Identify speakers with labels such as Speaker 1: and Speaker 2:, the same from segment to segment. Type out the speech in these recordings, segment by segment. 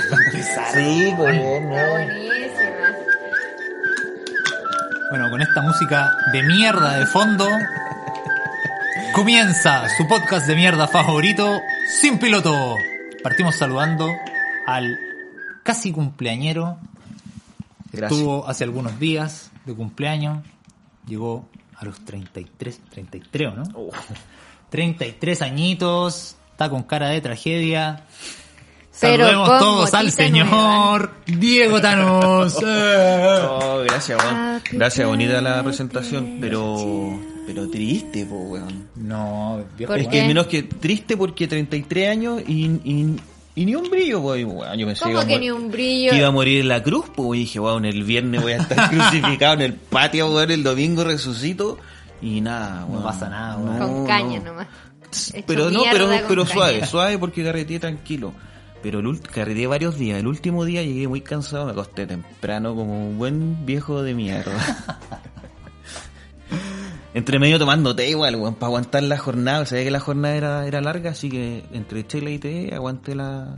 Speaker 1: salsa.
Speaker 2: Sí, güey,
Speaker 1: Está
Speaker 2: no.
Speaker 1: buenísima.
Speaker 3: Bueno, con esta música de mierda de fondo, comienza su podcast de mierda favorito, Sin Piloto. Partimos saludando al casi cumpleañero.
Speaker 2: Gracias.
Speaker 3: Estuvo hace algunos días de cumpleaños. Llegó a los 33, 33, ¿o ¿no? 33 añitos. Está con cara de tragedia.
Speaker 1: Pero
Speaker 3: Saludemos
Speaker 1: con
Speaker 3: todos al
Speaker 1: botita
Speaker 3: señor Diego Thanos. Eh.
Speaker 4: Oh, gracias,
Speaker 1: Ah,
Speaker 4: weón. Gracias, bonita la presentación, pero pero triste, po, weón.
Speaker 3: No, viejo.
Speaker 1: ¿Por
Speaker 4: Es
Speaker 1: qué?
Speaker 4: que menos que triste porque 33 años y, y, y ni un brillo, po, y, weón. Yo pensé
Speaker 1: ¿Cómo
Speaker 4: iba a
Speaker 1: que
Speaker 4: mor-
Speaker 1: ni un
Speaker 4: que iba a
Speaker 1: brillo?
Speaker 4: morir en la cruz, po, y dije, weón, el viernes voy a estar crucificado en el patio, weón, el domingo resucito y nada, weón.
Speaker 3: pasa nada, weón.
Speaker 1: Con
Speaker 4: No,
Speaker 1: caña
Speaker 4: no.
Speaker 1: nomás. Hecho
Speaker 4: Pero no, pero,
Speaker 1: mierda con
Speaker 4: pero
Speaker 1: caña.
Speaker 4: suave, suave porque carreteé tranquilo. Pero el ult- carreteé varios días. El último día llegué muy cansado, me acosté temprano como un buen viejo de mierda. entre medio tomando té igual, weón, para aguantar la jornada. Sabía que la jornada era, era larga, así que entre chela y té aguanté la,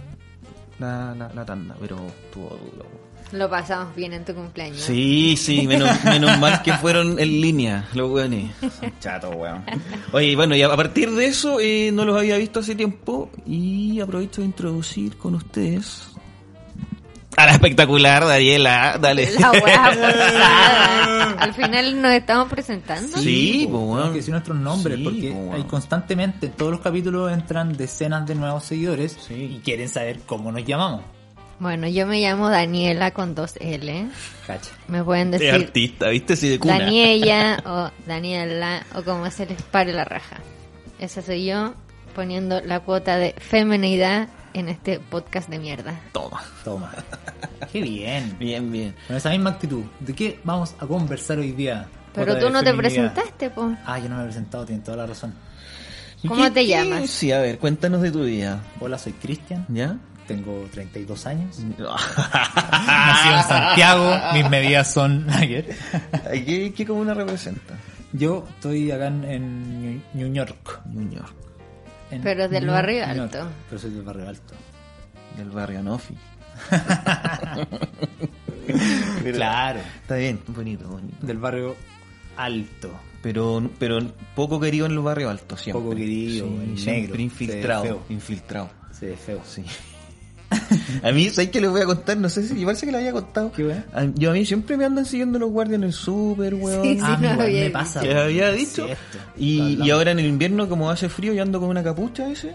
Speaker 4: la, la, la tanda. Pero estuvo duro. weón.
Speaker 1: Lo pasamos bien en tu cumpleaños.
Speaker 4: Sí, sí, menos, menos mal que fueron en línea los weones. Chato, weón. Oye, y bueno, y a partir de eso eh, no los había visto hace tiempo y aprovecho de introducir con ustedes a la espectacular Daniela. Dale.
Speaker 1: La weá forzada. Al final nos estamos presentando.
Speaker 4: Sí,
Speaker 3: po,
Speaker 4: po,
Speaker 3: tenemos
Speaker 4: weón.
Speaker 3: que decir nuestros nombres
Speaker 4: Sí,
Speaker 3: porque
Speaker 4: po, weón.
Speaker 3: hay constantemente en todos los capítulos entran decenas de nuevos seguidores
Speaker 4: Sí.
Speaker 3: y quieren saber cómo nos llamamos.
Speaker 1: Bueno, yo me llamo Daniela con dos L.
Speaker 3: Cacha.
Speaker 1: Me pueden
Speaker 4: Este
Speaker 1: decir
Speaker 4: artista, ¿viste? Sí, de cuna.
Speaker 1: Daniela o Daniela o como se les pare la raja. Esa soy yo poniendo la cuota de femenidad en este podcast de mierda.
Speaker 4: Toma.
Speaker 3: Toma. Qué bien.
Speaker 4: Bien, bien.
Speaker 3: Con esa misma actitud. ¿De qué vamos a conversar hoy día?
Speaker 1: Pero
Speaker 3: Otra
Speaker 1: tú
Speaker 3: de
Speaker 1: no te
Speaker 3: feminidad.
Speaker 1: presentaste, po.
Speaker 3: Ah, yo no me he presentado, tienen toda la razón.
Speaker 1: ¿Cómo
Speaker 4: ¿Qué-
Speaker 1: te
Speaker 4: qué-
Speaker 1: llamas?
Speaker 4: Sí, a ver, cuéntanos de tu vida.
Speaker 3: Hola, soy Cristian,
Speaker 4: ¿Ya?
Speaker 3: tengo 32 años,
Speaker 4: No.
Speaker 3: nací en Santiago, mis medidas son ayer.
Speaker 4: ¿Qué, qué comuna representa?
Speaker 3: Yo estoy acá en, en New New York.
Speaker 4: Muñoz,
Speaker 3: en
Speaker 1: Pero es del
Speaker 3: New-
Speaker 1: barrio
Speaker 3: New York,
Speaker 1: alto.
Speaker 3: Pero soy del barrio alto.
Speaker 4: del barrio Nofi.
Speaker 3: Claro.
Speaker 4: Está bien, bonito, bonito.
Speaker 3: Del barrio alto.
Speaker 4: Pero, pero poco querido en los barrios altos, siempre.
Speaker 3: Poco querido, en negro,
Speaker 4: siempre infiltrado,
Speaker 3: se ve feo.
Speaker 4: infiltrado.
Speaker 3: Se ve feo.
Speaker 4: Sí. A mí, ¿sabes qué les voy a contar? No sé si, yo parece que lo había contado.
Speaker 3: ¿Qué, weón?
Speaker 4: A- yo a mí siempre me andan siguiendo los guardias en el súper, weón.
Speaker 1: Sí, sí,
Speaker 3: Ah,
Speaker 1: no
Speaker 3: igual
Speaker 1: había
Speaker 3: me
Speaker 1: dicho.
Speaker 3: pasa.
Speaker 4: que
Speaker 3: weón,
Speaker 4: había
Speaker 3: es
Speaker 4: dicho.
Speaker 3: cierto.
Speaker 4: Y,
Speaker 3: Hablamos.
Speaker 4: y ahora en el invierno, como hace frío, yo ando con una capucha ese.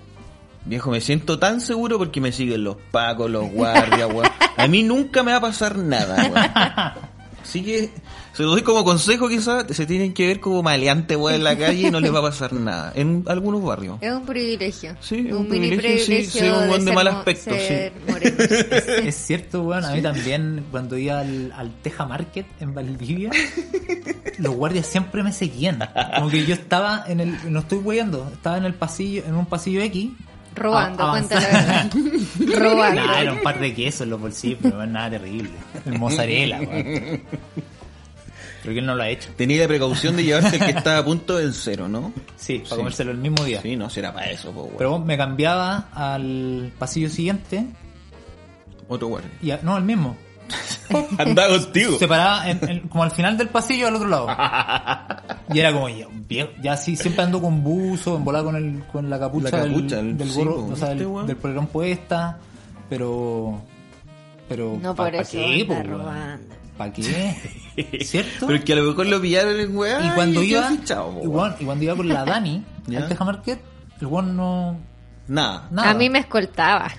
Speaker 4: Viejo, me siento tan seguro porque me siguen los pacos, los guardias, weón. A mí nunca me va a pasar nada, weón. Así que se lo doy como consejo, quizás se tienen que ver como maleante, weón, en la calle y no les va a pasar nada. En algunos barrios.
Speaker 1: Es un privilegio.
Speaker 4: Sí, es
Speaker 1: un,
Speaker 4: un
Speaker 1: mini
Speaker 4: privilegio, sí, sí, un buen de
Speaker 1: ser
Speaker 4: mal
Speaker 1: mo-
Speaker 4: aspecto,
Speaker 1: ser moreno.
Speaker 3: Es, es cierto, weón. A mí también, cuando iba al, al Teja Market en Valdivia, los guardias siempre me seguían. Como que yo estaba en el. No estoy weyando, estaba en el pasillo, en un pasillo X.
Speaker 1: Robando,
Speaker 4: Ah,
Speaker 3: a-
Speaker 1: cuenta la
Speaker 3: avanzando.
Speaker 1: verdad. Robando.
Speaker 3: Nada, era un par de quesos en los bolsillos, pero no es nada terrible. El mozzarella, weón. Creo que él no lo ha hecho.
Speaker 4: Tenía la precaución de llevarse el que estaba a punto del cero, ¿no?
Speaker 3: Sí, para
Speaker 4: Sí.
Speaker 3: comérselo el mismo día.
Speaker 4: Sí, no será para eso, po, weón.
Speaker 3: Pero me cambiaba al pasillo siguiente
Speaker 4: Otro guardia.
Speaker 3: y a- no, al mismo.
Speaker 4: Anda contigo.
Speaker 3: Se paraba en- en- como al final del pasillo al otro lado. Y era como ya, viejo, ya sí, siempre ando con buzo, en volar con el con la capucha,
Speaker 4: La
Speaker 3: del-
Speaker 4: capucha,
Speaker 3: del,
Speaker 4: el-
Speaker 3: gorro,
Speaker 4: sí, po,
Speaker 3: o sea, del,
Speaker 4: ¿viste, weón?
Speaker 3: del polerón puesta, pero pero
Speaker 1: No
Speaker 3: ¿pa-
Speaker 1: por
Speaker 3: pa'
Speaker 1: eso
Speaker 3: qué,
Speaker 1: anda
Speaker 3: po, weón?
Speaker 1: robando.
Speaker 3: ¿Para qué? ¿Cierto?
Speaker 4: Pero que a lo mejor lo pillaron en weá.
Speaker 3: y cuando
Speaker 4: quedó
Speaker 3: iba
Speaker 4: fichado, po,
Speaker 3: y,
Speaker 4: weón.
Speaker 3: weón, y cuando iba con la Dani
Speaker 4: Ya.
Speaker 3: al Teja Market, el weón no
Speaker 4: Nada.
Speaker 3: nada.
Speaker 1: A mí me escoltaba.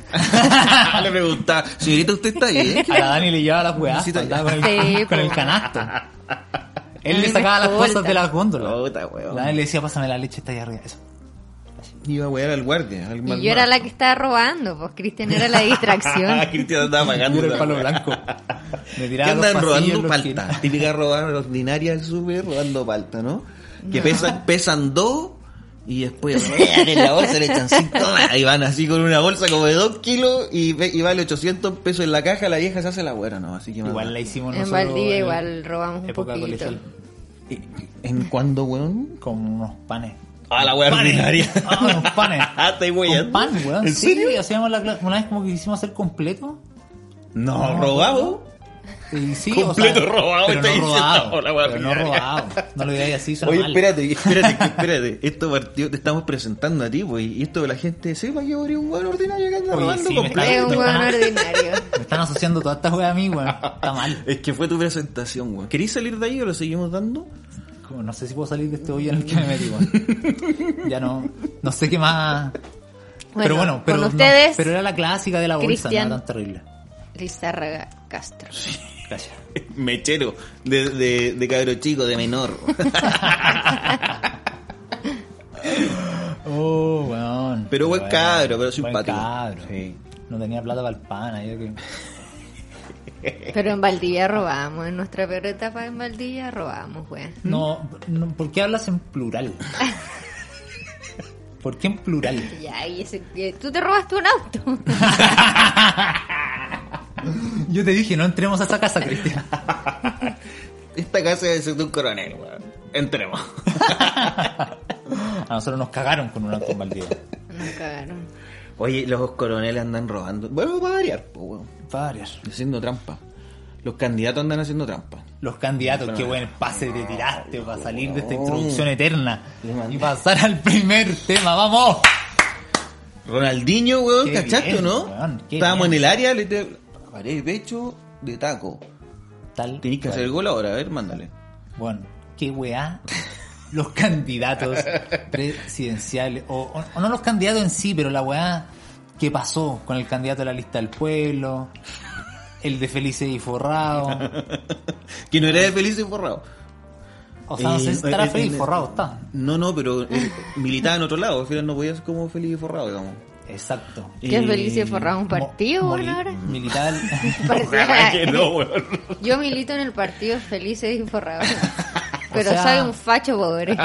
Speaker 4: Le preguntaba, señorita, ¿usted está bien?
Speaker 3: A la Dani le llevaba las weas,
Speaker 4: Necesito-
Speaker 3: andaba con el,
Speaker 1: Sí,
Speaker 3: con el
Speaker 1: po.
Speaker 3: canasto.
Speaker 1: A
Speaker 3: Él le
Speaker 1: mí me
Speaker 3: sacaba las
Speaker 1: escolta.
Speaker 3: cosas de las góndolas.
Speaker 4: Puta, weón.
Speaker 3: La Dani le decía, pásame la leche, está ahí arriba. Eso.
Speaker 4: Iba a wear al guardia. Al
Speaker 1: Y yo era la que estaba robando, pues Cristian era la distracción.
Speaker 4: Cristian andaba pagando.
Speaker 3: Yo era el
Speaker 4: la
Speaker 3: palo
Speaker 4: weá.
Speaker 3: blanco. Me
Speaker 4: ¿Qué
Speaker 3: tiraba los
Speaker 4: andan
Speaker 3: pasillos,
Speaker 4: robando
Speaker 3: los
Speaker 4: palta?
Speaker 3: que-
Speaker 4: Típica robar ordinaria del súper, robando palta, ¿no? Que pesan, pesan dos y después wean, en la bolsa le echan cinco más. Y van así con una bolsa como de dos kilos y, ve- y vale 800 pesos en la caja. La vieja se hace la güera, ¿no? Así que manda.
Speaker 3: Igual la hicimos
Speaker 1: En
Speaker 3: nosotros.
Speaker 1: Valdivia igual robamos un
Speaker 3: época
Speaker 1: poquito.
Speaker 3: colegial,
Speaker 4: ¿Y- Eh, ¿En cuándo, weón?
Speaker 3: Con unos panes.
Speaker 4: Ah, la wea ordinaria.
Speaker 3: Ah, unos panes.
Speaker 4: Ah, estoy
Speaker 3: Con
Speaker 4: weyando.
Speaker 3: pan, weón.
Speaker 4: ¿En
Speaker 3: sí,
Speaker 4: serio?
Speaker 3: hacíamos la cla- una vez como que quisimos hacer completo.
Speaker 4: No, robado.
Speaker 3: Y sí,
Speaker 4: Completo
Speaker 3: o sea,
Speaker 4: robado,
Speaker 3: pero
Speaker 4: está
Speaker 3: no
Speaker 4: diciendo
Speaker 3: robado,
Speaker 4: la wea
Speaker 3: pero no
Speaker 4: ordinaria.
Speaker 3: robado. No lo digáis así, suena
Speaker 4: Oye,
Speaker 3: mal.
Speaker 4: espérate, espérate, que- espérate. Esto partió, te estamos presentando a ti, pues, y esto de la gente sepa que habría un hueón ordinario que anda
Speaker 3: Oye,
Speaker 4: robando
Speaker 3: sí, me
Speaker 4: completo.
Speaker 1: Es un
Speaker 3: Claro.
Speaker 1: hueón ordinario.
Speaker 3: Me están asociando todas estas weas a mí, weón. Está mal.
Speaker 4: Es que fue tu presentación, weón. ¿Queréis salir de ahí o lo seguimos dando?
Speaker 3: Como, no sé si puedo salir de este hoyo en el que me metí, weón. Ya no, no sé qué más. pero bueno, pero,
Speaker 1: con
Speaker 3: no-
Speaker 1: ustedes,
Speaker 3: pero era la clásica de la bolsa,
Speaker 1: Cristian.
Speaker 3: no era tan terrible.
Speaker 1: Lizárraga Castro.
Speaker 3: Gracias.
Speaker 4: Mechero, de, de, de cabro chico, de menor.
Speaker 3: Oh, weón.
Speaker 4: Pero buen
Speaker 3: bueno,
Speaker 4: cabro, pero simpático.
Speaker 3: Buen cabro.
Speaker 4: Sí.
Speaker 3: No tenía plata para el pan, ahí que-
Speaker 1: ¿Mm? Pero en Valdivia robamos, en nuestra peor etapa en Valdivia robamos, weón.
Speaker 3: No, no, ¿por qué hablas en plural? ¿Por qué en plural?
Speaker 1: Ya, y ese, que- tú te robaste un auto.
Speaker 3: Yo te dije, no entremos a esa casa, Cristian.
Speaker 4: Esta casa es de un coronel, weón. Entremos.
Speaker 3: A nosotros nos cagaron con un auto en Valdivia.
Speaker 1: Nos cagaron.
Speaker 4: Oye, los coroneles andan robando. Bueno, para variar, pues, weón.
Speaker 3: Varios.
Speaker 4: Haciendo trampa. Los candidatos andan haciendo trampa.
Speaker 3: Los candidatos, qué buen pase te tiraste para salir de esta introducción eterna
Speaker 4: Le mandé.
Speaker 3: y pasar al primer tema, vamos.
Speaker 4: Ronaldinho, weón,
Speaker 3: Qué
Speaker 4: ¿cachaste
Speaker 3: bien,
Speaker 4: no?
Speaker 3: weón, qué
Speaker 4: Estábamos
Speaker 3: bien.
Speaker 4: en el área, le te... paré de pecho de taco.
Speaker 3: Tal.
Speaker 4: Tenés que
Speaker 3: cual.
Speaker 4: hacer el gol ahora, a ver, mándale.
Speaker 3: Bueno, qué weá. Los candidatos presidenciales, o, o- o no los candidatos en sí, pero la weá que pasó con el candidato de la lista del pueblo, el de Felice y Forrado.
Speaker 4: Que no era de feliz y forrado.
Speaker 3: O sea, no sé
Speaker 4: Eh,
Speaker 3: si estará
Speaker 4: eh,
Speaker 3: Feliz
Speaker 4: eh,
Speaker 3: y Forrado, está.
Speaker 4: No, no, pero eh, militaba en otro lado. Al final no podía ser como feliz y forrado, digamos. Eh,
Speaker 3: Exacto.
Speaker 1: Qué feliz de forrar un partido,
Speaker 3: Mo-
Speaker 1: weón,
Speaker 3: moli-
Speaker 1: ahora.
Speaker 3: Militar.
Speaker 4: Ojalá que
Speaker 1: Parecía-
Speaker 4: no, weón.
Speaker 1: Yo milito en el partido Felices y Forrados. Pero
Speaker 3: O sea-
Speaker 1: soy un facho pobre.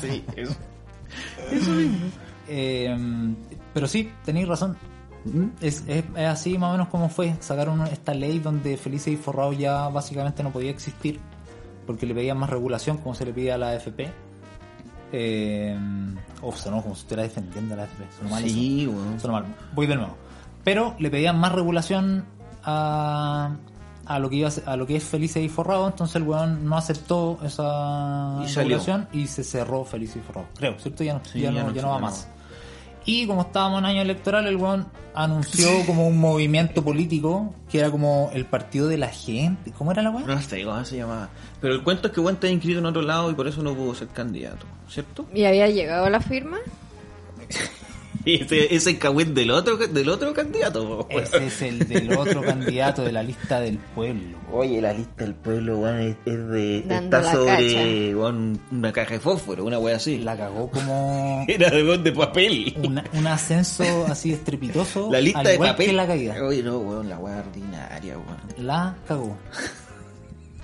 Speaker 4: sí, eso.
Speaker 3: Eh, pero sí, tenéis razón. Es, es- es así más o menos como fue. Sacaron esta ley donde Felice y Forrado ya básicamente no podía existir porque le pedían más regulación como se le pide a la AFP. Eh, uf, sonó como si estuviera defendiendo a la AFP. Sonó mal eso.
Speaker 4: Sí, weón.
Speaker 3: Sonó mal. Voy de nuevo. Pero le pedían más regulación a, a lo que iba a, ser- a lo que es Felice y Forrado, entonces el weón no aceptó esa
Speaker 4: Y salió.
Speaker 3: regulación y se cerró Felice y Forrado. Creo, ¿cierto? Ya no,
Speaker 4: Sí,
Speaker 3: ya no-
Speaker 4: ya no-
Speaker 3: ya no va
Speaker 4: ya no.
Speaker 3: más. Y como estábamos en año electoral, el weón anunció como un movimiento político que era como el partido de la gente. ¿Cómo era la weón?
Speaker 4: No sé cómo se llamaba. Pero el cuento es que Juan está inscrito en otro lado y por eso no pudo ser candidato, ¿cierto?
Speaker 1: ¿Y había llegado la firma?
Speaker 4: Y ese es el cagüet del otro, del otro candidato. weón.
Speaker 3: Ese es el del otro candidato de la lista del pueblo.
Speaker 4: Oye, la lista del pueblo, weón, es, es de.
Speaker 1: Dando
Speaker 4: está
Speaker 1: la
Speaker 4: sobre
Speaker 1: cacha.
Speaker 4: weón, una caja de fósforo, una wea así.
Speaker 3: La cagó como
Speaker 4: Era de weón de papel.
Speaker 3: una- un ascenso así estrepitoso.
Speaker 4: La lista
Speaker 3: al
Speaker 4: de
Speaker 3: igual
Speaker 4: papel.
Speaker 3: que la caída.
Speaker 4: Oye, no, weón, la wea ordinaria, weón.
Speaker 3: La cagó.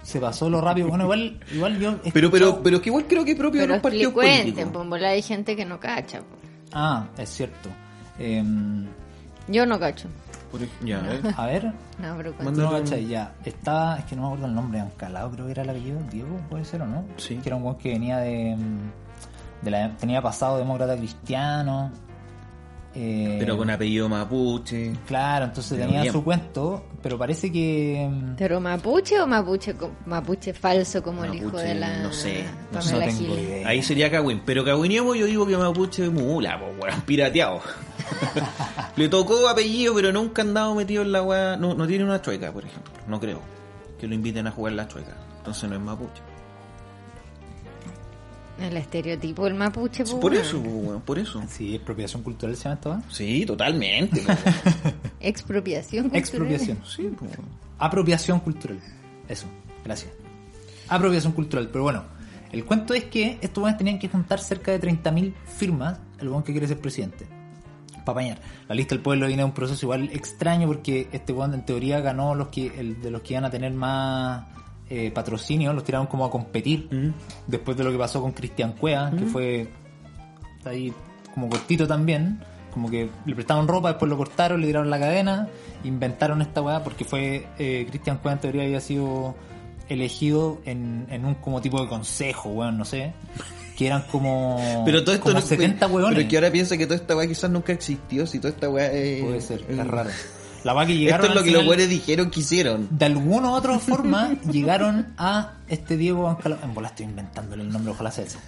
Speaker 3: Se pasó lo rápido. Bueno, igual, igual yo.
Speaker 4: Pero, pero, pero que igual creo que es propio
Speaker 1: Pero
Speaker 4: de los partidos
Speaker 1: explicuenten,
Speaker 4: políticos.
Speaker 1: pombola hay gente que no cacha. pues. po.
Speaker 3: Ah, es cierto. Em,
Speaker 1: Yo no cacho.
Speaker 4: Por- Ya, ¿eh?
Speaker 3: a ver.
Speaker 1: No, pero cacho.
Speaker 4: Manda-
Speaker 3: No, cachai, ya. Estaba, es que no me acuerdo el nombre, Ancalado creo que era el apellido, Diego, puede ser o no.
Speaker 4: Sí.
Speaker 3: Que era un weón que venía de. mm, de la, tenía pasado demócrata cristiano. eh,
Speaker 4: Pero con apellido mapuche.
Speaker 3: Claro, entonces
Speaker 4: Pero
Speaker 3: tenía
Speaker 4: bien.
Speaker 3: su cuento, pero parece que. mm,
Speaker 1: ¿Pero mapuche o mapuche co- mapuche falso como el hijo
Speaker 4: Mapuche,
Speaker 1: de la
Speaker 4: no sé, no
Speaker 1: Pamela
Speaker 3: tengo
Speaker 1: Giles?
Speaker 3: idea.
Speaker 4: Ahí sería Cagüín. Pero Cagüiniamo yo digo que mapuche es mula, po, weón, pirateado. Le tocó apellido, pero nunca han dado metido en la weá. No, no tiene una chueca, por ejemplo. No creo que lo inviten a jugar la chueca. Entonces no es mapuche.
Speaker 1: El estereotipo del mapuche. pues, po,
Speaker 4: Por
Speaker 1: weón.
Speaker 4: eso, po, weón, por eso.
Speaker 3: Sí, expropiación cultural se llama esto, ¿eh?
Speaker 4: Sí, totalmente. po, weón.
Speaker 1: Expropiación. cultural.
Speaker 3: pues. Expropiación.
Speaker 4: Sí, po, weón.
Speaker 3: Apropiación cultural. Eso, gracias. Apropiación cultural, pero bueno. El cuento es que estos buenos tenían que juntar cerca de 30.000 firmas el buen que quiere ser presidente. Para apañar. La lista del pueblo viene de un proceso igual extraño porque este buen en teoría ganó los que, el de los que iban a tener más eh, patrocinio, los tiraron como a competir. Después de lo que pasó con Cristian Cuea, que fue ahí como cortito también. Como que le prestaron ropa, después lo cortaron, le tiraron la cadena, inventaron esta weá porque fue eh, Cristian Cueva en teoría había sido elegido en, en un como tipo de consejo, weón, no sé. Que eran como,
Speaker 4: Pero todo esto
Speaker 3: como
Speaker 4: no
Speaker 3: 70 weones.
Speaker 4: Pero que ahora piensa que toda esta weá quizás nunca existió. Si toda esta weá es.
Speaker 3: Puede ser,
Speaker 4: es-
Speaker 3: es raro. Eh, La weá que llegaron
Speaker 4: Esto es lo
Speaker 3: al
Speaker 4: que los
Speaker 3: final-
Speaker 4: güeyes dijeron que hicieron.
Speaker 3: de alguna u otra forma llegaron a este Diego Bancalo. En bola estoy inventándole el nombre, ojalá sea ese.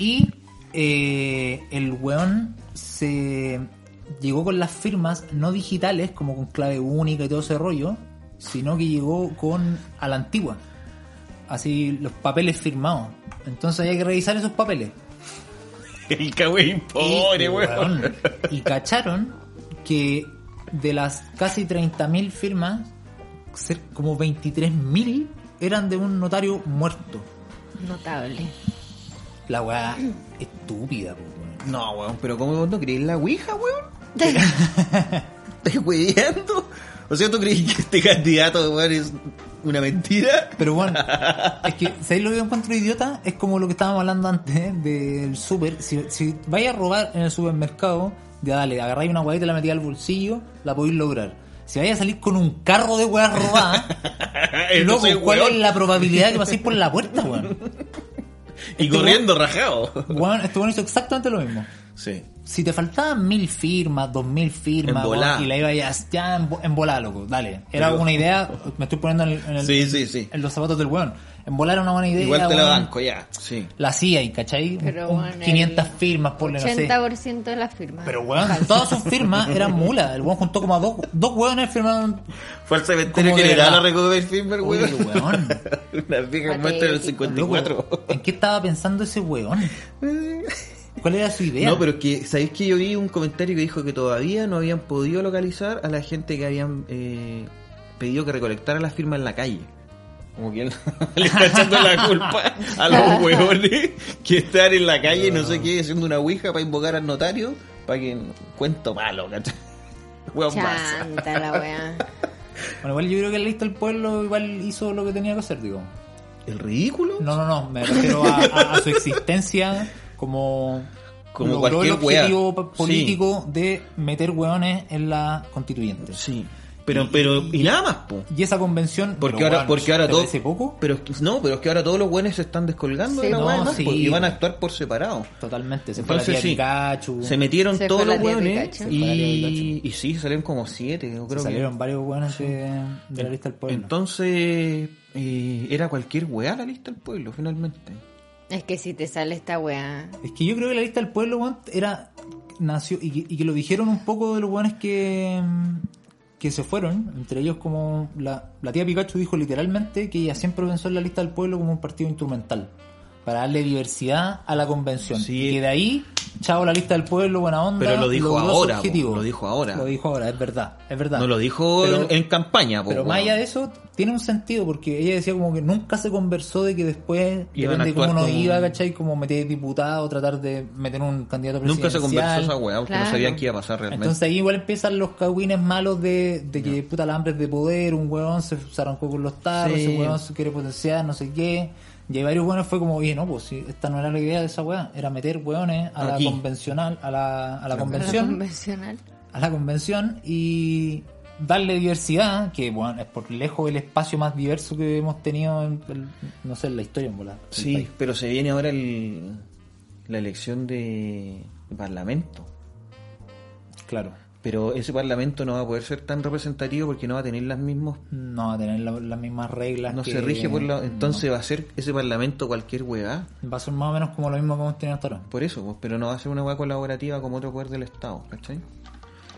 Speaker 3: Y eh, el weón se llegó con las firmas no digitales, como con clave única y todo ese rollo, sino que llegó con a la antigua. Así los papeles firmados. Entonces había que revisar esos papeles.
Speaker 4: El cagüey pobre,
Speaker 3: y,
Speaker 4: weón.
Speaker 3: weón, y cacharon que de las casi 30.000 firmas, cer- como 23.000 eran de un notario muerto.
Speaker 1: Notable.
Speaker 3: La weá estúpida, pues, weón.
Speaker 4: No, weón, pero ¿cómo vos no crees en la Ouija, weón? ¿Estás weyando? O sea, ¿tú crees que este candidato, weón, es una mentira?
Speaker 3: Pero bueno, es que, ¿sabéis lo que yo encuentro idiota? Es como lo que estábamos hablando antes ¿eh? del súper. Si, si vais a robar en el supermercado, ya dale, agarráis una weá y te la metí al bolsillo, la podéis lograr. Si vais a salir con un carro de weá robada, loco,
Speaker 4: Entonces,
Speaker 3: ¿cuál
Speaker 4: weón,
Speaker 3: es la probabilidad de que paséis por la puerta, weón?
Speaker 4: Y
Speaker 3: este
Speaker 4: corriendo rajado.
Speaker 3: Bueno, este bueno hizo exactamente lo mismo.
Speaker 4: Sí.
Speaker 3: Si te faltaban mil firmas, dos mil firmas,
Speaker 4: En volá.
Speaker 3: weón, y la iba ya, ya en, en volá, loco, dale. Era
Speaker 4: Pero-
Speaker 3: una idea, me estoy poniendo en, el- en el-
Speaker 4: Sí, sí, sí.
Speaker 3: en los zapatos del weón. En volar era una buena idea.
Speaker 4: Igual te la
Speaker 3: weón.
Speaker 4: banco, ya. Sí.
Speaker 3: La hacía, y, ¿cachai?
Speaker 1: Pero,
Speaker 3: Un-
Speaker 1: weón, el
Speaker 3: 500 firmas, por no sé.
Speaker 1: 80% de las firmas.
Speaker 3: Pero weón, todas sus firmas eran mulas. El weón juntó como a dos, dos weones firmaron.
Speaker 4: Fue al cementerio
Speaker 3: Como
Speaker 4: que
Speaker 3: de
Speaker 4: le da
Speaker 3: verdad.
Speaker 4: la recoger el Silver,
Speaker 3: Oye,
Speaker 4: weón.
Speaker 3: weón.
Speaker 4: Una vieja muestra del 54.
Speaker 3: Loco, ¿En qué estaba pensando ese weón? ¿Cuál era su idea?
Speaker 4: No, pero que, ¿sabéis que yo vi un comentario que dijo que todavía no habían podido localizar a la gente que habían eh, pedido que recolectara las firmas en la calle? Como que le está echando la culpa a los huevones que están en la calle, no sé qué, haciendo una ouija para invocar al notario, para que... Cuento malo, ¿cachai? Hueón pasa.
Speaker 1: Chanta la weá.
Speaker 3: Bueno, igual yo creo que el listo del pueblo igual hizo lo que tenía que hacer, digo.
Speaker 4: ¿El ridículo?
Speaker 3: No, no, no, me refiero a, a- a su existencia como,
Speaker 4: Como
Speaker 3: logró el
Speaker 4: cualquier wea.
Speaker 3: objetivo
Speaker 4: Sí.
Speaker 3: político de meter hueones en la constituyente.
Speaker 4: Sí. Pero, pero, y nada más, po.
Speaker 3: Y esa convención...
Speaker 4: Porque
Speaker 3: pero,
Speaker 4: ahora,
Speaker 3: weón,
Speaker 4: porque ahora
Speaker 3: ¿te
Speaker 4: todo.
Speaker 3: parece poco?
Speaker 4: Pero es que- no, pero es que ahora todos los buenos se están descolgando
Speaker 1: Sí.
Speaker 4: de la
Speaker 3: No,
Speaker 4: weá, ¿no?
Speaker 3: sí.
Speaker 4: Porque- y van a actuar por separado.
Speaker 3: Totalmente, se fue la
Speaker 4: Entonces,
Speaker 3: tía
Speaker 4: sí.
Speaker 3: Pikachu,
Speaker 4: Se metieron
Speaker 1: Se
Speaker 4: todos
Speaker 1: fue la
Speaker 4: los
Speaker 1: tía
Speaker 4: hueones
Speaker 1: Pikachu.
Speaker 3: Se fue la tía
Speaker 4: y, y sí, salieron como siete, yo
Speaker 3: se
Speaker 4: creo
Speaker 3: salieron varios hueones de, de la lista del
Speaker 4: que.
Speaker 3: pueblo.
Speaker 4: Entonces, eh, era cualquier weá la lista del pueblo, finalmente.
Speaker 1: Es que si te sale esta weá.
Speaker 3: Es que yo creo que la lista del pueblo, weón, era. nació. Y, que- y que lo dijeron un poco de los weones que. mm, que se fueron. Entre ellos, como. La, la tía Pikachu dijo literalmente que ella siempre pensó en la lista del pueblo como un partido instrumental. Para darle diversidad a la convención.
Speaker 4: Sí.
Speaker 3: Y que de ahí, chavo, la lista del pueblo, buena onda.
Speaker 4: Pero lo dijo
Speaker 3: logró su
Speaker 4: ahora,
Speaker 3: objetivo.
Speaker 4: po, lo dijo ahora.
Speaker 3: Lo dijo ahora, es verdad. Es verdad.
Speaker 4: No lo dijo
Speaker 3: Pero-
Speaker 4: en, en campaña, po,
Speaker 3: pero
Speaker 4: Pues, weón.
Speaker 3: más allá de eso, tiene un sentido, porque ella decía como que nunca se conversó de que después,
Speaker 4: Iban
Speaker 3: depende
Speaker 4: a
Speaker 3: de cómo
Speaker 4: actuar
Speaker 3: uno
Speaker 4: como-
Speaker 3: iba, ¿cachai? Como meter diputado, tratar de meter un candidato
Speaker 4: Nunca se
Speaker 3: presidencial.
Speaker 4: conversó esa weá, porque no
Speaker 1: Claro.
Speaker 4: sabían qué iba a pasar realmente.
Speaker 3: Entonces ahí igual empiezan los cagüines malos de, de que puta la hambre es de poder, un huevón se arrancó con los tarros,
Speaker 4: Sí.
Speaker 3: ese huevón se quiere potenciar, no sé qué. Y hay varios hueones fue como, oye, no, pues si esta no era la idea de esa weá, era meter hueones a
Speaker 4: Aquí.
Speaker 3: la convencional, a la, a la
Speaker 1: Convencional.
Speaker 3: convención
Speaker 1: Convencional.
Speaker 3: a la convención y darle diversidad, que bueno, es por lejos el espacio más diverso que hemos tenido en, en- no sé, en la historia en volar. del
Speaker 4: Sí,
Speaker 3: país.
Speaker 4: pero se viene ahora el, la elección de parlamento.
Speaker 3: Claro.
Speaker 4: Pero ese parlamento no va a poder ser tan representativo porque no va a tener las mismas.
Speaker 3: No va a tener la- las mismas reglas.
Speaker 4: No
Speaker 3: que-
Speaker 4: se rige por la. Entonces va a ser ese parlamento cualquier hueá.
Speaker 3: Va a ser más o menos como lo mismo que hemos tenido hasta ahora.
Speaker 4: Por eso, pues, pero no va a ser una hueá colaborativa como otro poder del Estado, ¿cachai?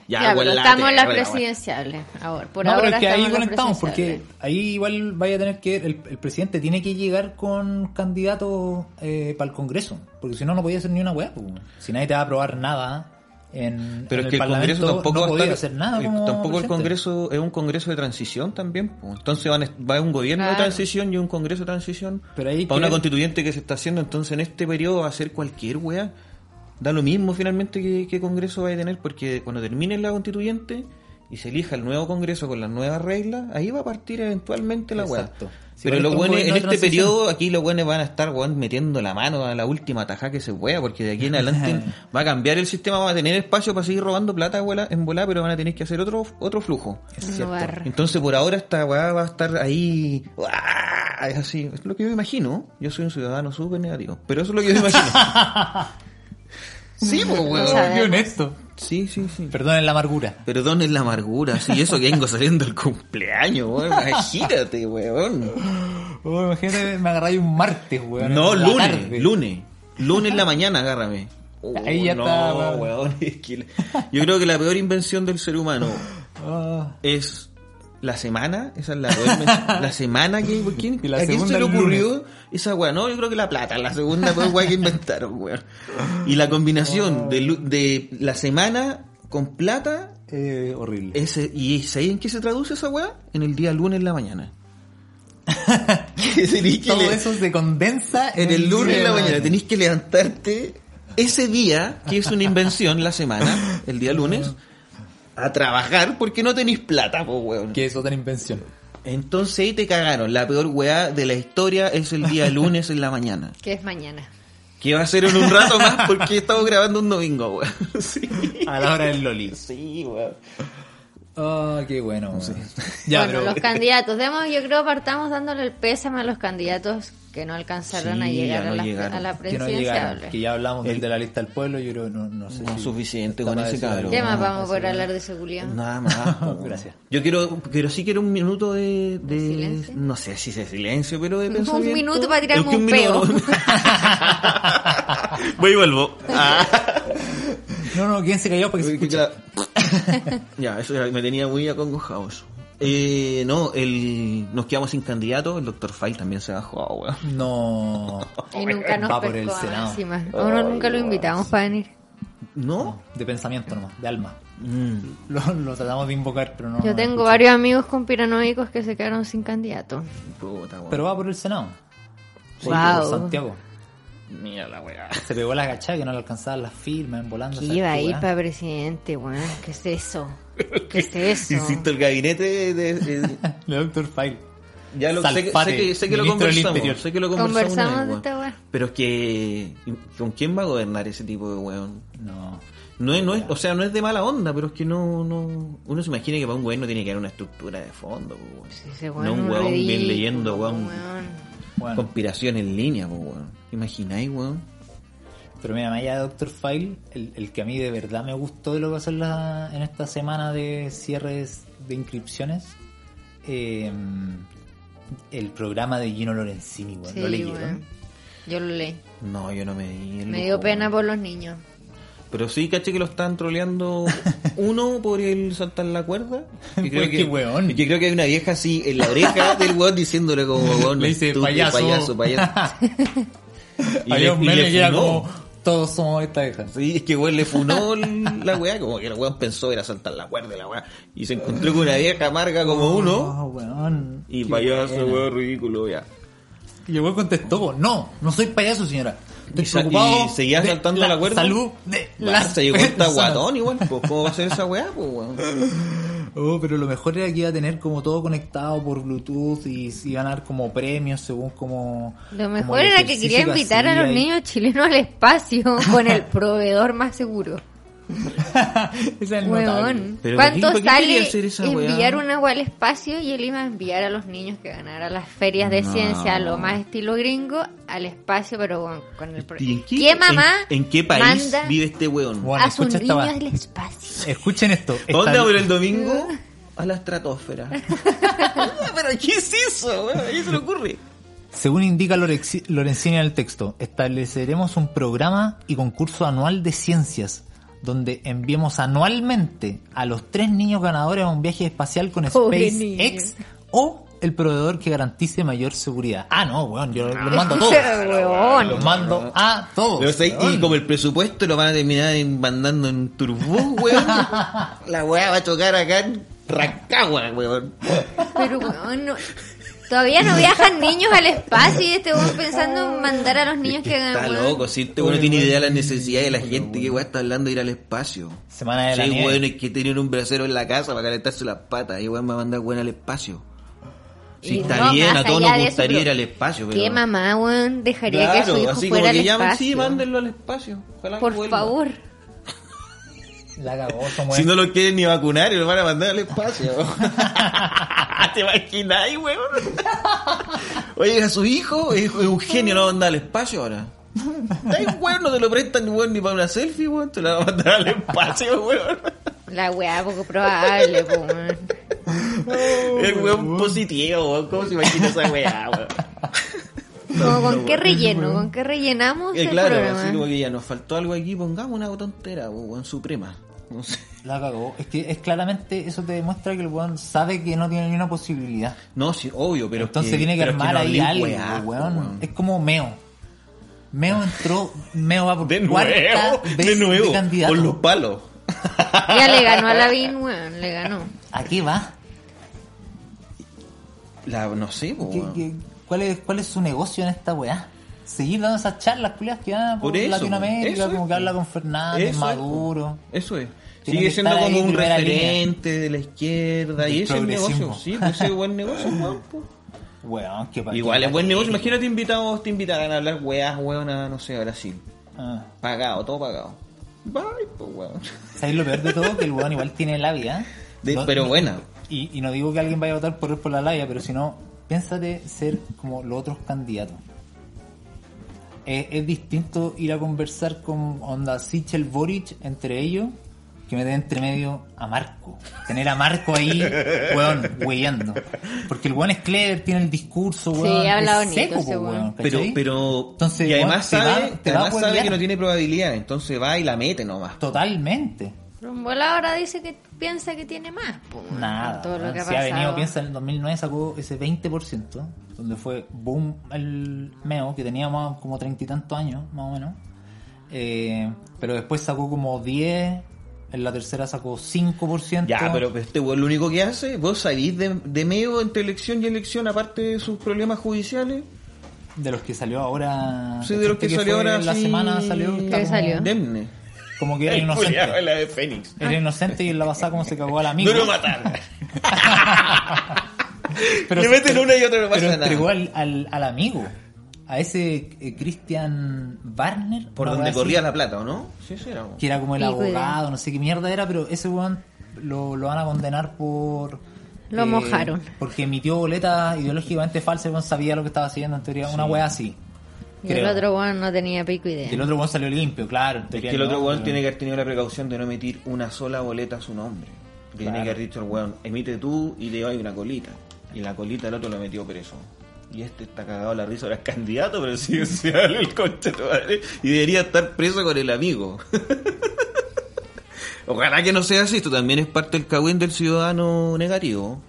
Speaker 1: Ya, pues, pero
Speaker 4: hueá,
Speaker 1: estamos en las
Speaker 4: hueá, hueá.
Speaker 1: presidenciales. Ahora, por
Speaker 3: no,
Speaker 1: ahora
Speaker 3: pero es que ahí
Speaker 1: estamos en las
Speaker 3: conectamos, porque
Speaker 1: presidenciales.
Speaker 3: ahí igual vaya a tener que, el, el presidente tiene que llegar con candidatos para el Congreso, porque si no, no podía hacer ni una weá. pues. Si nadie te va a aprobar nada en,
Speaker 4: Pero
Speaker 3: en
Speaker 4: es que el,
Speaker 3: Parlamento,
Speaker 4: Congreso tampoco
Speaker 3: no
Speaker 4: va a
Speaker 3: podía
Speaker 4: estar-
Speaker 3: hacer nada.
Speaker 4: eh,
Speaker 3: como
Speaker 4: tampoco el
Speaker 3: presidente.
Speaker 4: Congreso es un Congreso de transición también. pues. Entonces van a est- va a un gobierno de
Speaker 1: Claro.
Speaker 4: transición y un Congreso de transición.
Speaker 3: Pero ahí
Speaker 4: para una
Speaker 3: creo-
Speaker 4: constituyente que se está haciendo, entonces en este periodo va a ser cualquier wea. Da lo mismo finalmente que, que Congreso va a tener, porque cuando termine la constituyente y se elija el nuevo Congreso con las nuevas reglas, ahí va a partir eventualmente la wea.
Speaker 3: Exacto. Si
Speaker 4: Pero
Speaker 3: van a estar
Speaker 4: los
Speaker 3: un
Speaker 4: buenos, en
Speaker 3: gobierno de
Speaker 4: este
Speaker 3: transición.
Speaker 4: periodo, aquí los buenos van a estar weón, metiendo la mano a la última taja que se pueda, porque de aquí en adelante va a cambiar el sistema, va a tener espacio para seguir robando plata abuela, en volá, pero van a tener que hacer otro, otro flujo.
Speaker 3: Es
Speaker 1: No
Speaker 3: cierto.
Speaker 1: va a-
Speaker 4: Entonces por ahora esta weá va a estar ahí. ¡guau! Es así, es lo que yo me imagino. Yo soy un ciudadano súper negativo, pero eso es lo que yo me imagino. sí, pues
Speaker 1: No
Speaker 4: weón.
Speaker 1: sabemos.
Speaker 3: honesto.
Speaker 4: Sí, sí, sí.
Speaker 3: Perdonen la amargura.
Speaker 4: Perdonen la amargura, sí, eso que vengo saliendo del cumpleaños, weón. Imagínate, weón.
Speaker 3: Oh, imagínate, me agarráis un martes, weón.
Speaker 4: No,
Speaker 3: en la
Speaker 4: lunes,
Speaker 3: tarde.
Speaker 4: lunes. Lunes en la mañana, agárrame. Oh,
Speaker 3: Ahí ya
Speaker 4: no,
Speaker 3: está, weón.
Speaker 4: weón, es que la- Yo creo que la peor invención del ser humano
Speaker 3: Oh,
Speaker 4: es la semana. Esa es la peor invención. La semana que. ¿quién,
Speaker 3: Y la
Speaker 4: ¿A quién
Speaker 3: segunda
Speaker 4: se
Speaker 3: el
Speaker 4: le
Speaker 3: lunes.
Speaker 4: ocurrió esa weá? No, yo creo que la plata, la segunda peor weá que inventaron, weón. Y la combinación de, lu- de la semana con plata
Speaker 3: eh, horrible.
Speaker 4: Ese, ¿Y sabéis en qué se traduce esa weá? En el día lunes en la mañana. Tenís que
Speaker 3: Todo
Speaker 4: le-
Speaker 3: eso se condensa
Speaker 4: En el lunes en la
Speaker 3: día de
Speaker 4: mañana tenés que levantarte ese día, que es una invención la semana, el día lunes, a trabajar porque no tenéis plata, po, weón.
Speaker 3: Que es otra invención.
Speaker 4: Entonces ahí te cagaron. La peor weá de la historia es el día lunes en la mañana.
Speaker 1: Que es mañana.
Speaker 4: Que va a ser en un rato más porque estamos grabando un domingo, weón. Sí,
Speaker 3: A la hora del Loli.
Speaker 4: sí weón.
Speaker 3: Oh, qué bueno. weón. Ya,
Speaker 1: bueno,
Speaker 3: pero-
Speaker 1: los candidatos. Demos, yo creo partamos dándole el pésame a los candidatos que no alcanzaron a
Speaker 4: Sí,
Speaker 1: llegar
Speaker 4: ya
Speaker 1: a,
Speaker 4: no
Speaker 1: la,
Speaker 4: llegaron.
Speaker 1: a la
Speaker 3: que no llegaron,
Speaker 1: presidenciable.
Speaker 3: que ya hablamos del de la lista del pueblo, yo creo, no, no sé
Speaker 4: No,
Speaker 3: si-
Speaker 4: suficiente
Speaker 3: está
Speaker 4: con
Speaker 3: para
Speaker 4: ese
Speaker 3: decir
Speaker 4: cabrón.
Speaker 3: algo.
Speaker 1: ¿Qué más
Speaker 3: No,
Speaker 1: vamos por
Speaker 3: eso-
Speaker 1: hablar de seguridad?
Speaker 4: Nada más. po.
Speaker 3: Gracias.
Speaker 4: Yo quiero, pero sí quiero un minuto de, de-
Speaker 1: silencio?
Speaker 4: no sé si de silencio, pero de
Speaker 1: Un
Speaker 4: pensamiento.
Speaker 1: minuto para tirarme
Speaker 4: Es que
Speaker 1: un
Speaker 4: minuto- Voy y vuelvo. Ah.
Speaker 3: No, no, quédense callados porque se escucha.
Speaker 4: ya, eso ya me tenía muy acongojado. eso. Eh, no, el, nos quedamos sin candidato, el doctor File también se bajó, ah, weón.
Speaker 3: No.
Speaker 1: Y nunca nos
Speaker 3: Eh, Va por el
Speaker 1: pescó
Speaker 3: Senado.
Speaker 1: encima. A uno nunca lo invitamos para venir.
Speaker 4: ¿No?
Speaker 3: De pensamiento nomás, de alma.
Speaker 4: Mm.
Speaker 3: Lo, lo tratamos de invocar, pero no.
Speaker 1: Yo
Speaker 3: no
Speaker 1: tengo
Speaker 3: escucha.
Speaker 1: varios amigos con piranoicos que se quedaron sin candidato.
Speaker 4: Puta, weón.
Speaker 3: Pero va por el Senado. Sí,
Speaker 1: Guau.
Speaker 3: por Santiago.
Speaker 4: Mira la weá.
Speaker 3: Se pegó la gachada que no le alcanzaban las firmas, en volando.
Speaker 1: ¿Qué
Speaker 3: ¿sabes
Speaker 1: iba a
Speaker 3: qué,
Speaker 1: ir
Speaker 3: weá?
Speaker 1: para presidente, weón? ¿Qué es eso? ¿Qué es eso?
Speaker 4: Insisto, el gabinete de, de-
Speaker 3: La Doctor File.
Speaker 4: Ya lo, sé, que-
Speaker 3: Salfate,
Speaker 4: sé que, sé que lo
Speaker 3: ministro del
Speaker 4: conversamos.
Speaker 3: Interior.
Speaker 4: Sé que lo conversamos.
Speaker 1: Conversamos
Speaker 4: una vez,
Speaker 1: de
Speaker 4: weón.
Speaker 1: esta weá.
Speaker 4: Pero es que. ¿Con quién va a gobernar ese tipo de weón?
Speaker 3: No.
Speaker 4: No es, no es, o sea, no es de mala onda, pero es que no, no. Uno se imagina que para un weón no tiene que haber una estructura de fondo, po, weón.
Speaker 1: Sí, ese
Speaker 4: No un
Speaker 1: es
Speaker 4: weón bien
Speaker 1: ridículo,
Speaker 4: leyendo, weón.
Speaker 3: Bueno,
Speaker 4: Conspiración en línea, po, weón. ¿Te ¿Imagináis, weón?
Speaker 3: pero mira, más allá de Doctor File, el, el que a mí de verdad me gustó de lo que va a ser la- en esta semana de cierres de inscripciones, eh, el programa de Gino Lorenzini, weón.
Speaker 1: Sí,
Speaker 3: ¿Lo leyeron?
Speaker 4: ¿eh?
Speaker 1: weón. Yo lo leí.
Speaker 4: No, yo no me di. el
Speaker 1: Me
Speaker 4: lujo,
Speaker 1: dio pena
Speaker 4: weón.
Speaker 1: por los niños.
Speaker 4: Pero sí, caché que lo están troleando uno por el saltar la cuerda. Y
Speaker 3: Pues qué weón.
Speaker 4: y que creo que hay una vieja así en la oreja del weón diciéndole como weón.
Speaker 3: Le dice,
Speaker 4: estúpido,
Speaker 3: "Payaso".
Speaker 4: payaso, payaso. Y
Speaker 3: Había
Speaker 4: le-
Speaker 3: un
Speaker 4: y
Speaker 3: meme
Speaker 4: le
Speaker 3: que era
Speaker 4: funó.
Speaker 3: como, todos somos esta deja.
Speaker 4: Sí, es que weón le funó el- la weá, como que el weón pensó era saltar la cuerda y la weá. Y se encontró con una vieja marca como uno.
Speaker 3: Oh, weón.
Speaker 4: Y
Speaker 3: Qué
Speaker 4: payaso,
Speaker 3: buena.
Speaker 4: weón, ridículo, ya.
Speaker 3: Y el weón contestó, no, no soy payaso, señora. Estoy
Speaker 4: Y sa-
Speaker 3: preocupado
Speaker 4: y seguía
Speaker 3: de
Speaker 4: saltando la cuerda.
Speaker 3: salud de
Speaker 4: La
Speaker 3: las
Speaker 4: se llegó este hasta
Speaker 3: personas".
Speaker 4: guatón igual, pues, ¿cómo va a ser esa weá, pues, weón?
Speaker 3: Oh, pero lo mejor era que iba a tener como todo conectado por Bluetooth y si iban a dar como premios según como...
Speaker 1: Lo
Speaker 3: como
Speaker 1: mejor
Speaker 3: el
Speaker 1: era que
Speaker 3: ejercicio
Speaker 1: quería invitar a
Speaker 3: hacía
Speaker 1: los
Speaker 3: y-
Speaker 1: niños chilenos al espacio con el proveedor más seguro.
Speaker 3: Ese es el notable.
Speaker 1: Weón.
Speaker 4: Pero
Speaker 1: ¿Cuánto
Speaker 4: ¿para qué
Speaker 1: sale
Speaker 4: quería hacer esa weá?
Speaker 1: enviar una agua al espacio y él iba a enviar a los niños que ganaran las ferias de
Speaker 4: No.
Speaker 1: ciencia, lo más estilo gringo, al espacio, pero con, con el pro-
Speaker 4: ¿Y en
Speaker 1: ¿Qué, mamá
Speaker 4: en- en qué país
Speaker 1: manda
Speaker 4: vive este weón?
Speaker 3: Bueno,
Speaker 1: a su
Speaker 3: escucha esta
Speaker 1: niño
Speaker 3: va-
Speaker 1: al espacio?
Speaker 3: Escuchen esto.
Speaker 4: ¿A ¿Dónde
Speaker 3: Esta-
Speaker 4: abre el domingo? A la estratosfera. ¿Pero qué es eso? weón? ¿A quién se le ocurre?
Speaker 3: Según indica Lorexi- Lorenzini en el texto, estableceremos un programa y concurso anual de ciencias, donde enviemos anualmente a los tres niños ganadores a un viaje espacial con
Speaker 1: Pobre
Speaker 3: SpaceX o el proveedor que garantice mayor seguridad. Ah, no, weón, yo los mando a todos.
Speaker 1: Ah. Weón.
Speaker 3: Los mando a todos.
Speaker 4: Pero, ¿sabes?
Speaker 3: weón.
Speaker 4: y como el presupuesto lo van a terminar en- mandando en turbú, weón. la weá va a chocar acá en Rancagua, weón.
Speaker 1: Pero weón, no- todavía no viajan niños al espacio y este weón pensando en mandar a los niños que
Speaker 4: Está
Speaker 1: ganan. weón.
Speaker 4: loco, si este weón no tiene idea de las necesidades de la gente, que weón está hablando de ir al espacio.
Speaker 3: Semana de la
Speaker 4: Sí,
Speaker 3: nieve.
Speaker 4: weón, es que tienen un brasero en la casa para calentarse las patas. Y weón me va a mandar weón al espacio. Sí,
Speaker 1: Y
Speaker 4: está
Speaker 1: no,
Speaker 4: bien,
Speaker 1: más
Speaker 4: a todos
Speaker 1: allá
Speaker 4: nos
Speaker 1: de eso,
Speaker 4: gustaría ir
Speaker 1: pero
Speaker 4: al espacio, pero.
Speaker 1: ¿Qué mamá, weón, dejaría que su
Speaker 4: Claro,
Speaker 1: hijo
Speaker 4: así
Speaker 1: fuera
Speaker 4: como
Speaker 1: al
Speaker 4: que llaman,
Speaker 1: espacio?
Speaker 4: sí, mándenlo al espacio. Ojalá que
Speaker 1: Por
Speaker 4: vuelva.
Speaker 1: favor.
Speaker 3: La cagó, somos-
Speaker 4: Si no lo quieren ni vacunar y lo van a mandar al espacio. ¿Te imagináis, weón? Oye, a su hijo, es un genio, no va a mandar al espacio ahora. Está ahí, weón, no te lo prestan, weón, ni para una selfie, weón. Te la van a mandar al espacio, weón.
Speaker 1: La weá poco probable, po, weón.
Speaker 4: El Oh, weón positivo, weón. ¿Cómo se imagina esa weá, weón?
Speaker 1: Como, ¿Con qué relleno? ¿Con qué rellenamos
Speaker 4: Eh,
Speaker 1: el
Speaker 4: claro, así como
Speaker 1: programa?
Speaker 4: que ya nos faltó algo aquí, pongamos una tontera, weón, suprema. No sé.
Speaker 3: La cagó. Es que es claramente eso te demuestra que el weón sabe que no tiene ni una posibilidad.
Speaker 4: No, sí, obvio, pero. es
Speaker 3: Entonces tiene que
Speaker 4: pero es
Speaker 3: armar
Speaker 4: no
Speaker 3: ahí
Speaker 4: hablé,
Speaker 3: algo,
Speaker 4: weá,
Speaker 3: weón.
Speaker 4: weón.
Speaker 3: Es como Meo. Meo entró, Meo va por
Speaker 4: De nuevo,
Speaker 3: cuarta vez
Speaker 4: de nuevo,
Speaker 3: candidato.
Speaker 4: con los palos.
Speaker 1: Ya le ganó a Lavín, weón, le ganó.
Speaker 3: ¿A qué va?
Speaker 4: La, no sé, po,
Speaker 3: ¿Qué-
Speaker 4: weón.
Speaker 3: qué- cuál, es, ¿Cuál es su negocio en esta weá? Seguir dando esas charlas culiadas que dan por,
Speaker 4: Por eso,
Speaker 3: Latinoamérica,
Speaker 4: eso es,
Speaker 3: como que
Speaker 4: po.
Speaker 3: habla con Fernández,
Speaker 4: Eso es,
Speaker 3: Maduro.
Speaker 4: po. Eso es.
Speaker 3: Tiene
Speaker 4: Sigue
Speaker 3: que
Speaker 4: siendo
Speaker 3: estar
Speaker 4: como
Speaker 3: ahí
Speaker 4: un
Speaker 3: primera
Speaker 4: referente de la izquierda y
Speaker 3: Del
Speaker 4: ese es el negocio.
Speaker 3: progresismo.
Speaker 4: Sí, pues ese es buen negocio, weón. po.
Speaker 3: Weón, qué pa-
Speaker 4: Igual
Speaker 3: qué
Speaker 4: es buen negocio.
Speaker 3: patético.
Speaker 4: Imagínate invitados, te invitarán a hablar weas, weón, a no sé, a Brasil.
Speaker 3: Ah.
Speaker 4: Pagado, todo pagado. Bye, pues weón.
Speaker 3: ¿Sabes lo peor de todo? Que el weón igual tiene labia.
Speaker 4: De-
Speaker 3: No-
Speaker 4: pero
Speaker 3: no-
Speaker 4: buena.
Speaker 3: Y, y no digo que alguien vaya a votar por él por la labia, pero si no, piénsate ser como los otros candidatos. Es, es distinto ir a conversar con Onda Sichel Boric entre ellos que meter entre medio a Marco. Tener a Marco ahí, weón, weyando. Porque el weón es clever, tiene el discurso,
Speaker 1: Sí,
Speaker 3: weón.
Speaker 1: habla
Speaker 3: es
Speaker 1: bonito
Speaker 3: seco,
Speaker 1: ese
Speaker 3: po,
Speaker 1: weón.
Speaker 4: Pero,
Speaker 3: ¿cachai?
Speaker 4: pero.
Speaker 3: Entonces,
Speaker 4: y
Speaker 3: weón,
Speaker 4: además
Speaker 3: te va-
Speaker 4: sabe,
Speaker 3: te va a
Speaker 4: además sabe
Speaker 3: huevear.
Speaker 4: que no tiene probabilidad, entonces va y la mete nomás.
Speaker 3: Totalmente.
Speaker 1: Rumbola ahora dice que piensa que tiene más, po, weón,
Speaker 3: Nada.
Speaker 1: con todo lo
Speaker 3: weón.
Speaker 1: que ha
Speaker 3: si ha venido,
Speaker 1: pasado.
Speaker 3: piensa, en el 2009 sacó ese 20%, donde fue boom el meo, que tenía más- como treinta y tantos años, más o menos. Eh, pero después sacó como 10, en la tercera sacó 5%.
Speaker 4: Ya, pero este weón lo único que hace, vos salís de, de medio entre elección y elección, aparte de sus problemas judiciales.
Speaker 3: De los que salió ahora.
Speaker 4: Sí, de los
Speaker 3: ¿cachaste
Speaker 4: Ah, que salió
Speaker 3: fue
Speaker 4: ahora.
Speaker 3: en La
Speaker 4: sí,
Speaker 3: semana salió. está
Speaker 1: ¿Qué
Speaker 3: como,
Speaker 1: salió?
Speaker 4: Indemne.
Speaker 3: como que era inocente.
Speaker 4: Culeado, la de Fénix.
Speaker 3: Era inocente y en la pasada como se cagó al amigo.
Speaker 4: No lo mataron.
Speaker 3: Pero
Speaker 4: Le
Speaker 3: sí-
Speaker 4: meten una y otra no
Speaker 3: Pero
Speaker 4: pasa
Speaker 3: entregó
Speaker 4: nada.
Speaker 3: al, al, al amigo, a ese eh, Christian Barner.
Speaker 4: Por
Speaker 3: una
Speaker 4: donde
Speaker 3: wea
Speaker 4: corría
Speaker 3: así,
Speaker 4: la plata, ¿o no? Sí, sí, era.
Speaker 3: Que era como el
Speaker 1: Pico de-
Speaker 3: abogado, no sé qué mierda era, pero ese weón lo, lo van a condenar por. eh,
Speaker 1: Lo mojaron.
Speaker 3: Porque emitió boletas ideológicamente falsas, el weón sabía lo que estaba haciendo en teoría, una wea así.
Speaker 1: Y el
Speaker 3: creo.
Speaker 1: otro weón no tenía pico idea.
Speaker 3: Y el otro weón salió limpio, claro. en
Speaker 4: Es
Speaker 3: teoría
Speaker 4: que el otro
Speaker 3: no, Mm.
Speaker 4: weón
Speaker 3: pero-
Speaker 4: tiene que haber tenido la precaución de no emitir una sola boleta a su nombre. Porque Tiene
Speaker 3: Claro.
Speaker 4: que haber dicho el weón, emite tú y te doy una colita. Y la colita el otro la metió preso. Y este está cagado a la risa, ahora es candidato presidencial, el concha de tu madre. Y debería estar preso con el amigo. Ojalá que no sea así, esto también es parte del cagüín del ciudadano negativo.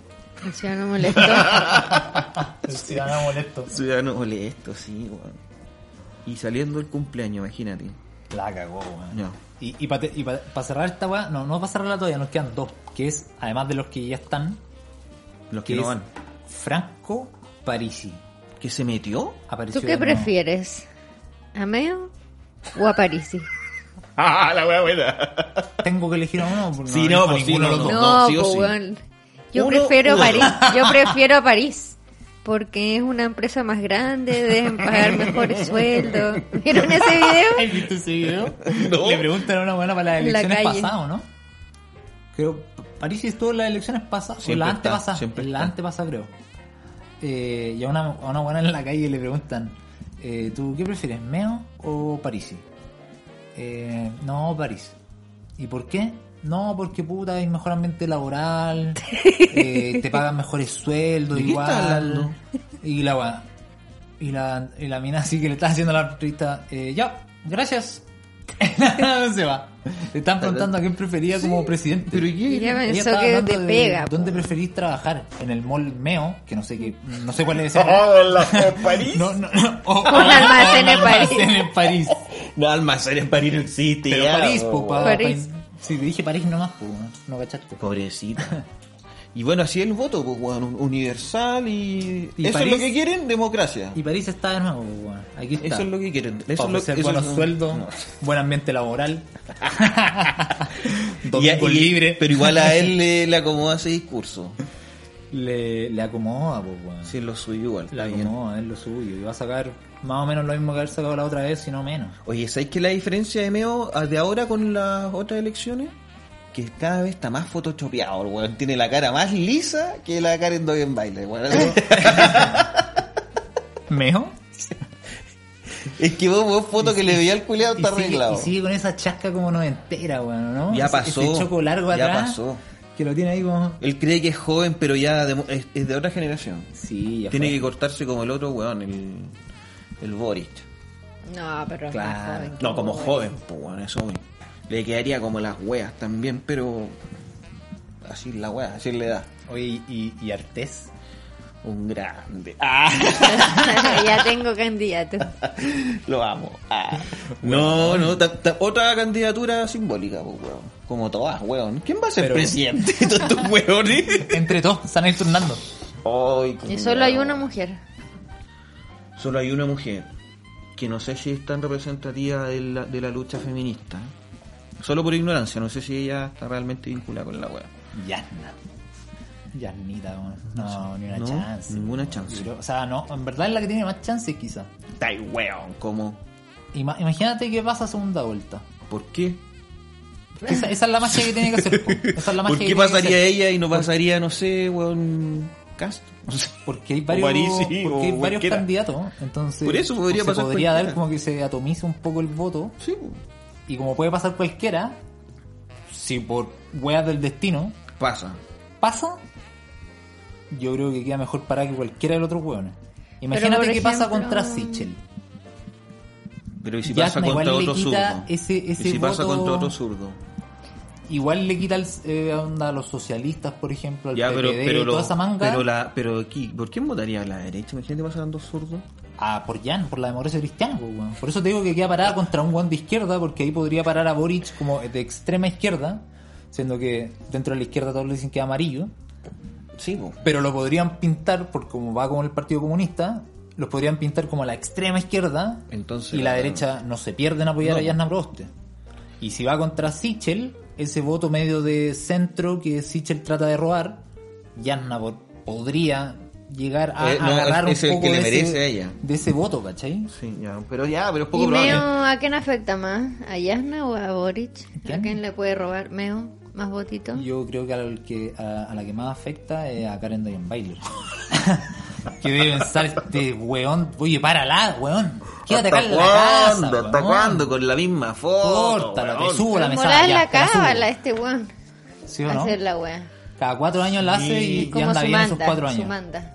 Speaker 1: El ciudadano molestó.
Speaker 3: El ciudadano molesto.
Speaker 4: Ciudadano molesto, sí, weón. Y saliendo el cumpleaños, imagínate.
Speaker 3: La cagó, weón.
Speaker 4: No.
Speaker 3: Y, y para cerrar esta weá, no, no para cerrarla todavía, nos quedan dos. Que es, además de los que ya están,
Speaker 4: Los que
Speaker 3: que
Speaker 4: no
Speaker 3: es
Speaker 4: van.
Speaker 3: Franco Parisi.
Speaker 4: ¿Que se metió?
Speaker 3: Apareció
Speaker 1: ¿Tú qué
Speaker 3: de nuevo.
Speaker 1: prefieres? ¿A Meo o a Parisi?
Speaker 4: ¡Ah, la wea buena!
Speaker 3: Tengo que elegir a uno. porque
Speaker 4: Sí,
Speaker 3: elijo
Speaker 4: no,
Speaker 3: a
Speaker 4: pues sí,
Speaker 3: ninguno de los
Speaker 4: no,
Speaker 3: dos.
Speaker 1: No,
Speaker 4: no, sí o
Speaker 1: po,
Speaker 4: sí.
Speaker 1: weón. Yo
Speaker 4: Uno,
Speaker 1: prefiero
Speaker 4: uno.
Speaker 1: París. Yo prefiero a París. Porque es una empresa más grande, deben pagar mejores sueldos. ¿Vieron ese video?
Speaker 3: ¿Has visto ese video?
Speaker 4: No.
Speaker 3: Le preguntan a una buena para las
Speaker 1: En la
Speaker 3: elecciones
Speaker 1: calle.
Speaker 3: pasadas, ¿no? Creo, París estuvo en las elecciones pasadas, o en
Speaker 4: Siempre
Speaker 3: las
Speaker 4: está,
Speaker 3: antepasadas,
Speaker 4: siempre
Speaker 3: en las
Speaker 4: está.
Speaker 3: antepasadas creo. Eh, y a una, a una buena en la calle le preguntan, eh, ¿tú qué prefieres, Meo o París? Eh, no, París. ¿Y por qué? No, porque puta, hay mejor ambiente laboral, eh, te pagan mejores sueldos
Speaker 4: ¿De qué
Speaker 3: igual.
Speaker 4: está hablando?
Speaker 3: Y la weá. Y la, y la mina así que le está haciendo la entrevista. Eh, ya, gracias. se va. Le están preguntando a quién prefería como presidente.
Speaker 4: Pero ¿y
Speaker 1: Y
Speaker 4: qué?
Speaker 1: ya
Speaker 3: Ella
Speaker 1: pensó
Speaker 3: estaba
Speaker 1: que
Speaker 3: hablando
Speaker 1: te
Speaker 3: de
Speaker 1: pega. po.
Speaker 3: ¿Dónde preferís trabajar? En el mall Meo, que no sé qué, no sé cuál es ese.
Speaker 4: la París.
Speaker 3: No, no, no. O-
Speaker 1: Un almacén
Speaker 3: o-
Speaker 1: en
Speaker 3: un almacén en París.
Speaker 4: No, almacén en París no existe.
Speaker 3: Pero
Speaker 4: ya,
Speaker 3: París,
Speaker 4: po,
Speaker 3: po, pa-
Speaker 4: weón.
Speaker 1: París.
Speaker 3: pa- Sí, te dije París nomás, po, no cachaste.
Speaker 4: Pobrecita. Y bueno, así es el voto, pues, weón, un- universal y...
Speaker 3: Y
Speaker 4: eso
Speaker 3: París-
Speaker 4: es lo que quieren, democracia.
Speaker 3: Y París está de nuevo, po, weón. Aquí está.
Speaker 4: Eso es lo que quieren. Eso es lo
Speaker 3: ofrecer
Speaker 4: eso
Speaker 3: buenos
Speaker 4: es lo-
Speaker 3: sueldos,
Speaker 4: No.
Speaker 3: buen ambiente laboral,
Speaker 4: Y a-
Speaker 3: domingo
Speaker 4: y-
Speaker 3: libre.
Speaker 4: Pero igual a él le, le acomoda ese discurso.
Speaker 3: le, le acomoda, pues, weón.
Speaker 4: Sí, lo suyo igual.
Speaker 3: le
Speaker 4: está bien.
Speaker 3: acomoda, es lo suyo. Y va a sacar más o menos lo mismo que haber sacado la otra vez, si no menos.
Speaker 4: Oye, ¿sabes qué es la diferencia de Meo de ahora con las otras elecciones? Que cada vez está más photoshopeado, el weón. Tiene la cara más lisa que la Karen Doggenbailer, weón.
Speaker 3: ¿Meo?
Speaker 4: Es que vos, vos foto que le veía al culiado
Speaker 3: Y
Speaker 4: está
Speaker 3: sigue-
Speaker 4: arreglado.
Speaker 3: Y sigue con esa chasca como noventera, weón, ¿no?
Speaker 4: Ya
Speaker 3: Ese-
Speaker 4: pasó,
Speaker 3: Ese choco largo
Speaker 4: ya
Speaker 3: atrás.
Speaker 4: pasó.
Speaker 3: Que lo tiene ahí como.
Speaker 4: Él cree que es joven, pero ya de- es, es de otra generación.
Speaker 3: Sí, ya
Speaker 4: Tiene
Speaker 3: fue.
Speaker 4: que cortarse como el otro weón, el, el Boric.
Speaker 1: No, pero es más
Speaker 3: Claro.
Speaker 1: joven que
Speaker 4: No, como
Speaker 1: vos.
Speaker 4: joven, pues weón, eso voy. Le quedaría como las weas también, pero así es la wea, así es la edad.
Speaker 3: Oye, y, y Artés.
Speaker 4: Un grande. Ah,
Speaker 1: ya tengo candidato.
Speaker 4: lo amo. Ah. No, no, ta- ta- otra candidatura simbólica, pues weón. Como todas, weón. ¿Quién va a ser
Speaker 3: Pero-
Speaker 4: presidente de todos estos weones?
Speaker 3: Entre todos, se van a ir turnando.
Speaker 4: Ay,
Speaker 1: Y solo hay
Speaker 4: culiao.
Speaker 1: una mujer.
Speaker 4: Solo hay una mujer que no sé si es tan representativa de la, de la lucha feminista. Solo por ignorancia, no sé si ella está realmente vinculada con la wea.
Speaker 3: Yasna. Yasnita, weón. No, Mm. ni una
Speaker 4: No,
Speaker 3: chance.
Speaker 4: ninguna
Speaker 3: weón.
Speaker 4: chance.
Speaker 3: Yo creo- o sea, no, en verdad es la que tiene más chances, quizá.
Speaker 4: Tai weón, ¿cómo?
Speaker 3: Ima- imagínate que pasa a segunda vuelta.
Speaker 4: ¿Por qué?
Speaker 3: Esa, esa es la magia que tiene que hacer. po. Esa es la magia
Speaker 4: ¿Por
Speaker 3: que
Speaker 4: qué
Speaker 3: tiene que
Speaker 4: pasaría
Speaker 3: hacer.
Speaker 4: ella y no pasaría, no sé, weón, Cast? No sé.
Speaker 3: Porque hay varios,
Speaker 4: O Parisi,
Speaker 3: porque hay
Speaker 4: o
Speaker 3: varios
Speaker 4: cualquiera.
Speaker 3: candidatos. Entonces,
Speaker 4: Por eso podría
Speaker 3: se
Speaker 4: pasar
Speaker 3: podría dar
Speaker 4: cualquiera.
Speaker 3: como que se atomiza un poco el voto.
Speaker 4: Sí,
Speaker 3: Y como puede pasar cualquiera, si por weas del destino
Speaker 4: pasa.
Speaker 3: pasa, yo creo que queda mejor para que cualquiera de los otros hueones. Imagínate
Speaker 1: por
Speaker 3: que pasa
Speaker 1: ejemplo-
Speaker 3: contra Sichel.
Speaker 4: Pero ¿y si
Speaker 3: Yasna
Speaker 4: pasa
Speaker 3: igual
Speaker 4: contra
Speaker 3: le
Speaker 4: otro
Speaker 3: quita
Speaker 4: zurdo?
Speaker 3: ese-
Speaker 4: ¿Y
Speaker 3: ese
Speaker 4: si pasa
Speaker 3: voto-
Speaker 4: contra otro zurdo?
Speaker 3: Igual le quita el, eh, onda a los socialistas, por ejemplo, al
Speaker 4: Ya, pero,
Speaker 3: PPD,
Speaker 4: pero,
Speaker 3: toda
Speaker 4: lo-
Speaker 3: esa manga.
Speaker 4: pero, la, pero aquí, ¿por quién votaría a la derecha? Imagínate pasaran dos zurdos.
Speaker 3: Ah, por Jan, por la democracia cristiana, po, weón. Por eso te digo que queda parada contra un guan de izquierda, porque ahí podría parar a Boric como de extrema izquierda, siendo que dentro de la izquierda todos le dicen que es amarillo.
Speaker 4: Sí, po.
Speaker 3: Pero lo podrían pintar, por como va con el Partido Comunista, los podrían pintar como a la extrema izquierda,
Speaker 4: Entonces,
Speaker 3: y la
Speaker 4: claro.
Speaker 3: derecha no se pierde en apoyar
Speaker 4: No.
Speaker 3: a Jasna Broste. Y si va contra Sichel, ese voto medio de centro que Sichel trata de robar, Jasna po- podría llegar a
Speaker 4: Eh, no,
Speaker 3: agarrar
Speaker 4: es- es
Speaker 3: un
Speaker 4: el
Speaker 3: poco
Speaker 4: que le
Speaker 3: de,
Speaker 4: merece
Speaker 3: ese,
Speaker 4: a ella.
Speaker 3: de ese voto, ¿cachai?
Speaker 4: Sí, ya, pero ya, pero es poco
Speaker 1: ¿Y
Speaker 4: probable.
Speaker 1: Meo a quién afecta más? ¿A Yasna o a Boric? ¿A quién le puede robar Meo más votito?
Speaker 3: Yo creo que, al que a, a la que más afecta es a Karen Dayan Bailer. que debe pensar este weón, oye, párala, weón. Quédate acá en la casa.
Speaker 4: cuándo? ¿Hasta
Speaker 3: weón.
Speaker 4: cuándo? Con la misma foto.
Speaker 3: Córtala, te
Speaker 4: weón.
Speaker 3: subo uh, la
Speaker 1: Como la
Speaker 3: mesada.
Speaker 1: es
Speaker 3: ya,
Speaker 1: la
Speaker 3: te la subo.
Speaker 1: cábala este weón.
Speaker 3: ¿Sí o no?
Speaker 1: Hacer la wea.
Speaker 3: Cada cuatro años la hace y, y
Speaker 1: Como
Speaker 3: anda
Speaker 1: su
Speaker 3: bien esos cuatro
Speaker 1: manda,
Speaker 3: años.
Speaker 1: su manda.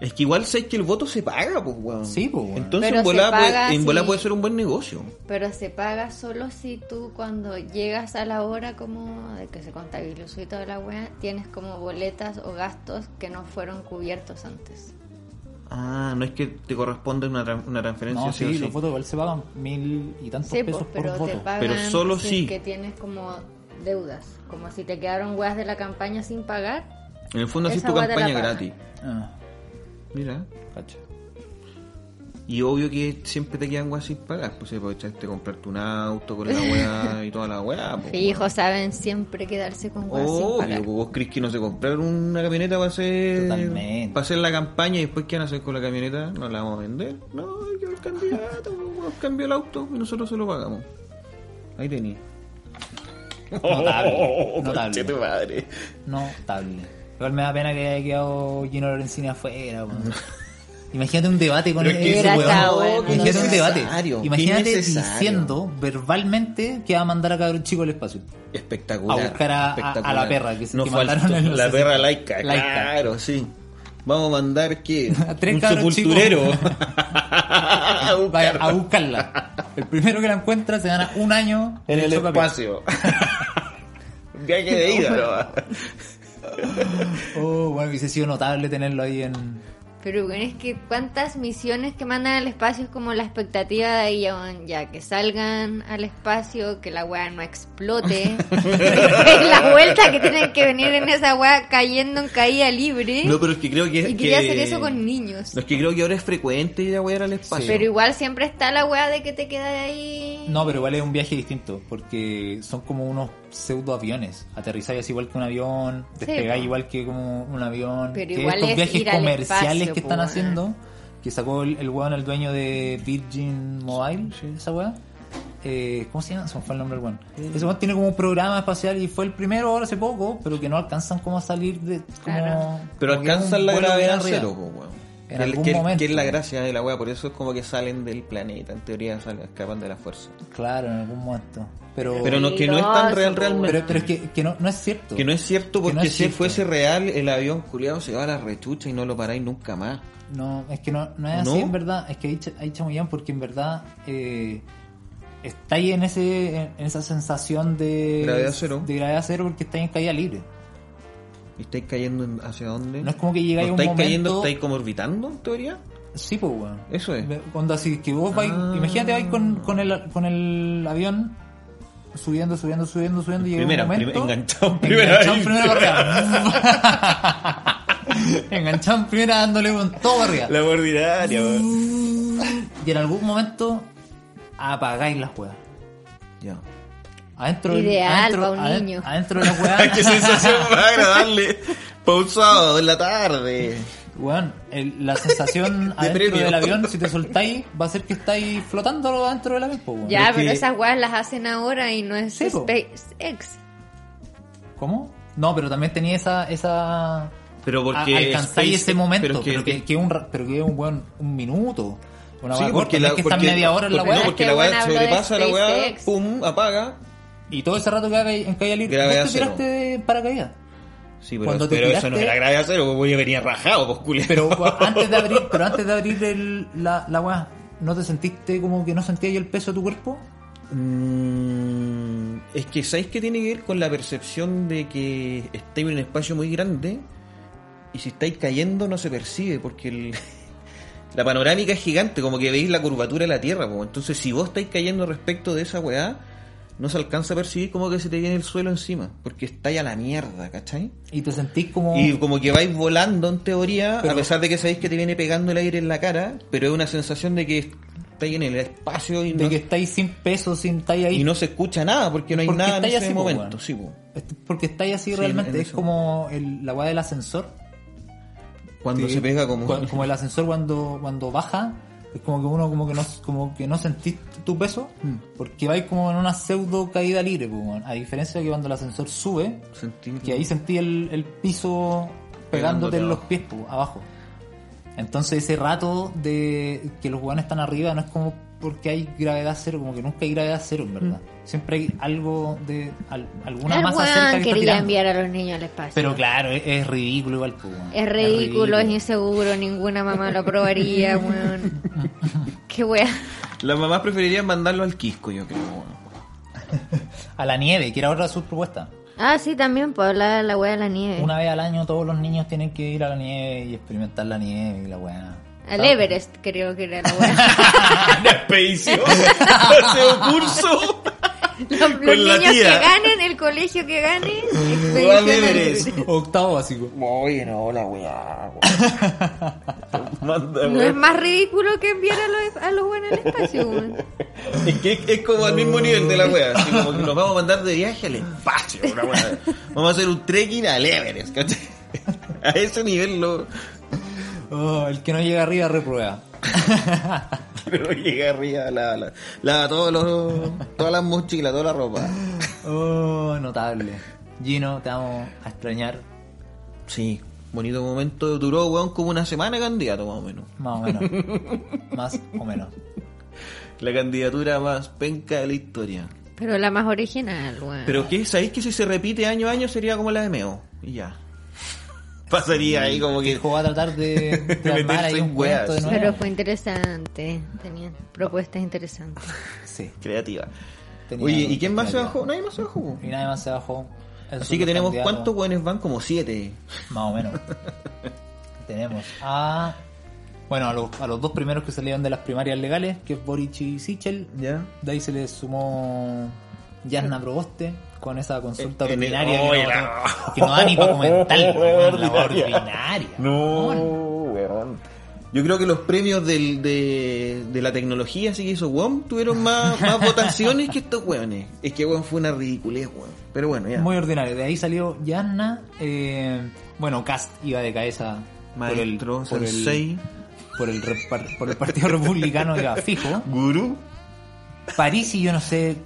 Speaker 4: Es que igual sabes que el voto se paga, pues, weón.
Speaker 3: Sí, pues, weón.
Speaker 4: Entonces,
Speaker 1: Pero
Speaker 4: en
Speaker 1: se
Speaker 4: volada
Speaker 1: paga
Speaker 4: puede, en volada
Speaker 1: si-
Speaker 4: puede ser un buen negocio.
Speaker 1: Pero se paga solo si tú cuando llegas a la hora como de que se contabilizó y toda la wea, tienes como boletas o gastos que no fueron cubiertos antes.
Speaker 4: Ah, no es que te corresponde una, tra- una transferencia.
Speaker 3: No,
Speaker 4: sí,
Speaker 3: sí,
Speaker 4: o sí.
Speaker 3: los votos igual se pagan mil y tantos
Speaker 1: Sí,
Speaker 3: pesos
Speaker 1: po, pero
Speaker 3: por
Speaker 1: te
Speaker 3: voto.
Speaker 1: pagan
Speaker 4: Pero solo
Speaker 1: si
Speaker 4: sí.
Speaker 1: que tienes como deudas, como si te quedaron weas de la campaña sin pagar.
Speaker 4: En el fondo haces
Speaker 1: Esa
Speaker 4: tu
Speaker 1: guata la
Speaker 4: campaña
Speaker 1: paga.
Speaker 4: gratis.
Speaker 3: Ah,
Speaker 4: Mira.
Speaker 3: cacho.
Speaker 4: Y obvio que siempre te quedan weas sin pagar. Pues aprovechaste de comprarte un auto con la wea y toda la wea. pues,
Speaker 1: Fijos saben siempre quedarse con weas sin
Speaker 4: Obvio,
Speaker 1: pagar.
Speaker 4: pues, vos crees que no se compraron una camioneta para hacer,
Speaker 3: Totalmente.
Speaker 4: para hacer la campaña y después qué van a hacer con la camioneta, no la vamos a vender. No, yo el candidato, vos cambió el auto y nosotros se lo pagamos. Ahí tení.
Speaker 3: Notable,
Speaker 4: Oh,
Speaker 3: notable.
Speaker 4: conche tu madre.
Speaker 3: Notable. Igual me da pena que haya quedado Gino Lorenzini afuera, weón. Imagínate un debate con
Speaker 4: Pero es que
Speaker 3: ese
Speaker 1: Era
Speaker 3: weón.
Speaker 1: tan bueno,
Speaker 3: Imagínate un
Speaker 1: qué
Speaker 3: debate.
Speaker 4: necesario, qué
Speaker 3: Imagínate
Speaker 4: necesario.
Speaker 3: diciendo verbalmente que va a mandar a cabrón chico al espacio.
Speaker 4: Espectacular.
Speaker 3: A buscar a- a-
Speaker 4: espectacular.
Speaker 3: a la perra que se-
Speaker 4: no
Speaker 3: que
Speaker 4: faltó,
Speaker 3: mandaron en los
Speaker 4: La perra
Speaker 3: 60.
Speaker 4: laica,
Speaker 3: Laica.
Speaker 4: claro, sí. Vamos a mandar que
Speaker 3: A tres
Speaker 4: un
Speaker 3: cabros
Speaker 4: sepulturero
Speaker 3: chicos.
Speaker 4: a
Speaker 3: Vaya
Speaker 4: buscar
Speaker 3: a buscarla. El primero que la encuentra se gana un año
Speaker 4: en
Speaker 3: de
Speaker 4: el
Speaker 3: Chocapic.
Speaker 4: espacio. Un Viaje de ida, ¿no?
Speaker 3: Oh, bueno, hubiese sido notable tenerlo ahí en.
Speaker 1: Pero bueno, es que cuántas misiones que mandan al espacio es como la expectativa de ahí, ya, ya, que salgan al espacio, que la weá no explote. la vuelta que tienen que venir en esa weá cayendo en caída libre.
Speaker 3: ¿Eh?
Speaker 4: No, pero es que creo que.
Speaker 1: y quería hacer eso con niños.
Speaker 4: No, es que creo que ahora es frecuente ir a wear al espacio.
Speaker 1: Pero igual siempre está la weá de que te quedas ahí.
Speaker 3: No, pero igual es un viaje distinto, porque son como unos pseudo aviones. Aterrizáis igual que un avión, despegáis
Speaker 1: po.
Speaker 3: igual que como un avión.
Speaker 1: Pero
Speaker 3: que
Speaker 1: igual
Speaker 3: estos
Speaker 1: es
Speaker 3: viajes
Speaker 1: ir al
Speaker 3: comerciales
Speaker 1: espacio,
Speaker 3: que
Speaker 1: po,
Speaker 3: están
Speaker 1: weón.
Speaker 3: haciendo, que sacó el, el weón, el dueño de Virgin Mobile, esa weá. Eh, ¿Cómo se llama? Se me fue el nombre del weón.
Speaker 4: Eh.
Speaker 3: Ese weón tiene como un programa espacial y fue el primero ahora hace poco, pero que no alcanzan como a salir de. Como,
Speaker 1: Claro.
Speaker 4: Pero
Speaker 3: como que es un
Speaker 4: alcanzan la
Speaker 3: vuelo bien
Speaker 4: gravedad
Speaker 3: arriba.
Speaker 4: cero, po, weón.
Speaker 3: En
Speaker 4: Que-
Speaker 3: algún
Speaker 4: que,
Speaker 3: momento.
Speaker 4: que es la gracia de la weá, por eso es como que salen del planeta, en teoría salen, escapan de la fuerza.
Speaker 3: Claro, en algún momento. Pero,
Speaker 4: Pero no, que no es tan real realmente.
Speaker 3: pero, pero es que, que no, no es cierto.
Speaker 4: Que no es cierto
Speaker 3: Que no
Speaker 4: porque
Speaker 3: es
Speaker 4: si
Speaker 3: cierto.
Speaker 4: fuese real, el avión culiado se va a la rechucha y no lo paráis nunca más.
Speaker 3: No, es que no, no es así
Speaker 4: ¿No?
Speaker 3: en verdad. Es que ahí, ch- ahí chamullán porque en verdad eh, estáis en, ese, en en esa sensación de
Speaker 4: Gravedad cero.
Speaker 3: De gravedad cero porque estáis en caída libre.
Speaker 4: ¿Y estáis cayendo en- hacia dónde?
Speaker 3: No es como que llegáis
Speaker 4: ¿No
Speaker 3: a un
Speaker 4: estáis
Speaker 3: momento...
Speaker 4: cayendo, estáis como orbitando, en teoría?
Speaker 3: Sí, pues, weón.
Speaker 4: Eso es.
Speaker 3: Me- Cuando así que vos vais...
Speaker 4: Ah.
Speaker 3: Imagínate, vais con, con, el, con el avión subiendo, subiendo, subiendo, subiendo y llega
Speaker 4: Primera,
Speaker 3: un momento...
Speaker 4: prim- enganchado en primera
Speaker 3: Enganchado en
Speaker 4: ahí.
Speaker 3: primera barriga. enganchado en primera dándole con todo barriga.
Speaker 4: ordinaria,
Speaker 3: Y en algún momento apagáis las juegas.
Speaker 4: Ya.
Speaker 3: Adentro
Speaker 1: Ideal
Speaker 3: adentro,
Speaker 1: pa' un
Speaker 3: aden-
Speaker 1: niño.
Speaker 3: Adentro de la weá.
Speaker 4: ¡Qué sensación más agradable! Pausado en la tarde.
Speaker 3: Weón, el- la sensación adentro
Speaker 4: premio.
Speaker 3: del avión, si te soltáis, va a ser que estáis flotando adentro del avión, po, weón.
Speaker 1: Ya,
Speaker 4: Es
Speaker 1: pero
Speaker 4: que-
Speaker 1: esas weas las hacen ahora y no es
Speaker 3: Sí, po.
Speaker 1: SpaceX.
Speaker 3: ¿Cómo? No, pero también tenía esa. esa...
Speaker 4: Pero porque.
Speaker 3: a- alcanzáis
Speaker 4: Space-
Speaker 3: ese momento,
Speaker 4: pero
Speaker 3: pero,
Speaker 4: es que-
Speaker 3: que, que un, ra- pero que un, weón, un minuto. Una
Speaker 4: Sí,
Speaker 3: weá
Speaker 4: porque
Speaker 3: corta, no
Speaker 4: la,
Speaker 3: es que
Speaker 4: porque,
Speaker 3: está media hora en la
Speaker 4: porque-
Speaker 3: weá.
Speaker 4: No, porque
Speaker 1: Este
Speaker 4: la
Speaker 1: weón
Speaker 4: weá
Speaker 1: habló de
Speaker 4: sobrepasa la weá,
Speaker 1: SpaceX.
Speaker 4: pum, apaga.
Speaker 3: Y todo ese rato que haga en caída libre.
Speaker 4: Gravedad
Speaker 3: ¿Vos te
Speaker 4: cero.
Speaker 3: tiraste de paracaídas?
Speaker 4: Sí, pero,
Speaker 3: Cuando te
Speaker 4: pero eso
Speaker 3: tiraste-
Speaker 4: no era grave acero, porque yo venía rajado, pues culiao.
Speaker 3: Pero cua- antes de abrir, pero antes de abrir el- la, la weá, ¿no te sentiste como que no sentías el peso de tu cuerpo?
Speaker 4: Mm, es que sabéis que tiene que ver con la percepción de que estáis en un espacio muy grande y si estáis cayendo no se percibe porque el- la panorámica es gigante, como que veis la curvatura de la Tierra. po. Entonces, si vos estáis cayendo respecto de esa weá, no se alcanza a percibir como que se te viene el suelo encima porque estáis a la mierda, ¿cachai?
Speaker 3: Y te sentís como.
Speaker 4: Y como que vais volando en teoría,
Speaker 3: Pero-
Speaker 4: a pesar de que sabéis que te viene pegando el aire en la cara, pero es una sensación de que estáis en el espacio y
Speaker 3: de
Speaker 4: no
Speaker 3: que estáis sin peso, sin estáis ahí.
Speaker 4: y no se escucha nada porque no hay
Speaker 3: Porque
Speaker 4: nada en
Speaker 3: estáis
Speaker 4: ese
Speaker 3: así, po,
Speaker 4: momento.
Speaker 3: weón.
Speaker 4: Sí, po.
Speaker 3: Est- Porque estáis así
Speaker 4: Sí,
Speaker 3: realmente.
Speaker 4: en- en
Speaker 3: es
Speaker 4: eso.
Speaker 3: como el- la weá del ascensor.
Speaker 4: Cuando
Speaker 3: Sí.
Speaker 4: se pega como.
Speaker 3: Cu- como el ascensor cuando, cuando baja. Es como que uno como que no, como que no sentís tu peso.
Speaker 4: Mm.
Speaker 3: Porque vais como en una pseudo caída libre. po, weón. a diferencia de que cuando el ascensor sube,
Speaker 4: Sentí-
Speaker 3: que ahí sentí el, el piso pegándote
Speaker 4: Pegándote
Speaker 3: en los
Speaker 4: abajo.
Speaker 3: pies, po, abajo. Entonces ese rato de que los jugadores están arriba no es como porque hay gravedad cero, como que nunca hay gravedad cero, en verdad.
Speaker 1: Mm.
Speaker 3: Siempre hay algo de al- alguna
Speaker 1: El
Speaker 3: masa cerca que
Speaker 1: weón
Speaker 3: está
Speaker 1: quería
Speaker 3: tirando.
Speaker 1: enviar a los niños al espacio.
Speaker 3: Pero claro, es, es ridículo igual, po, weón.
Speaker 1: es ridículo, es,
Speaker 3: ridículo.
Speaker 1: inseguro, ninguna mamá lo probaría, weón. Qué wea.
Speaker 4: Las mamás preferirían mandarlo al Quisco, yo creo. weón.
Speaker 3: A la nieve, que era otra su propuesta.
Speaker 1: Ah, sí, también por hablar de la wea de la nieve.
Speaker 3: Una vez al año todos los niños tienen que ir a la nieve y experimentar la nieve y la weá.
Speaker 1: Al Everest, creo que era la wea.
Speaker 4: ¡Una expedición! ¡Hace un curso!
Speaker 1: Los, los
Speaker 4: Con la
Speaker 1: niños que
Speaker 4: tía.
Speaker 1: ganen, el colegio que gane. expedición
Speaker 4: Al Everest.
Speaker 1: al-
Speaker 3: Octavo básico.
Speaker 4: Oye, no, la weá. weón. Manda,
Speaker 1: No es
Speaker 4: weón.
Speaker 1: más ridículo que enviar a los, a los buenos al espacio, weón.
Speaker 4: Es que es, es como al mismo nivel de la weá. así como que nos vamos a mandar de viaje al espacio, una weá. Vamos a hacer un trekking al Everest, ¿cachai? A ese nivel lo.
Speaker 3: Oh, el que no llega arriba reprueba.
Speaker 4: Pero llega arriba, la, la, la- todos los, todas las mochilas, toda la ropa.
Speaker 3: Oh, notable. Gino, te vamos a extrañar
Speaker 4: Sí, bonito momento. Duró, weón, como una semana candidato, más o menos.
Speaker 3: más o menos. más o menos.
Speaker 4: La candidatura más penca de la historia.
Speaker 1: Pero la más original, weón.
Speaker 4: Pero que sabéis que si se repite año a año sería como la de Meo. Y ya. Pasaría ahí como que.
Speaker 3: Dijo, va a tratar de, de
Speaker 4: Meterse
Speaker 3: armar ahí
Speaker 4: en
Speaker 3: un cuento de
Speaker 4: weas.
Speaker 3: nuevo.
Speaker 1: Pero fue interesante, tenían propuestas interesantes.
Speaker 3: Ah, Sí.
Speaker 4: Creativa.
Speaker 3: tenía
Speaker 4: Oye,
Speaker 3: algo
Speaker 4: ¿y quién más se
Speaker 3: creativo.
Speaker 4: bajó? Nadie más se bajó. weón.
Speaker 3: Y nadie más se bajó. Esos
Speaker 4: Así
Speaker 3: son
Speaker 4: que
Speaker 3: los
Speaker 4: tenemos
Speaker 3: candidatos.
Speaker 4: cuántos weones van como siete.
Speaker 3: Más o menos. Tenemos a. Bueno, a los, a los dos primeros que salieron de las primarias legales, que es Boric y Sichel.
Speaker 4: Ya.
Speaker 3: De ahí se le sumó Yasna Proboste con esa consulta
Speaker 4: En- en el-
Speaker 3: ordinaria
Speaker 4: ¡Oye,
Speaker 3: que, no,
Speaker 4: la-
Speaker 3: que no da ni para comentar. la
Speaker 4: Ordinaria.
Speaker 3: ordinaria.
Speaker 4: weón. Yo creo que los premios del, de, de la tecnología, así que hizo WOM, tuvieron más, más votaciones que estos weones. Es que weón fue una ridiculez, weón. Pero bueno, ya.
Speaker 3: Muy ordinario. De ahí salió Yasna. eh, bueno, Cast iba de cabeza por
Speaker 4: Maestro,
Speaker 3: el, por
Speaker 4: sensei.
Speaker 3: el, por el repar- por el Partido Republicano, era fijo.
Speaker 4: Guru.
Speaker 3: París y yo no sé.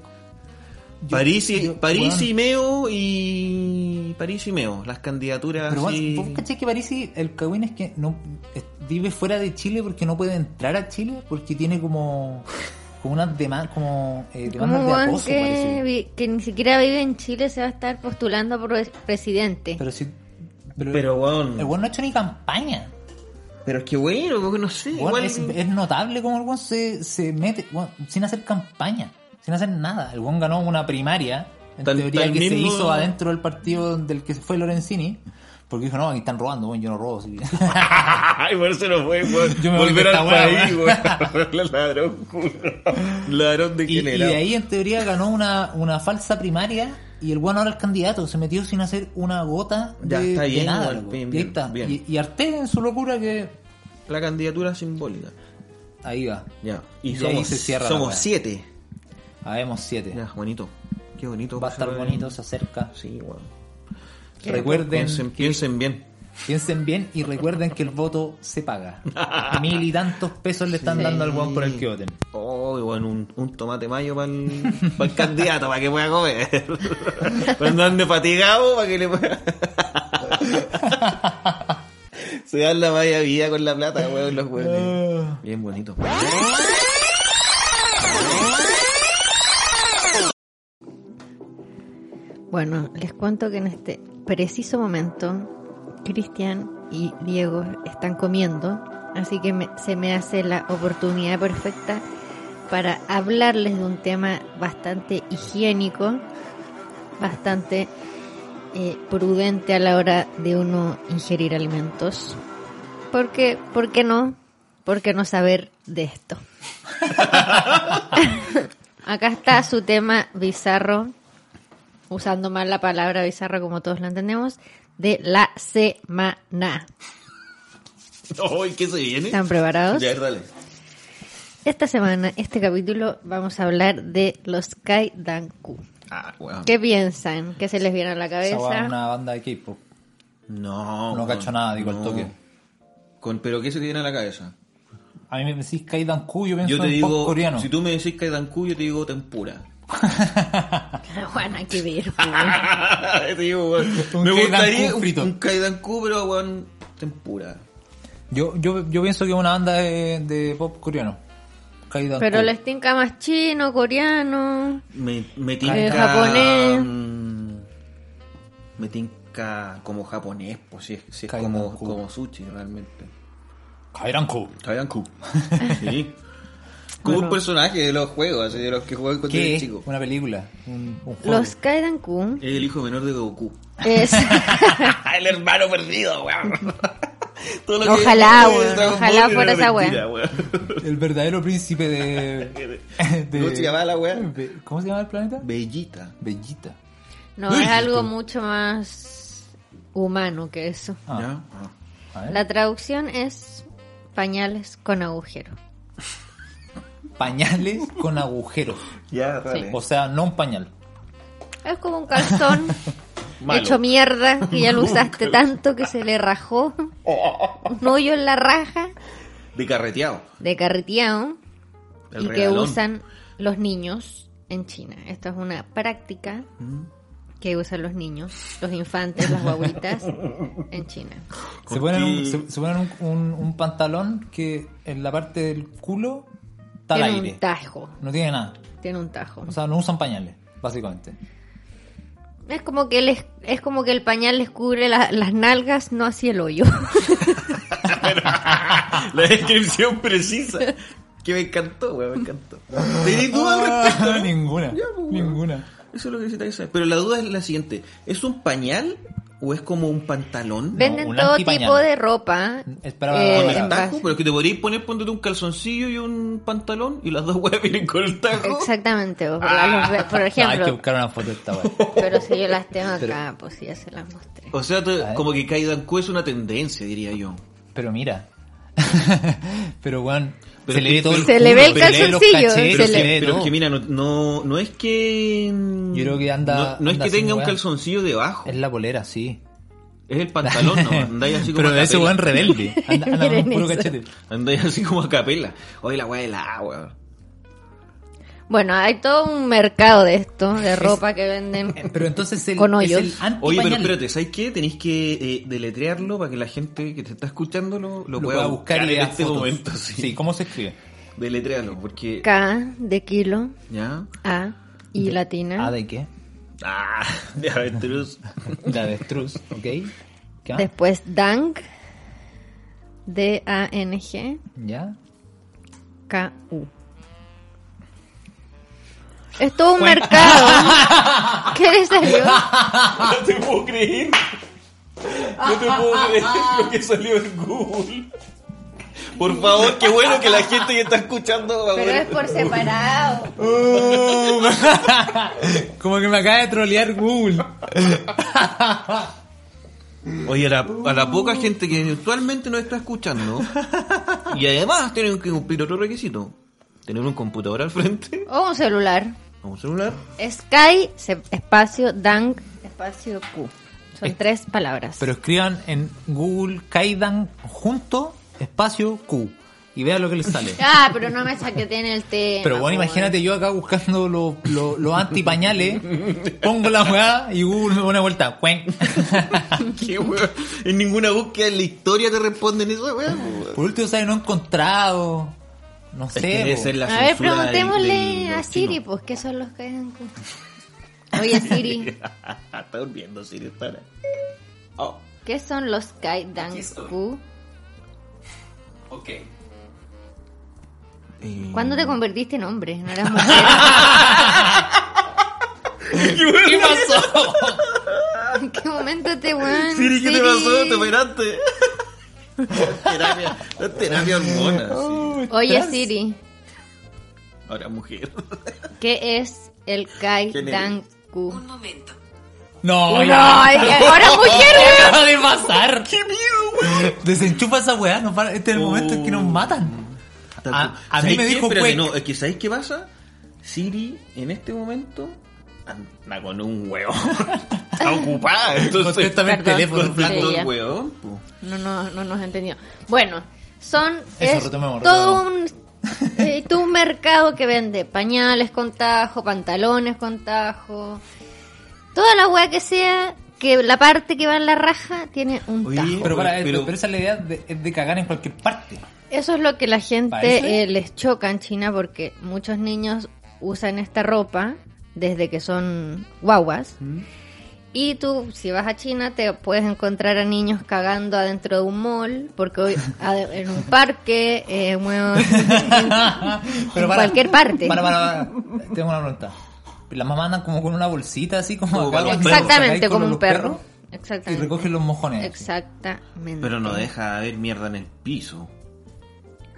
Speaker 3: yo-
Speaker 4: París, y,
Speaker 3: yo-
Speaker 4: París
Speaker 3: weón,
Speaker 4: y Meo y. París y Meo, las candidaturas.
Speaker 3: Pero pues, vos,
Speaker 4: así-
Speaker 3: vos cachái que París, el cagüín es que no, es- vive fuera de Chile porque no puede entrar a Chile porque tiene como, como unas demandas, como, eh,
Speaker 1: Como
Speaker 3: demandas
Speaker 1: un
Speaker 3: de
Speaker 1: weón
Speaker 3: acoso,
Speaker 1: que,
Speaker 3: parece.
Speaker 1: vi- que ni siquiera vive en Chile se va a estar postulando por pres- presidente.
Speaker 3: Pero sí.
Speaker 4: Pero, weón.
Speaker 3: el weón no ha hecho ni campaña.
Speaker 4: Pero es que, bueno, porque no sé.
Speaker 3: Weón,
Speaker 4: igual-
Speaker 3: es, es notable como el weón se, se mete weón, sin hacer campaña, sin hacer nada. El weón ganó una primaria, en
Speaker 4: Tal-
Speaker 3: teoría,
Speaker 4: tal
Speaker 3: que se
Speaker 4: mismo-
Speaker 3: hizo adentro del partido del que se fue Lorenzini. Porque dijo, no, aquí están robando, weón, yo no robo. así que-
Speaker 4: Ay, por eso no fue, weón.
Speaker 3: Yo me voy
Speaker 4: Volver
Speaker 3: de esta
Speaker 4: al
Speaker 3: weá,
Speaker 4: país, weón. Ladrón, culo. Ladrón de
Speaker 3: Y,
Speaker 4: quién
Speaker 3: y
Speaker 4: era.
Speaker 3: de ahí en teoría ganó una, una falsa primaria y el bueno ahora es candidato, se metió sin hacer una gota de,
Speaker 4: Ya, está
Speaker 3: de
Speaker 4: bien,
Speaker 3: nada.
Speaker 4: igual,
Speaker 3: loco.
Speaker 4: bien,
Speaker 3: y, ahí
Speaker 4: bien,
Speaker 3: está.
Speaker 4: bien.
Speaker 3: Y- y Artés en su locura que
Speaker 4: La candidatura simbólica.
Speaker 3: ahí va.
Speaker 4: Ya. Y,
Speaker 3: Y
Speaker 4: somos,
Speaker 3: ahí se cierra la
Speaker 4: somos
Speaker 3: weá.
Speaker 4: siete.
Speaker 3: Habemos siete.
Speaker 4: Ya, bonito. Qué bonito.
Speaker 3: Va a estar
Speaker 4: Pues,
Speaker 3: bonito, se acerca.
Speaker 4: Sí, weón.
Speaker 3: Recuerden,
Speaker 4: Piensen, piensen bien.
Speaker 3: piensen bien y recuerden que el voto se paga. Mil y tantos pesos le están dando al guan por el que voten.
Speaker 4: Oh, y bueno, un, un tomate mayo para el, candidato, para que pueda comer. Cuando ande fatigado, para que le pueda. Se dan la vaya vida con la plata, weón, los
Speaker 3: Ah.
Speaker 4: huevos. Bien bonito.
Speaker 1: Bueno, les cuento que en este preciso momento Cristian y Diego están comiendo, así que me- se me hace la oportunidad perfecta para hablarles de un tema bastante higiénico, bastante eh, prudente a la hora de uno ingerir alimentos. Porque, ¿por qué no? ¿Por qué no saber de esto? Acá está su tema bizarro usando mal la palabra bizarra como todos la entendemos, de la semana.
Speaker 4: Oh, ¿y qué se viene?
Speaker 1: ¿Están preparados?
Speaker 4: Ya, dale.
Speaker 1: Esta semana, este capítulo, vamos a hablar de los Kaidanku.
Speaker 4: Ah, weón.
Speaker 1: ¿Qué piensan? ¿Qué se les viene a la
Speaker 3: Esa weá es
Speaker 1: cabeza?
Speaker 3: una banda de K-pop.
Speaker 4: No.
Speaker 3: No cacho
Speaker 4: weón,
Speaker 3: nada, digo, al
Speaker 4: no.
Speaker 3: toque.
Speaker 4: Con, ¿Pero qué se te viene a la cabeza?
Speaker 3: A mí me decís Kaidan Q, yo pienso
Speaker 4: Yo te
Speaker 3: en pop
Speaker 4: digo,
Speaker 3: coreano.
Speaker 4: si tú me decís Kaidanku, yo te digo tempura.
Speaker 1: Juana, qué ver. weón.
Speaker 4: Te digo, weón,
Speaker 3: Un
Speaker 4: me
Speaker 3: Kaidanku
Speaker 4: gustaría un,
Speaker 3: frito.
Speaker 4: un Kaidanku, pero weón, tempura.
Speaker 3: Yo, yo, yo pienso que es una banda de, de pop coreano. Kaidan
Speaker 1: Pero
Speaker 3: Q.
Speaker 1: les tinca más chino, coreano.
Speaker 4: Me, me
Speaker 1: Eh,
Speaker 4: tinca.
Speaker 1: japonés.
Speaker 4: mm, Me tinca como japonés, pues si es, si es como,
Speaker 3: Kaidanku.
Speaker 4: como sushi realmente.
Speaker 3: Kaidanku.
Speaker 4: Kaidanku. Sí. Como un personaje de los juegos, así de los que juegan cuando
Speaker 3: ¿Qué
Speaker 4: eres
Speaker 3: es?
Speaker 4: chico.
Speaker 3: Una película. Un, un juego.
Speaker 1: Los Kaidanku
Speaker 4: Es el hijo menor de Goku.
Speaker 1: es...
Speaker 4: el hermano perdido, weón. Todo lo que-
Speaker 1: Ojalá,
Speaker 4: todo lo que
Speaker 1: weón,
Speaker 4: Dragon
Speaker 1: ojalá
Speaker 4: Ball era
Speaker 1: fuera esa
Speaker 4: mentira, weón.
Speaker 3: El verdadero príncipe de, de-
Speaker 4: ¿Cómo se llamaba la weá?
Speaker 3: Be- ¿Cómo se llama el planeta?
Speaker 4: Bellita.
Speaker 3: Bellita.
Speaker 1: No, es algo mucho más humano que eso.
Speaker 3: Ah,
Speaker 4: ¿Ya? Ah.
Speaker 3: a ver.
Speaker 1: La traducción es pañales con agujero.
Speaker 3: Pañales con agujeros.
Speaker 4: Ya, dale.
Speaker 3: O sea, no un pañal.
Speaker 1: Es como un calzón
Speaker 4: Malo.
Speaker 1: hecho mierda que ya lo usaste tanto que se le rajó.
Speaker 3: Oh.
Speaker 1: Un hoyo en la raja
Speaker 4: De carreteado.
Speaker 1: de carreteado
Speaker 4: El
Speaker 1: y que
Speaker 4: regalón.
Speaker 1: usan los niños en China. Esto es una práctica
Speaker 3: Mm.
Speaker 1: que usan los niños, los infantes, las guaguitas en China.
Speaker 3: Se ponen, un, se, se ponen un, un- un pantalón que en la parte del culo está al
Speaker 1: Tiene
Speaker 3: aire.
Speaker 1: un tajo,
Speaker 3: No tiene nada.
Speaker 1: tiene un tajo.
Speaker 3: O sea, no usan pañales, básicamente.
Speaker 1: Es como que les, es como que el pañal les cubre la- las nalgas, no así el hoyo.
Speaker 4: Ah, La descripción precisa. Que me encantó, weón, me encantó. ¿Tenés duda al respecto? pues,
Speaker 3: Ah, ninguna. Ninguna.
Speaker 4: Ah. Eso es lo que necesitáis saber. Pero la duda es la siguiente. ¿Es un pañal o es como un pantalón?
Speaker 1: Venden
Speaker 3: un
Speaker 1: todo
Speaker 3: antipañal.
Speaker 1: tipo de ropa.
Speaker 3: Esperaba
Speaker 1: eh,
Speaker 3: la
Speaker 4: Con
Speaker 3: palabra.
Speaker 1: en
Speaker 4: el tajo,
Speaker 1: base-
Speaker 4: pero es que te podrías poner, ponte un calzoncillo y un pantalón y las dos weas vienen con el tajo.
Speaker 1: Exactamente, o la- los ve- por
Speaker 3: No, hay que
Speaker 1: ejemplo.
Speaker 3: buscar una foto de esta weá.
Speaker 1: Pero si yo las tengo acá, pues sí, ya se las mostré.
Speaker 4: O sea, te-
Speaker 3: A ver.
Speaker 4: como que Kaidanku es una tendencia, diría yo.
Speaker 3: Pero mira. pero weón,
Speaker 4: Pero
Speaker 3: se le ve
Speaker 4: que-
Speaker 3: todo el
Speaker 1: Se le ve el
Speaker 3: culo, se le ve los
Speaker 1: calzoncillo,
Speaker 3: cachetes,
Speaker 1: se
Speaker 4: Pero,
Speaker 1: le-
Speaker 3: se le ve
Speaker 4: pero es
Speaker 3: todo.
Speaker 4: que mira, Eh, no, no, no es que...
Speaker 3: Yo creo que anda-
Speaker 4: No, no es
Speaker 3: anda
Speaker 4: que
Speaker 3: sin
Speaker 4: tenga un
Speaker 3: wea.
Speaker 4: calzoncillo debajo.
Speaker 3: Es la polera, sí.
Speaker 4: Es el pantalón, no, andáis así como
Speaker 3: pero
Speaker 4: a
Speaker 3: ese
Speaker 4: capela.
Speaker 3: weón rebelde. Anda, anda con
Speaker 1: Miren
Speaker 3: un puro
Speaker 1: eso.
Speaker 3: cachete.
Speaker 4: Andáis así como a capela. Oye, la weá de la agua.
Speaker 1: Bueno, hay todo un mercado de esto, de ropa que venden.
Speaker 3: Pero entonces el,
Speaker 1: Con
Speaker 3: es
Speaker 1: hoyos.
Speaker 3: el anti
Speaker 4: Oye, pero espérate, ¿sabes qué? Tenéis que eh, deletrearlo para que la gente que te está escuchando lo, lo
Speaker 3: Lo
Speaker 4: pueda
Speaker 3: pueda buscar y le
Speaker 4: en
Speaker 3: da
Speaker 4: este
Speaker 3: fotos.
Speaker 4: momento. Sí.
Speaker 3: ¿cómo se escribe?
Speaker 4: Deletréalo, porque...
Speaker 1: K de kilo,
Speaker 4: ¿Ya?
Speaker 1: A y latina.
Speaker 3: ¿A de qué?
Speaker 4: Ah, de avestruz.
Speaker 3: De avestruz, ¿ok? ¿Qué más?
Speaker 1: Después Dang, D-A-N-G,
Speaker 3: ¿Ya?
Speaker 1: K-U. Es todo un mercado. ¿Qué le salió?
Speaker 3: Ah,
Speaker 4: No te puedo creer. No te puedo creer lo que salió en Google. Por favor, qué bueno que la gente que está escuchando... va a
Speaker 1: Pero
Speaker 4: poder-
Speaker 1: es por separado.
Speaker 4: Oh,
Speaker 3: Como que me acaba de trolear Google.
Speaker 4: Oye, a la, a la poca gente que actualmente nos está escuchando, y además tienen que cumplir otro requisito, tener un computador al frente,
Speaker 1: O un celular.
Speaker 4: o un celular,
Speaker 1: Sky, se- espacio, Dang, espacio, Q. Son
Speaker 3: Eh,
Speaker 1: tres palabras.
Speaker 3: Pero escriban en Google Kaidan junto espacio Q y vean lo que les sale.
Speaker 1: Ah, pero no me saqueten el tema.
Speaker 3: Pero bueno,
Speaker 1: por.
Speaker 3: imagínate yo acá buscando los los- los antipañales, pongo la weá y Google me pone vuelta. Cuenc.
Speaker 4: Qué weón. En ninguna búsqueda en la historia te responden eso, weón.
Speaker 3: Por último, ¿sabes? No he encontrado. No
Speaker 4: Es que
Speaker 3: sé.
Speaker 4: debe ser
Speaker 3: po.
Speaker 4: la
Speaker 1: A ver,
Speaker 4: censura del-
Speaker 1: preguntémosle
Speaker 4: del-
Speaker 1: a
Speaker 4: del
Speaker 1: Siri,
Speaker 4: chino.
Speaker 1: pues, ¿qué son los que hagan Q? Oye, Siri,
Speaker 4: está durmiendo Siri, está ahora. Oh.
Speaker 1: ¿qué son los Sky, Dang, Q?
Speaker 4: Eh,
Speaker 1: ¿Cuándo te convertiste en hombre? No eras mujer.
Speaker 3: ¿Qué pasó?
Speaker 1: ¿En qué momento te weón?
Speaker 4: Siri, ¿qué te pasó? ¿Te operaste? terapia, terapia hormona. sí.
Speaker 1: Oye, Siri,
Speaker 4: Ahora mujer.
Speaker 1: ¿qué es el Kai
Speaker 4: ¿Quién eres?
Speaker 1: Dang Q?
Speaker 3: No,
Speaker 1: No,
Speaker 3: ya.
Speaker 1: ay, ahora
Speaker 4: Oh,
Speaker 1: mujer, weón.
Speaker 3: Acaba de pasar. ¡Qué miedo, weón! Desenchufa esa weá. nos van- este es el
Speaker 4: Oh.
Speaker 3: momento en que nos matan. A- a mí
Speaker 4: ¿Sabéis
Speaker 3: me
Speaker 4: qué?
Speaker 3: dijo
Speaker 4: Espérate,
Speaker 3: cuec.
Speaker 4: no, es que ¿sabéis qué pasa? Siri en este momento anda con un huevo. Está ocupada, entonces
Speaker 3: Contéstame el
Speaker 1: Perdón.
Speaker 3: teléfono,
Speaker 1: Conté-
Speaker 3: flaco.
Speaker 4: Contestando
Speaker 1: Sí,
Speaker 4: el
Speaker 1: ya.
Speaker 4: huevón. po.
Speaker 1: No, no, no nos entendió. Bueno, son
Speaker 3: Eso,
Speaker 1: es
Speaker 3: retomemos,
Speaker 1: todo un eh, todo un mercado que vende pañales con tajo, pantalones con tajo, toda la weá que sea que la parte que va en la raja tiene un
Speaker 4: Oye,
Speaker 1: tajo.
Speaker 3: Pero, para,
Speaker 4: Oh. Pero-
Speaker 3: pero, esa es la idea de, es de cagar en cualquier parte.
Speaker 1: Eso es lo que la gente
Speaker 3: ¿Parece?
Speaker 1: eh, les choca en China porque muchos niños usan esta ropa desde que son guaguas.
Speaker 3: Mm.
Speaker 1: Y tú, si vas a China, te puedes encontrar a niños cagando adentro de un mall, porque hoy a- en un parque, eh, bueno,
Speaker 3: Pero
Speaker 1: En cualquier parte.
Speaker 3: Para, para, para. Tengo una pregunta. Las mamás andan como con una bolsita así como
Speaker 4: Como
Speaker 3: acá
Speaker 4: para los
Speaker 3: cuando los
Speaker 1: exactamente
Speaker 3: sacáis con
Speaker 1: como un
Speaker 3: los
Speaker 1: perro.
Speaker 3: perros Y
Speaker 1: Exactamente.
Speaker 3: recogen los mojones.
Speaker 1: Exactamente.
Speaker 4: Pero no deja haber mierda en el piso.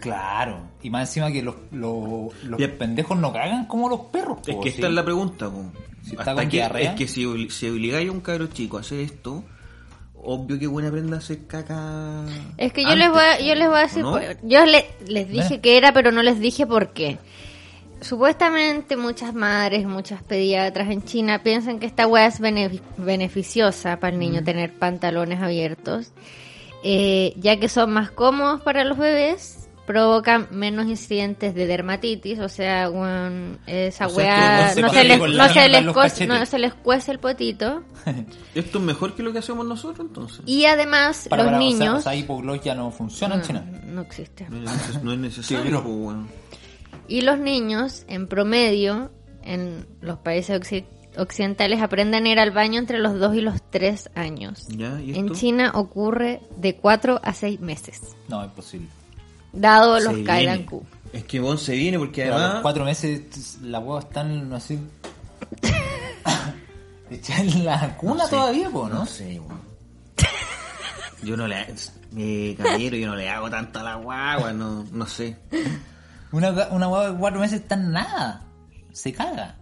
Speaker 3: Claro. Y más encima que los, los, los
Speaker 4: Ya.
Speaker 3: pendejos no cagan como los perros.
Speaker 4: Es
Speaker 3: po,
Speaker 4: que
Speaker 3: sí.
Speaker 4: esta es la pregunta, po.
Speaker 3: Si está
Speaker 4: Hasta
Speaker 3: con
Speaker 4: que,
Speaker 3: diarrea.
Speaker 4: es que si, obli- si obligáis a un cabro chico a hacer esto, obvio que buena prenda hacer caca.
Speaker 1: Es que yo
Speaker 4: antes,
Speaker 1: les voy a, yo
Speaker 4: po,
Speaker 1: les voy a decir,
Speaker 4: ¿no?
Speaker 1: por- yo le- les dije
Speaker 3: Ve.
Speaker 1: que era, pero no les dije por qué. Supuestamente muchas madres, muchas pediatras en China piensan que esta weá es bene- beneficiosa para el niño
Speaker 3: Mm.
Speaker 1: tener pantalones abiertos, eh, ya que son más cómodos para los bebés, provocan menos incidentes de dermatitis, o sea, weón, esa
Speaker 4: O sea,
Speaker 1: weá
Speaker 4: que
Speaker 1: no
Speaker 4: no se
Speaker 1: se les-
Speaker 4: pega con
Speaker 1: no
Speaker 4: la
Speaker 1: se
Speaker 3: mierda
Speaker 1: les
Speaker 3: en los
Speaker 1: cos-
Speaker 3: cachetes.
Speaker 1: no se les cuece el potito.
Speaker 4: Esto es mejor que lo que hacemos nosotros, entonces.
Speaker 1: Y además
Speaker 3: Para,
Speaker 1: los
Speaker 3: para, o sea-
Speaker 1: niños... Mm.
Speaker 3: O sea, hipogloss ya no funciona en China.
Speaker 1: no, no existe.
Speaker 4: No es neces- no es
Speaker 3: Sí,
Speaker 4: necesario,
Speaker 3: pero-
Speaker 4: po, weón.
Speaker 1: Y los niños, en promedio, en los países occi- occidentales, aprenden a ir al baño entre los 2 y los 3 años.
Speaker 4: ¿Ya? ¿Y
Speaker 1: En
Speaker 4: esto?
Speaker 1: China ocurre de 4 a 6 meses,
Speaker 3: No, es posible.
Speaker 1: dado
Speaker 4: Se
Speaker 1: los
Speaker 4: viene.
Speaker 1: Kaidan Q.
Speaker 4: Es que Bon se viene porque
Speaker 3: Pero a los
Speaker 4: además.
Speaker 3: cuatro meses t- las huevas están así. Echadas en la cuna
Speaker 4: No sé.
Speaker 3: todavía, po, ¿no?
Speaker 4: No sé, weón. Yo no le. Eh, caballero, yo no le hago tanta la guagua, no, no sé.
Speaker 3: Una, gua- una hueva de cuatro meses está en nada. Se caga.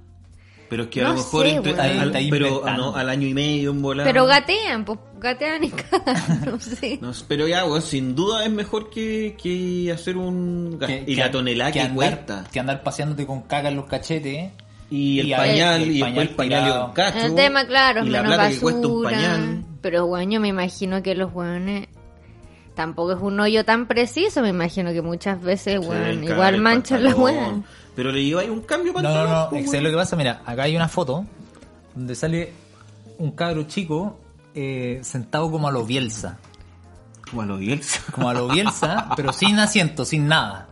Speaker 4: Pero es que a
Speaker 1: No
Speaker 4: lo mejor
Speaker 1: sé,
Speaker 4: entre,
Speaker 1: weón.
Speaker 4: al, al-
Speaker 3: Está
Speaker 4: pero, ah,
Speaker 3: inventando.
Speaker 4: no, al año y medio en volar.
Speaker 1: Pero gatean, pues gatean y cagan, no sé.
Speaker 4: No, pero ya, weón, sin duda es mejor que, que hacer un. gas-
Speaker 3: Que-
Speaker 4: y
Speaker 3: que-
Speaker 4: la tonelada que,
Speaker 3: andar,
Speaker 4: cuesta.
Speaker 3: que andar paseándote con caca en los cachetes. ¿eh?
Speaker 4: Y el
Speaker 3: y a-
Speaker 4: pañal,
Speaker 3: el
Speaker 4: y después el
Speaker 3: pañal
Speaker 4: pañal y
Speaker 3: tirado.
Speaker 4: un cacho.
Speaker 1: el tema, claro,
Speaker 4: y
Speaker 1: es
Speaker 4: la
Speaker 1: menos
Speaker 4: plata que cuesta un
Speaker 1: basura.
Speaker 4: pañal.
Speaker 1: Pero bueno, yo me imagino que los hueones Tampoco es un hoyo tan preciso, me imagino que muchas veces,
Speaker 4: Se
Speaker 1: weón,
Speaker 4: deben cagar
Speaker 1: igual
Speaker 4: el
Speaker 1: manchan las
Speaker 4: pantalón.
Speaker 1: weón.
Speaker 4: Pero le lleváis un cambio
Speaker 3: No, no,
Speaker 4: pantalón.
Speaker 3: no.
Speaker 4: po,
Speaker 3: es que
Speaker 4: pues, weón.
Speaker 3: ¿sabes lo que pasa? Mira, acá hay una foto donde sale un cabro chico eh, sentado como a lo Bielsa.
Speaker 4: Como a lo Bielsa.
Speaker 3: Como a lo Bielsa, pero sin asiento, sin nada.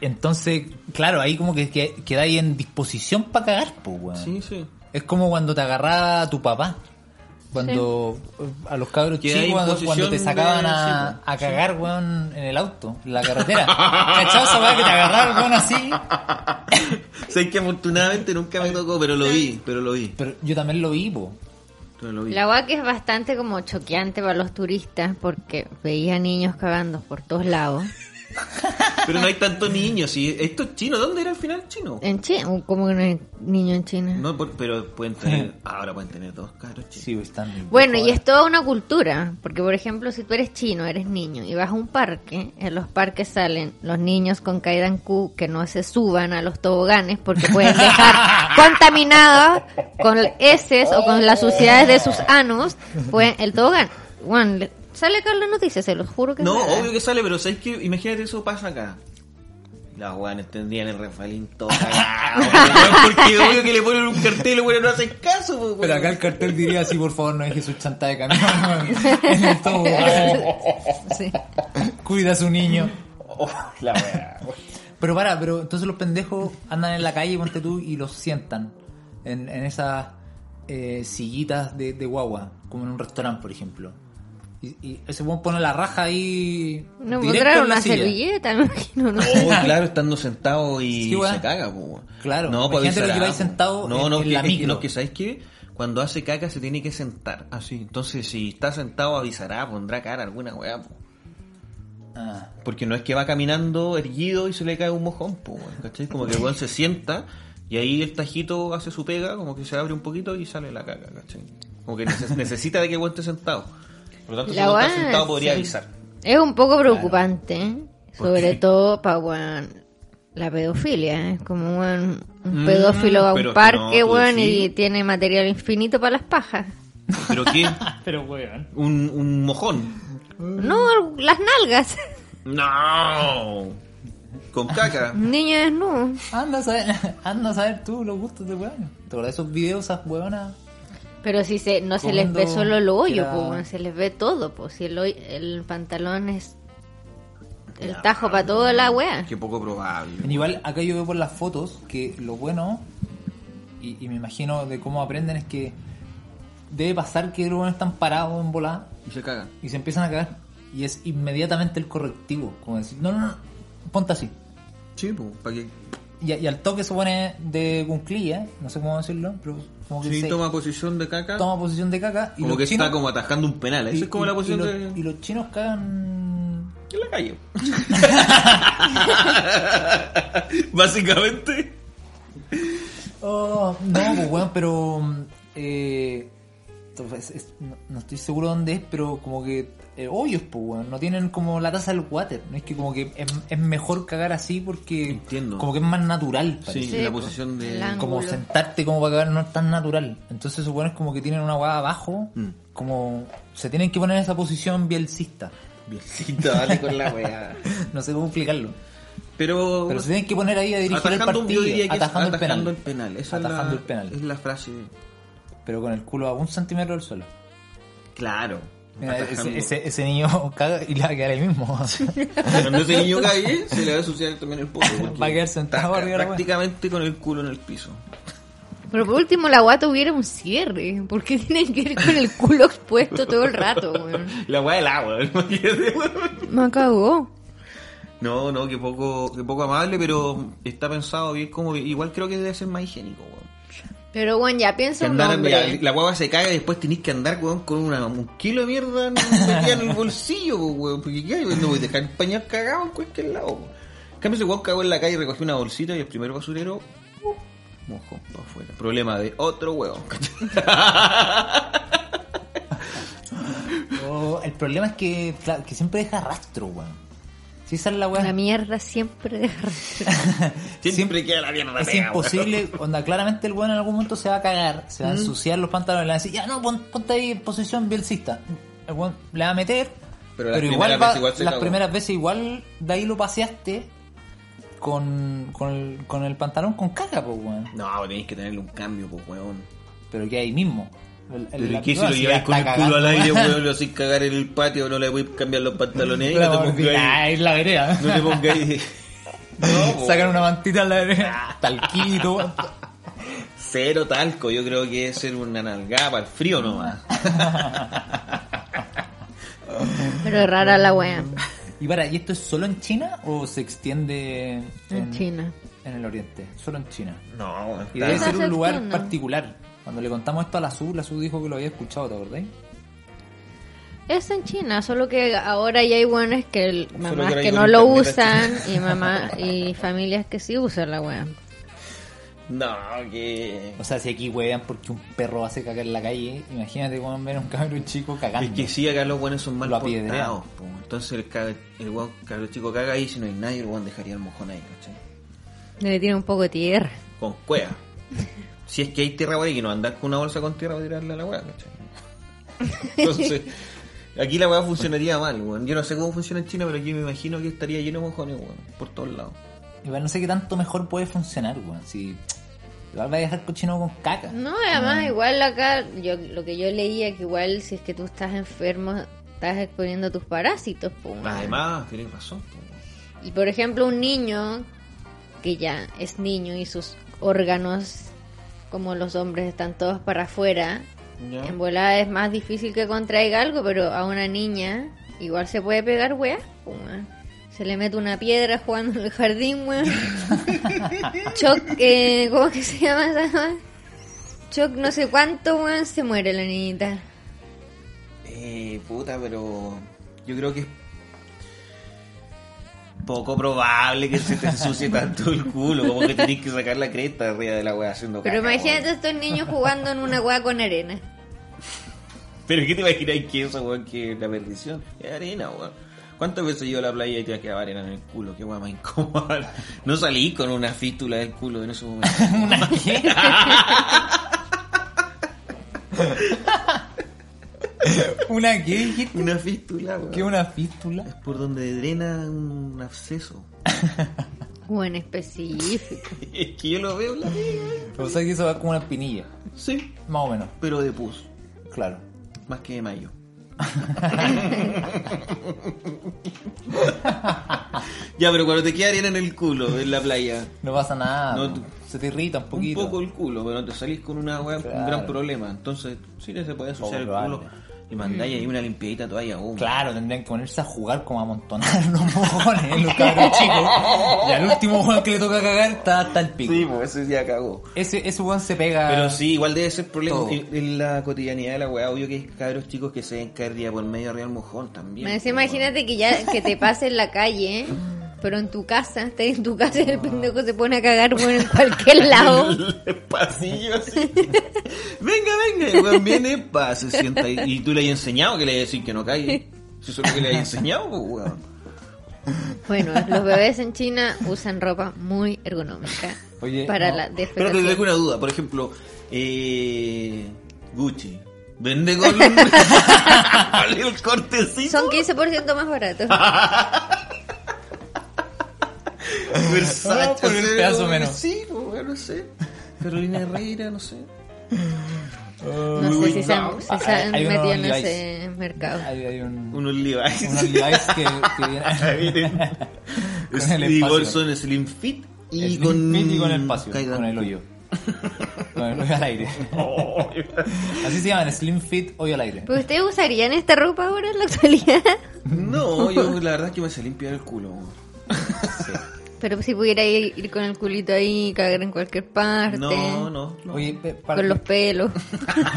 Speaker 3: Entonces, claro, ahí como que, que quedáis en disposición para cagar, pues, weón.
Speaker 4: Sí, sí.
Speaker 3: Es como cuando te agarraba tu papá. Cuando eh, a los cabros
Speaker 4: Que
Speaker 3: chicos,
Speaker 4: hay
Speaker 3: cuando,
Speaker 4: posición
Speaker 3: cuando te sacaban
Speaker 4: de-
Speaker 3: a,
Speaker 4: sí, po,
Speaker 3: a cagar, weón, en el auto, en la carretera. ¿Cachado esa weá que te agarraban, weón, así?
Speaker 4: Sé que afortunadamente nunca me tocó, pero lo vi, pero lo vi.
Speaker 3: Pero yo también lo vi, po.
Speaker 4: Pero lo vi.
Speaker 1: La weá que es bastante como choqueante para los turistas porque veía niños cagando por todos lados.
Speaker 4: Pero no hay tantos niños. Y esto es chino. ¿Dónde era el final chino?
Speaker 1: En China, como que no hay niño en China.
Speaker 4: No, por- pero pueden tener. Ahora pueden tener dos caros chinos.
Speaker 3: Sí, pues, están.
Speaker 1: Bueno, y
Speaker 3: joder.
Speaker 1: es toda una cultura, porque por ejemplo, si tú eres chino, eres niño y vas a un parque, en los parques salen los niños con Kaidan Q que no se suban a los toboganes porque pueden dejar contaminados con heces o con las suciedades de
Speaker 4: Oh.
Speaker 1: sus anos pues, el tobogán. Bueno, le- sale acá en las noticias, se los juro que
Speaker 4: No,
Speaker 1: es verdad.
Speaker 4: obvio que sale, pero ¿sabes qué? Imagínate eso pasa acá. Las weones tendrían el refalín todo cagado, weón, Porque obvio que le ponen un cartel y los weones no hacen caso, po, weón.
Speaker 3: Pero acá el cartel diría así, por favor, no deje su chanta de camión weón, en el tobogán.
Speaker 1: Sí.
Speaker 3: Cuida a su niño.
Speaker 4: Oh, la weá.
Speaker 3: Pero para, pero entonces los pendejos andan en la calle, ponte tú, y los sientan en, en esas eh, sillitas de, de guagua, como en un restaurante, por ejemplo. Y, y ese weón pone la raja ahí.
Speaker 1: No
Speaker 3: directo
Speaker 1: encontraron
Speaker 3: en la
Speaker 1: una
Speaker 3: silla.
Speaker 1: servilleta, me imagino, no sé.
Speaker 4: Oh, claro, estando sentado y
Speaker 3: Sí, weón.
Speaker 4: se caga, po, weón.
Speaker 3: Claro,
Speaker 4: no,
Speaker 3: imagínate
Speaker 4: pues,
Speaker 3: lo que
Speaker 4: avisará,
Speaker 3: vais
Speaker 4: po.
Speaker 3: sentado
Speaker 4: no,
Speaker 3: en-
Speaker 4: no,
Speaker 3: en
Speaker 4: que-
Speaker 3: la
Speaker 4: es que-
Speaker 3: micro.
Speaker 4: no, que sabes que cuando hace caca se tiene que sentar así. Entonces, si está sentado, avisará, pondrá cara alguna weá, po.
Speaker 3: Ah.
Speaker 4: Porque no es que va caminando erguido y se le cae un mojón, po, weón, ¿cachai? Como que el weón se sienta y ahí el tajito hace su pega, como que se abre un poquito y sale la caca, ¿cachai? Como que nece- necesita de que el weón esté sentado. Por lo tanto, si el weón
Speaker 1: weá,
Speaker 4: está sentado podría
Speaker 1: sí.
Speaker 4: avisar.
Speaker 1: Es un poco preocupante, ¿eh? sobre todo para la pedofilia. ¿eh? Es como weón, un
Speaker 4: Mm,
Speaker 1: pedófilo va
Speaker 4: pero
Speaker 1: a un
Speaker 4: es que no,
Speaker 1: parque
Speaker 4: tú
Speaker 1: weón, y
Speaker 4: decís.
Speaker 1: tiene material infinito para las pajas.
Speaker 4: ¿Pero qué?
Speaker 3: Pero weón.
Speaker 4: ¿Un, un mojón?
Speaker 1: No, las nalgas.
Speaker 4: ¡No! Con caca.
Speaker 1: Un niño desnudo.
Speaker 3: Anda a saber, anda a saber tú los gustos de weón. ¿Te acordás de esos videos, esas weonas?
Speaker 1: Pero si se, no se les ve
Speaker 3: Comiendo
Speaker 1: solo el hoyo,
Speaker 3: era-
Speaker 1: po, weón, se les ve todo. Po. Si el, hoy- el pantalón es el tajo para toda la wea.
Speaker 4: Qué poco probable.
Speaker 3: Igual acá yo veo por las fotos que lo bueno, y, y me imagino de cómo aprenden, es que debe pasar que los weones están parados en volada
Speaker 4: Y se caga.
Speaker 3: y se empiezan a cagar. Y es inmediatamente el correctivo. Como decir, no, no, no, ponte así.
Speaker 4: Sí, pues, ¿para qué?
Speaker 3: Y, y al toque se pone de cunclilla, no sé cómo decirlo, pero como que
Speaker 4: Sí,
Speaker 3: se
Speaker 4: toma posición de caca.
Speaker 3: toma posición de caca. Y
Speaker 4: Como
Speaker 3: los
Speaker 4: que
Speaker 3: chinos,
Speaker 4: está como atajando un penal. Esa
Speaker 3: y-
Speaker 4: es como
Speaker 3: y-
Speaker 4: la posición
Speaker 3: y los,
Speaker 4: de...
Speaker 3: y los chinos cagan.
Speaker 4: en la calle. Básicamente.
Speaker 3: Oh, no, pues weón, pero. mm, Eh, entonces, es- no, no estoy seguro dónde es, pero como que. eh, hoyos, pues weón. No tienen como la taza del water. No es que como que es, es mejor cagar así porque.
Speaker 4: Entiendo.
Speaker 3: Como que es más natural,
Speaker 4: Sí,
Speaker 3: parece.
Speaker 4: la
Speaker 1: po.
Speaker 4: posición de-
Speaker 1: El
Speaker 3: Como
Speaker 1: ángulo.
Speaker 3: sentarte como para cagar no es tan natural. Entonces, esos weones como que tienen una guada abajo.
Speaker 4: Mm.
Speaker 3: Como. Se tienen que poner en esa posición bielcista.
Speaker 4: Biencito, dale con la weá.
Speaker 3: No sé cómo explicarlo.
Speaker 4: Pero,
Speaker 3: Pero se tienen que poner ahí a dirigir el
Speaker 4: atajando, un- yo
Speaker 3: partido.
Speaker 4: diría que es
Speaker 3: atajando, el penal.
Speaker 4: Esa
Speaker 3: Atajando
Speaker 4: es la,
Speaker 3: el penal.
Speaker 4: Es la frase.
Speaker 3: Pero con el culo a un centímetro del suelo.
Speaker 4: Claro.
Speaker 3: Mira,
Speaker 4: atajando.
Speaker 3: ese, ese, ese niño caga y le va a quedar ahí mismo.
Speaker 4: Cuando ese niño cae, se le va a ensuciar también el poto. porque
Speaker 3: Va a quedar sentado
Speaker 4: taca,
Speaker 3: arriba de la weá.
Speaker 4: Prácticamente con el culo en el piso.
Speaker 1: Pero por último, la wea tuviera un cierre. porque tienen que ir con el culo expuesto todo el rato? weón?
Speaker 4: La weá del agua, imagínate, weón.
Speaker 1: Me cagó.
Speaker 4: No, no, que poco, que poco amable, pero está pensado bien como. Igual creo que debe ser más higiénico, weón.
Speaker 1: Pero bueno, ya piensa
Speaker 4: Que
Speaker 1: un
Speaker 4: andar- mira,
Speaker 1: hombre.
Speaker 4: la guagua se caga y después tenés que andar, weón, con una, un kilo de mierda en- metida en el bolsillo, po, weón. Porque ¿qué? no voy a dejar el pañal cagado en cualquier lado. po. En cambio, ese weón cagó en la calle, recogió una bolsita y el primer basurero, uh, mojó para afuera. Problema de otro weón.
Speaker 3: Oh, el problema es que, claro, que siempre deja rastro, weón. Si esa es la
Speaker 1: La
Speaker 3: weón.
Speaker 1: mierda siempre deja rastro.
Speaker 4: Siempre, queda la mierda
Speaker 3: Es
Speaker 4: pegada,
Speaker 3: imposible, onda, claramente el weón en algún momento se va a cagar, se va a ensuciar los pantalones, le va a decir, ya no, pon- ponte ahí en posición bielcista. El weón le va a meter, Pero
Speaker 4: Pero, las
Speaker 3: igual,
Speaker 4: primeras
Speaker 3: va-
Speaker 4: veces igual se
Speaker 3: las
Speaker 4: cagó.
Speaker 3: primeras veces igual de ahí lo paseaste con, con, el, con el pantalón con caca, pues, weón.
Speaker 4: No, tenéis que tenerle un cambio, pues, weón.
Speaker 3: Pero que ahí mismo. El- el-
Speaker 4: Pero
Speaker 3: la
Speaker 4: ¿y qué si
Speaker 3: piba
Speaker 4: lo
Speaker 3: sí
Speaker 4: lleváis
Speaker 3: ya
Speaker 4: con el
Speaker 3: está
Speaker 4: culo al
Speaker 3: cagando,
Speaker 4: aire,
Speaker 3: weón.
Speaker 4: weón, lo hacéis cagar en el patio, no le voy a cambiar los pantalones y
Speaker 3: La
Speaker 4: no te
Speaker 3: mordida,
Speaker 4: pongáis.
Speaker 3: en la vereda.
Speaker 4: No te pongáis. No, po. Ah.
Speaker 3: Sacan una mantita en la vereda. Talquito, weón.
Speaker 4: Cero talco, yo creo que es ser una nalgada para el frío nomás.
Speaker 1: Pero es rara la wea.
Speaker 3: Y para, ¿y esto es solo en China o se extiende
Speaker 1: En China.
Speaker 3: En el oriente, solo en China.
Speaker 4: No,
Speaker 3: Y debe
Speaker 4: está-
Speaker 1: Quizás
Speaker 3: ser
Speaker 1: se
Speaker 3: un lugar
Speaker 1: extiende.
Speaker 3: particular. Cuando le contamos esto a la SU, la SU dijo que lo había escuchado, ¿te acordáis?
Speaker 1: Es en China, solo que ahora ya hay buenas que el-
Speaker 4: Solo
Speaker 1: mamás
Speaker 4: que ahora
Speaker 1: que,
Speaker 4: hay
Speaker 1: no
Speaker 4: con
Speaker 1: lo
Speaker 4: internet.
Speaker 1: usan y mamá y familias que sí usan la wea.
Speaker 4: no, que.
Speaker 3: O sea, si aquí huevean porque un perro hace cagar en la calle, imagínate cómo ver a un cabrón chico cagando.
Speaker 4: Es que sí, acá los buenos son mal
Speaker 3: Lo apiedrean.
Speaker 4: portados. po. Entonces el, caga, el guan- cabrón chico caga ahí, si no hay nadie, el guan dejaría el mojón ahí, ¿cachai?
Speaker 1: Le tiene un poco de tierra.
Speaker 4: Con cueva. si es que hay tierra por ahí, que no andar con una bolsa con tierra para tirarla a la hueá, ¿cachai? Entonces, aquí la hueá funcionaría mal, weón. Yo no sé cómo funciona en China, pero aquí me imagino que estaría lleno de mojones, weón, por todos lados.
Speaker 3: Igual no sé qué tanto mejor puede funcionar, weón. Si. Igual va a dejar cochino con caca.
Speaker 1: No, además igual acá, yo, lo que yo leía que igual si es que tú estás enfermo, estás exponiendo tus parásitos. po, weón.
Speaker 4: Además, tienes razón, po, weón.
Speaker 1: Y por ejemplo, un niño que ya es niño y sus órganos, como los hombres, están todos para afuera,
Speaker 4: Ya.
Speaker 1: en volada es más difícil que contraiga algo, pero a una niña igual se puede pegar, weá. po, weón. Se le mete una piedra jugando en el jardín, weón. Choc, eh, ¿cómo que se llama esa? weá? Choc no sé cuánto, weón, se muere la niñita.
Speaker 4: Eh, puta, pero yo creo que es poco probable que se te ensucie tanto el culo, como que tenés que sacar la cresta arriba de la weá haciendo
Speaker 1: Pero
Speaker 4: caca,
Speaker 1: imagínate a
Speaker 4: weón.
Speaker 1: estos niños jugando en una weá con arena.
Speaker 4: Pero ¿qué te imaginas que eso, weón, que la perdición? Es arena, weón. ¿Cuántas veces he ido a la playa y te va a quedar arena en el culo? Qué weá más incómoda. No salí con una fístula del culo en esos momentos.
Speaker 3: ¿Una qué? ¿Una qué? dijiste?
Speaker 4: Una fístula, weón.
Speaker 3: ¿Qué una fístula?
Speaker 4: Es por donde drena un absceso.
Speaker 1: Buen específico.
Speaker 4: es que yo lo veo en la vida.
Speaker 3: O sea que eso va como una espinilla.
Speaker 4: Sí,
Speaker 3: Más o menos,
Speaker 4: pero de pus.
Speaker 3: claro.
Speaker 4: Más que de mayo. ya, pero cuando te queda arena en el culo, en la playa,
Speaker 3: No pasa nada.
Speaker 4: No,
Speaker 3: po.
Speaker 4: tú-
Speaker 3: se te irrita un poquito.
Speaker 4: un poco el culo, pero te salís con una weá, un
Speaker 3: Claro.
Speaker 4: gran problema. Entonces, sí te se puede ensuciar el
Speaker 3: Poco
Speaker 4: culo
Speaker 3: probable.
Speaker 4: y mandáis ahí una limpiadita uh, todavía aún.
Speaker 3: Claro, tendrían que ponerse a jugar como a amontonar los mojones, los cabros chicos. Y al último weón que le toca cagar está hasta el pico.
Speaker 4: Sí, pues eso ya cagó.
Speaker 3: Ese, ese weón se pega.
Speaker 4: Pero sí, igual debe ser problema
Speaker 3: Todo.
Speaker 4: en, en la cotidianidad de la weá. Obvio que hay cabros chicos que se ven caer día por medio arriba del mojón también.
Speaker 1: Me decía,
Speaker 4: pues,
Speaker 1: imagínate que ya que te pase en la calle, ¿eh? pero en tu casa, estás en tu casa
Speaker 3: Ah.
Speaker 1: y el pendejo se pone a cagar bueno, en cualquier lado.
Speaker 4: el pasillo así. venga, venga, el weón viene, pa, se sienta ahí. Y tú le has enseñado que le hay decir que no caiga. Si solo que le has enseñado, pues, weón.
Speaker 1: Bueno, los bebés en China usan ropa muy ergonómica
Speaker 3: Oye,
Speaker 1: para
Speaker 3: no.
Speaker 1: la
Speaker 4: Pero te tengo
Speaker 1: defecación.
Speaker 4: una duda, por ejemplo, eh, Gucci. Vende con un... ¿Cuál es el cortecito?
Speaker 1: Son 15% más baratos.
Speaker 4: Versace.
Speaker 3: Ah, por un
Speaker 4: sí,
Speaker 3: pedazo
Speaker 4: weón,
Speaker 3: menos.
Speaker 4: Sí, pues, weón, no sé. Carolina Herrera, no sé.
Speaker 1: No sé si se han, si se han
Speaker 3: Hay unos
Speaker 1: metido en
Speaker 3: Levi's.
Speaker 1: ese mercado.
Speaker 3: Hay, hay un,
Speaker 4: Unos Levi's.
Speaker 3: unos Levi's que, que vienen. con el
Speaker 4: Steve
Speaker 3: espacio.
Speaker 4: Olson, Slim Fit y
Speaker 3: Slim
Speaker 4: con...
Speaker 3: fit y con el espacio,
Speaker 4: Kaidan.
Speaker 3: con el hoyo. con el hoyo al aire. Así se llaman, Slim Fit, hoyo al aire.
Speaker 1: ¿Pero ustedes usarían esta ropa ahora en la actualidad?
Speaker 4: No, yo la verdad es que me sé limpiar el culo. weón.
Speaker 1: Pero si pudiera ir, ir con el culito ahí, cagar en cualquier parte,
Speaker 4: No, no. no.
Speaker 3: Oye, pe- para-
Speaker 1: con los pelos.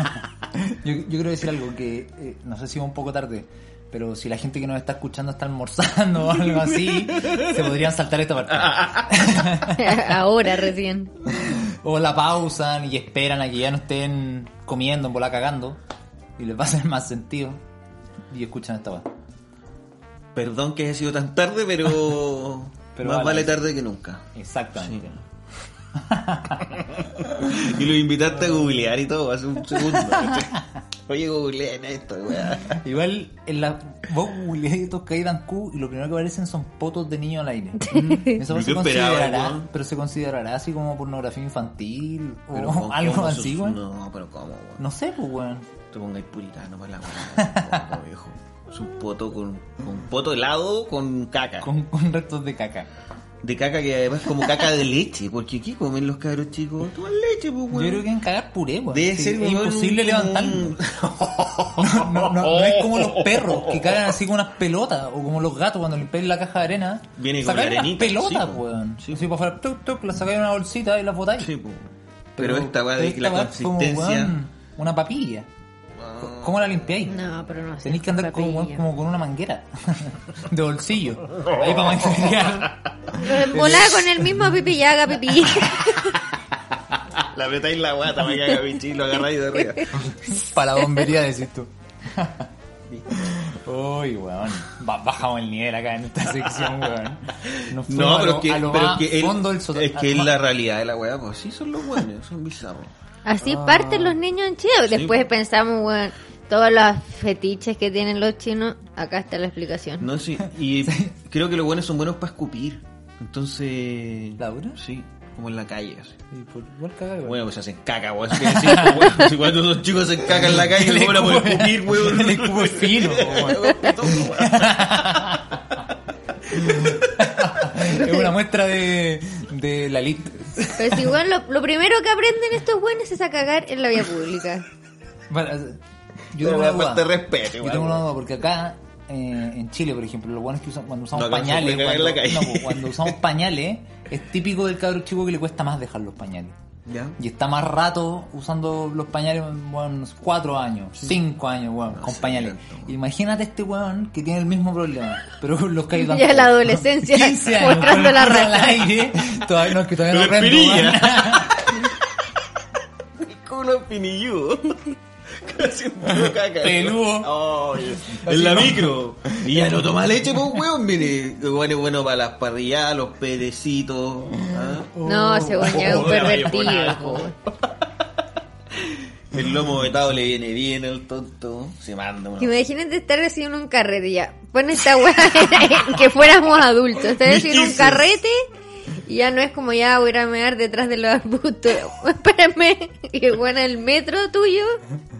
Speaker 3: Yo, yo quiero decir algo que eh, no sé si va un poco tarde, pero si la gente que nos está escuchando está almorzando o algo así, se podrían saltar esta parte.
Speaker 1: ahora recién.
Speaker 3: O la pausan y esperan a que ya no estén comiendo, en bola cagando, y les va a hacer más sentido. Y escuchan esta parte.
Speaker 4: Perdón que haya sido tan tarde, pero,
Speaker 3: Pero
Speaker 4: más
Speaker 3: vale.
Speaker 4: vale tarde que nunca.
Speaker 3: Exactamente.
Speaker 4: y lo invitaste a googlear y todo, hace un segundo. Oye, googleen esto, weá.
Speaker 3: Igual en la vos googleás y estos caídas en Q y lo primero que aparecen son fotos de niños al aire. Mm. Eso
Speaker 4: Yo
Speaker 3: se
Speaker 4: esperaba,
Speaker 3: considerará,
Speaker 4: weón.
Speaker 3: pero se considerará así como pornografía infantil o
Speaker 4: Pero ¿cómo-
Speaker 3: Oh, algo
Speaker 4: cómo
Speaker 3: así,
Speaker 4: sos-
Speaker 3: weón. No.
Speaker 4: No, pero ¿cómo, weón?
Speaker 3: sé, pues weón.
Speaker 4: Te pongáis puritano para la weá. Como viejo. Es un poto con, con poto helado con caca.
Speaker 3: Con, con restos de caca.
Speaker 4: De caca que además es como caca de leche. Porque ¿qué comen los cabros chicos? Toman leche, pues, weón.
Speaker 3: Yo creo que en cagar puré, weón.
Speaker 4: Debe
Speaker 3: Sí,
Speaker 4: ser,
Speaker 3: es
Speaker 4: weón,
Speaker 3: imposible
Speaker 4: un-
Speaker 3: levantarlo. No, no, no, no es como los perros que cagan así con unas pelotas o como los gatos cuando limpian la caja de arena.
Speaker 4: Viene con
Speaker 3: Sacáis unas
Speaker 4: la arenita,
Speaker 3: pelotas,
Speaker 4: sí, po.
Speaker 3: weón.
Speaker 4: Sí,
Speaker 3: Así para afuera, tuc, tuc, las sacáis en una bolsita y las botáis.
Speaker 4: Sí, pues. Pero, esta weá de que la
Speaker 3: esta weá es como,
Speaker 4: consistencia. Ah.
Speaker 3: weón, una papilla. ¿Cómo la limpiáis?
Speaker 1: No, pero no sé.
Speaker 3: Tenéis que andar como,
Speaker 1: papilla.
Speaker 3: como con una manguera de bolsillo. Ahí para manguerear.
Speaker 1: Eh, Volá con el mismo pipillaga, pipi.
Speaker 4: La Ah, apretáis la guata para que haga bichí y lo agarráis de arriba.
Speaker 3: Para la bombería, decís tú. Uy, weón. Ba- Bajamos el nivel acá en esta sección, weón. Nos fuimos
Speaker 4: No,
Speaker 3: a
Speaker 4: pero
Speaker 3: lo-
Speaker 4: es que,
Speaker 3: a lo
Speaker 4: pero es
Speaker 3: más
Speaker 4: que él-
Speaker 3: fondo del sota-
Speaker 4: es que
Speaker 3: a
Speaker 4: es
Speaker 3: lo
Speaker 4: la
Speaker 3: más-
Speaker 4: realidad de la weá, pues sí son los buenos, son bizarros.
Speaker 1: Así
Speaker 3: Ah.
Speaker 1: parten los niños en Chile. Después pensamos, bueno, todos los fetiches que tienen los chinos, acá está la explicación.
Speaker 4: No, sí, y creo que los buenos son buenos para escupir. Entonces.
Speaker 3: ¿Laura?
Speaker 4: Sí, como en la calle. así.
Speaker 3: Y por- igual cagar, weón.
Speaker 4: Bueno, pues hacen caca, weón. Eso quiere decir, pues, weón, Si cuando los chicos hacen caca en la calle,
Speaker 3: Le
Speaker 4: le cobran por
Speaker 3: escupe-
Speaker 4: escupir, weón.
Speaker 3: le escupe fino, weón. Es una muestra de, de la lit.
Speaker 1: Pero si, bueno, lo, lo primero que aprenden estos buenos es a cagar en la vía pública.
Speaker 3: Para- eh, Yo
Speaker 4: Pero
Speaker 3: tengo una
Speaker 4: la falta de
Speaker 3: duda.
Speaker 4: respeto,
Speaker 3: Yo
Speaker 4: igual,
Speaker 3: tengo una
Speaker 4: weón.
Speaker 3: duda porque acá eh, en Chile, por ejemplo, lo bueno es que usan- cuando usamos
Speaker 4: No, acá no se
Speaker 3: pañales,
Speaker 4: puede cagar
Speaker 3: cuando,
Speaker 4: en la calle.
Speaker 3: no, pues, cuando usamos pañales, es típico del cabro chico que le cuesta más dejar los pañales.
Speaker 4: ¿Ya?
Speaker 3: Y está más rato usando los pañales, weón, unos cuatro años, cinco años, weón, con
Speaker 4: sí,
Speaker 3: pañales.
Speaker 4: tanto, weón.
Speaker 3: Imagínate este weón que tiene el mismo problema, pero con los caídos.
Speaker 1: Ya la adolescencia,
Speaker 3: 15 años,
Speaker 1: mostrando
Speaker 3: con
Speaker 1: la
Speaker 3: el culo
Speaker 1: raja.
Speaker 3: al aire. Todavía no, es que todavía no
Speaker 4: Pero
Speaker 3: aprendo,
Speaker 4: espinilla.
Speaker 3: weón.
Speaker 4: Culo pinilludo. Casi un puro caca.
Speaker 3: Peludo.
Speaker 4: Ay, en la micro. Y ya no toma leche, pues, weón. Mire, bueno, bueno para las parrilladas, los perecitos. ¿ah?
Speaker 1: No, ese weón ya es un
Speaker 4: Oh, la vaya
Speaker 1: pervertido.
Speaker 4: volada,
Speaker 1: po.
Speaker 4: El lomo vetado le viene bien al tonto. Se manda una.
Speaker 1: Imagínate estar así en un carrete ya. Pon esta weá en que fuéramos adultos. Estar así en un
Speaker 4: Mellizos.
Speaker 1: carrete y ya no es como ya voy a ir a mear detrás de los arbustos. Espérame, que bueno, el metro tuyo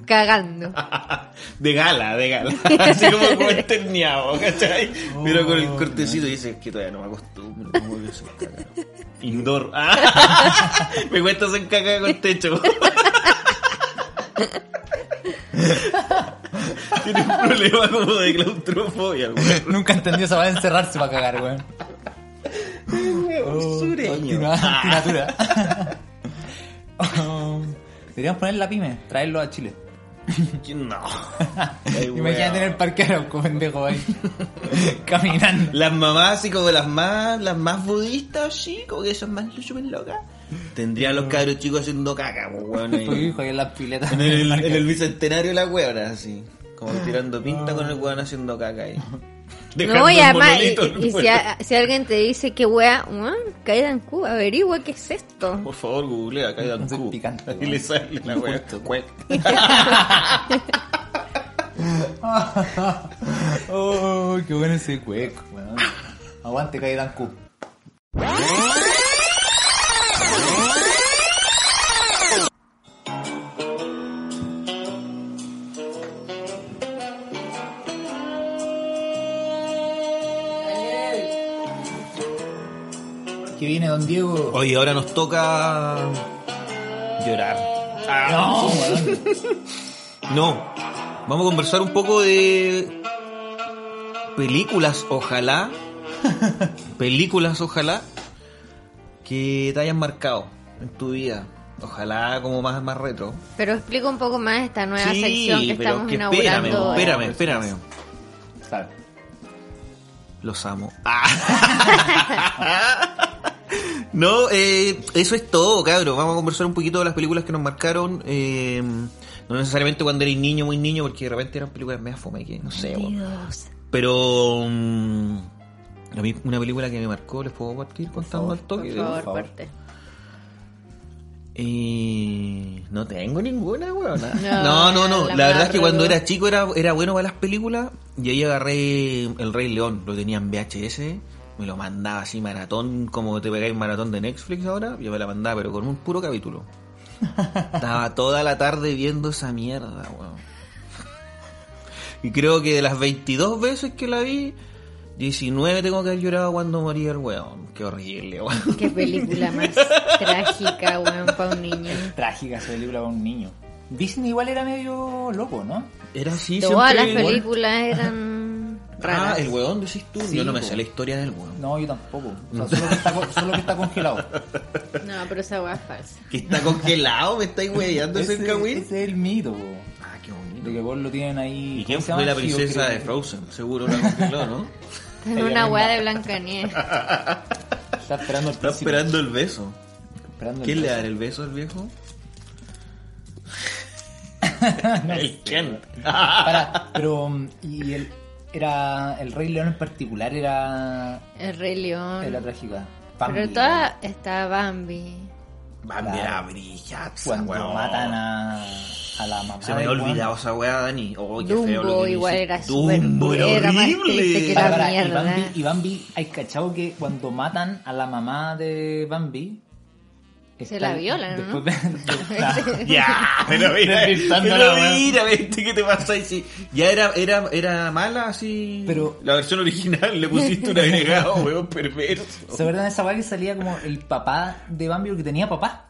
Speaker 1: cagando.
Speaker 4: De gala, de gala. Así como, como esterneado, ¿cachai? Pero con el cortecito y dice que todavía no me acostumbro. ¿Cómo voy a hacer caca? Indoor. Ah, me cuesta hacer caca con techo. Tiene un problema como de claustrofobia, güey.
Speaker 3: Nunca entendió esa va a encerrarse para cagar, weón. Oh, antina-
Speaker 4: Ah.
Speaker 3: antinatura. Oh, Deberíamos poner la pyme, traerlo a Chile.
Speaker 4: Ah, No.
Speaker 3: Imagínate en el parque Arauco, pendejo, ahí. Caminando.
Speaker 4: Las mamás así como las más, las más budistas, sí, como que son más súper locas. Tendrían los cabros chicos haciendo caca, pues, weón, ahí.
Speaker 3: Tu hijo ahí en las piletas.
Speaker 4: En el, en el bicentenario de las huevas, así. Como tirando pinta con el weón haciendo caca ahí.
Speaker 1: No,
Speaker 4: Ah. Dejando
Speaker 1: y
Speaker 4: el
Speaker 1: además,
Speaker 4: monolito en
Speaker 1: y,
Speaker 4: el
Speaker 1: y si,
Speaker 4: suelo.
Speaker 1: a- si alguien te dice que weá, weón, caída en Cuba, averigua qué es esto.
Speaker 4: Por favor, googlea, acá hay un
Speaker 3: Soy
Speaker 4: cu.
Speaker 3: picante,
Speaker 4: Y le sale la wea. Cue-
Speaker 3: Oh, qué bueno ese cueco, weón. Aguante, cae Dan Q. Que viene Don Diego.
Speaker 4: Oye, ahora nos toca llorar. Ah,
Speaker 3: No, weón.
Speaker 4: no. Vamos a conversar un poco de películas, ojalá. películas, ojalá. Que te hayan marcado en tu vida. Ojalá como más, más retro.
Speaker 1: Pero explica un poco más esta nueva sección que
Speaker 4: pero
Speaker 1: estamos
Speaker 4: que
Speaker 1: inaugurando.
Speaker 4: espérame,
Speaker 1: hoy.
Speaker 4: espérame, espérame.
Speaker 3: Claro.
Speaker 4: Los amo. Ah. no, eh, eso es todo, cabrón. Vamos a conversar un poquito de las películas que nos marcaron. eh, no necesariamente cuando eres niño, muy niño, porque de repente eran películas mega fome, que no sé. weón.
Speaker 1: Dios.
Speaker 4: Pero... mm, a mí una película que me marcó, les puedo partir contando
Speaker 3: favor,
Speaker 4: al toque.
Speaker 1: Por favor,
Speaker 3: favor.
Speaker 1: parte.
Speaker 4: Eh, no tengo ninguna, weón.
Speaker 1: No,
Speaker 4: No, no, no. La,
Speaker 1: la más
Speaker 4: verdad es que cuando
Speaker 1: ruda.
Speaker 4: era chico era, era bueno para las películas. Y ahí agarré El Rey León. Lo tenía en VHS. Me lo mandaba así maratón, como te pegáis maratón de Netflix ahora. Yo me la mandaba, pero con un puro capítulo. Estaba toda la tarde viendo esa mierda, weón. Y creo que de las 22 veces que la vi, 19 tengo que haber llorado cuando moría el weón. Qué horrible, weón.
Speaker 1: Qué película más trágica, weón, para un niño.
Speaker 3: Trágica esa película para un niño. Disney igual era medio loco, ¿no?
Speaker 4: Era así,
Speaker 1: Todas las
Speaker 4: siempre igual.
Speaker 1: películas eran
Speaker 4: Ah,
Speaker 1: raras.
Speaker 4: el weón decís tú.
Speaker 3: Sí,
Speaker 4: Yo no me
Speaker 3: po.
Speaker 4: sé la historia del weón.
Speaker 3: No, yo tampoco. O sea, solo, que está, co- solo que está congelado.
Speaker 1: No, pero esa weá es falsa.
Speaker 4: Que está congelado, me estáis weyando ese
Speaker 3: ese
Speaker 4: Kawin.
Speaker 3: es el mito, po.
Speaker 4: Ah, qué
Speaker 3: Lo
Speaker 4: bonito.
Speaker 3: que vos lo tienen ahí.
Speaker 4: ¿Y quién
Speaker 3: ¿cómo se
Speaker 4: fue
Speaker 3: llama?
Speaker 4: la princesa
Speaker 3: Geo,
Speaker 4: de
Speaker 3: creo.
Speaker 4: Frozen? Seguro la congeló, ¿no?
Speaker 1: En
Speaker 3: Ella
Speaker 1: una weá
Speaker 3: misma.
Speaker 1: de Blancanieves.
Speaker 3: Está esperando el
Speaker 4: Está
Speaker 3: príncipe.
Speaker 4: esperando el beso.
Speaker 3: Esperando el
Speaker 4: ¿Quién le
Speaker 3: beso.
Speaker 4: dará el beso al viejo? El Kent.
Speaker 3: Pará, pero. um, Y el, era. El Rey León en particular era.
Speaker 1: El Rey León.
Speaker 3: Era trágica.
Speaker 1: Pero
Speaker 3: Bambi,
Speaker 1: toda está Bambi.
Speaker 4: Bambi era brillante, esa
Speaker 3: Cuando
Speaker 4: weón.
Speaker 3: matan a. A la mamá.
Speaker 4: Se me había
Speaker 3: del weón.
Speaker 4: olvidado esa weá, Dani. Oh, qué feo lo
Speaker 1: Dumbo
Speaker 4: que
Speaker 1: igual
Speaker 4: dice.
Speaker 1: era súper
Speaker 4: Dumbo era
Speaker 1: era más triste que
Speaker 4: horrible.
Speaker 1: la
Speaker 3: Pará, pará, y
Speaker 1: mierda.
Speaker 3: Bambi, y Bambi, hay cachado que cuando matan a la mamá de Bambi.
Speaker 1: Se la violan, ¿no?
Speaker 3: después de-
Speaker 4: Ya, pero mira,
Speaker 3: Despistando
Speaker 4: pero
Speaker 3: la weá.
Speaker 4: mira, viste qué te pasa y si ya era, era, era mala así.
Speaker 3: Pero-
Speaker 4: la versión original le pusiste un agregado, weón, perverso.
Speaker 3: ¿Se acuerdan de esa weá que salía como el papá de Bambi porque tenía papá?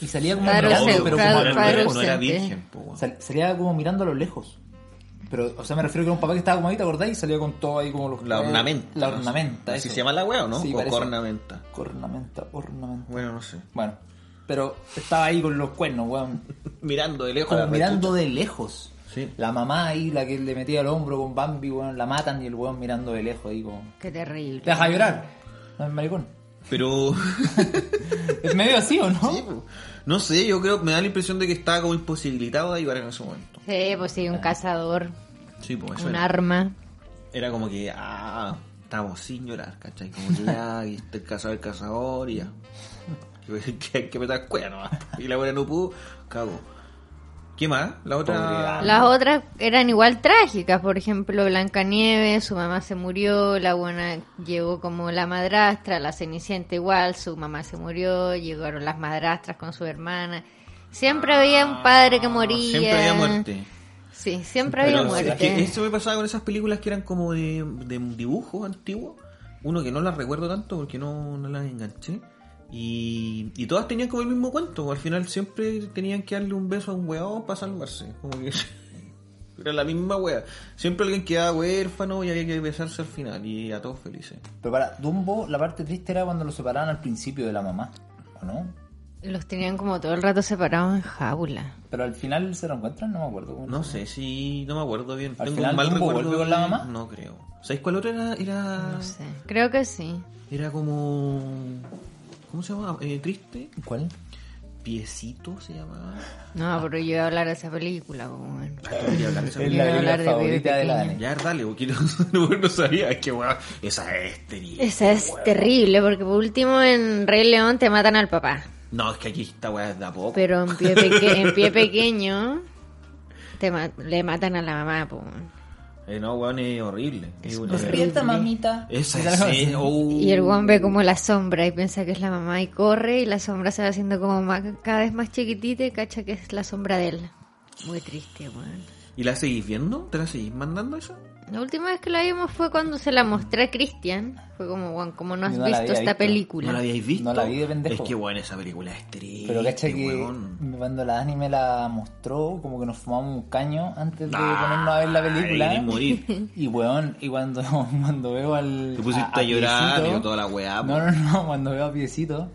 Speaker 3: Y salía como
Speaker 1: Padre
Speaker 3: mirando,
Speaker 1: ausente,
Speaker 3: pero
Speaker 1: padre-
Speaker 3: como
Speaker 4: no,
Speaker 1: padre
Speaker 4: era, no era
Speaker 1: ausente.
Speaker 4: virgen, po, weón.
Speaker 3: sal- salía como mirando a lo lejos. Pero, o sea, me refiero que era un papá que estaba como ahí, ¿te acordás? Y salía con todo ahí como los...
Speaker 4: La ornamenta.
Speaker 3: La
Speaker 4: no sé.
Speaker 3: ornamenta,
Speaker 4: ¿Así
Speaker 3: eso.
Speaker 4: se llama la weá o no?
Speaker 3: Sí,
Speaker 4: o
Speaker 3: parece.
Speaker 4: cornamenta.
Speaker 3: Cornamenta, ornamenta.
Speaker 4: Bueno, no sé.
Speaker 3: Bueno, pero estaba ahí con los cuernos, weón.
Speaker 4: Mirando de lejos.
Speaker 3: Como
Speaker 4: Ah, la
Speaker 3: mirando de lejos.
Speaker 4: Sí.
Speaker 3: La mamá ahí, la que le metía el hombro con Bambi, weón, la matan y el weón mirando de lejos ahí como...
Speaker 1: Qué terrible.
Speaker 3: Te deja llorar. No es maricón.
Speaker 4: rechucha. Pero.
Speaker 3: Es medio así, ¿o no?
Speaker 4: no sé, yo creo, me da la impresión de que estaba como imposibilitado de ayudar en ese momento.
Speaker 1: Sí, pues sí, un cazador,
Speaker 4: Sí, pues Ah. eso
Speaker 1: un
Speaker 4: era.
Speaker 1: arma.
Speaker 4: Era como que, ah, estamos sin llorar, ¿cachai? Como que, ah, y está el cazador, el cazador, y ya. Que, que, que meter cueva nomás. ah. Y la buena no pudo, cago. ¿Qué más? La otra.
Speaker 3: Pobre
Speaker 1: Las otras eran igual trágicas, por ejemplo, Blancanieves, su mamá se murió, la buena llegó como la madrastra, la Cenicienta igual, su mamá se murió, llegaron las madrastras con su hermana. Siempre había un padre que moría.
Speaker 4: Ah, Siempre había muerte.
Speaker 1: Sí, siempre
Speaker 4: Pero
Speaker 1: había
Speaker 4: no sé,
Speaker 1: muerte.
Speaker 4: es que eso me pasaba con esas películas que eran como de, de un dibujo antiguo. Uno que no las recuerdo tanto porque no, no las enganché. Y, y todas tenían como el mismo cuento. Al final siempre tenían que darle un beso a un weón para salvarse. Como que era la misma wea. Siempre alguien quedaba huérfano y había que besarse al final. Y a todos felices.
Speaker 3: Pero para Dumbo, la parte triste era cuando lo separaban al principio de la mamá, ¿o no?
Speaker 1: Los tenían como todo el rato separados en jaula.
Speaker 3: Pero al final se reencuentran, no me acuerdo. cómo
Speaker 4: No
Speaker 3: se
Speaker 4: sé si no me acuerdo bien.
Speaker 3: Al
Speaker 4: Tengo
Speaker 3: final
Speaker 4: un mal
Speaker 3: Dumbo
Speaker 4: recuerdo.
Speaker 3: vuelve con la
Speaker 4: de-
Speaker 3: mamá.
Speaker 4: No creo. ¿Sabéis cuál otra era? Era,
Speaker 1: No sé, creo que sí.
Speaker 4: era como. ¿Cómo se llama? Eh, triste.
Speaker 3: llama. ¿Cuál?
Speaker 4: Piecito se llamaba.
Speaker 1: No, pero yo iba a hablar de esa película. pues, bueno.
Speaker 4: Ah, esto quería hablar de esa
Speaker 3: Es
Speaker 1: Yo
Speaker 4: película.
Speaker 3: la
Speaker 1: iba
Speaker 3: película
Speaker 1: a hablar de
Speaker 3: favorita
Speaker 1: Bebé
Speaker 3: de la
Speaker 1: Pequeño.
Speaker 3: Dani.
Speaker 4: Ya, dale, porque no, no sabía. Es que, weón, esa es terrible.
Speaker 1: Esa es terrible, porque por último en Rey León te matan al papá.
Speaker 4: No, es que aquí esta weá es de a poco.
Speaker 1: Pero en pie, peque- en pie pequeño te ma- le matan a la mamá. po.
Speaker 4: Eh, no, weón, es horrible. Es una-
Speaker 1: Despierta,
Speaker 3: mamita.
Speaker 4: Esa es. oh.
Speaker 1: Y el guan ve como la sombra y piensa que es la mamá y corre y la sombra se va haciendo como más- cada vez más chiquitita y cacha que es la sombra de él. Muy triste, weón.
Speaker 4: ¿Y la seguís viendo? ¿Te la seguís mandando esa?
Speaker 1: La última vez que la vimos fue cuando se la mostré a Cristian. Fue como, weón, como no has
Speaker 3: Yo no la
Speaker 1: visto
Speaker 3: había
Speaker 1: esta
Speaker 3: visto.
Speaker 1: película.
Speaker 4: ¿No la habíais visto?
Speaker 3: No la vi de pendejo.
Speaker 4: Es que, weón, esa película es triste.
Speaker 3: Pero cacha que
Speaker 4: weón.
Speaker 3: cuando la Dani me la mostró, como que nos fumamos un caño antes de
Speaker 4: Ah,
Speaker 3: ponernos a ver la
Speaker 4: querés
Speaker 3: película.
Speaker 4: morir.
Speaker 3: Y weón, y cuando, cuando veo al.
Speaker 4: Te pusiste a llorar, digo, toda la weá, po.
Speaker 3: No, no, no, cuando veo a Piecito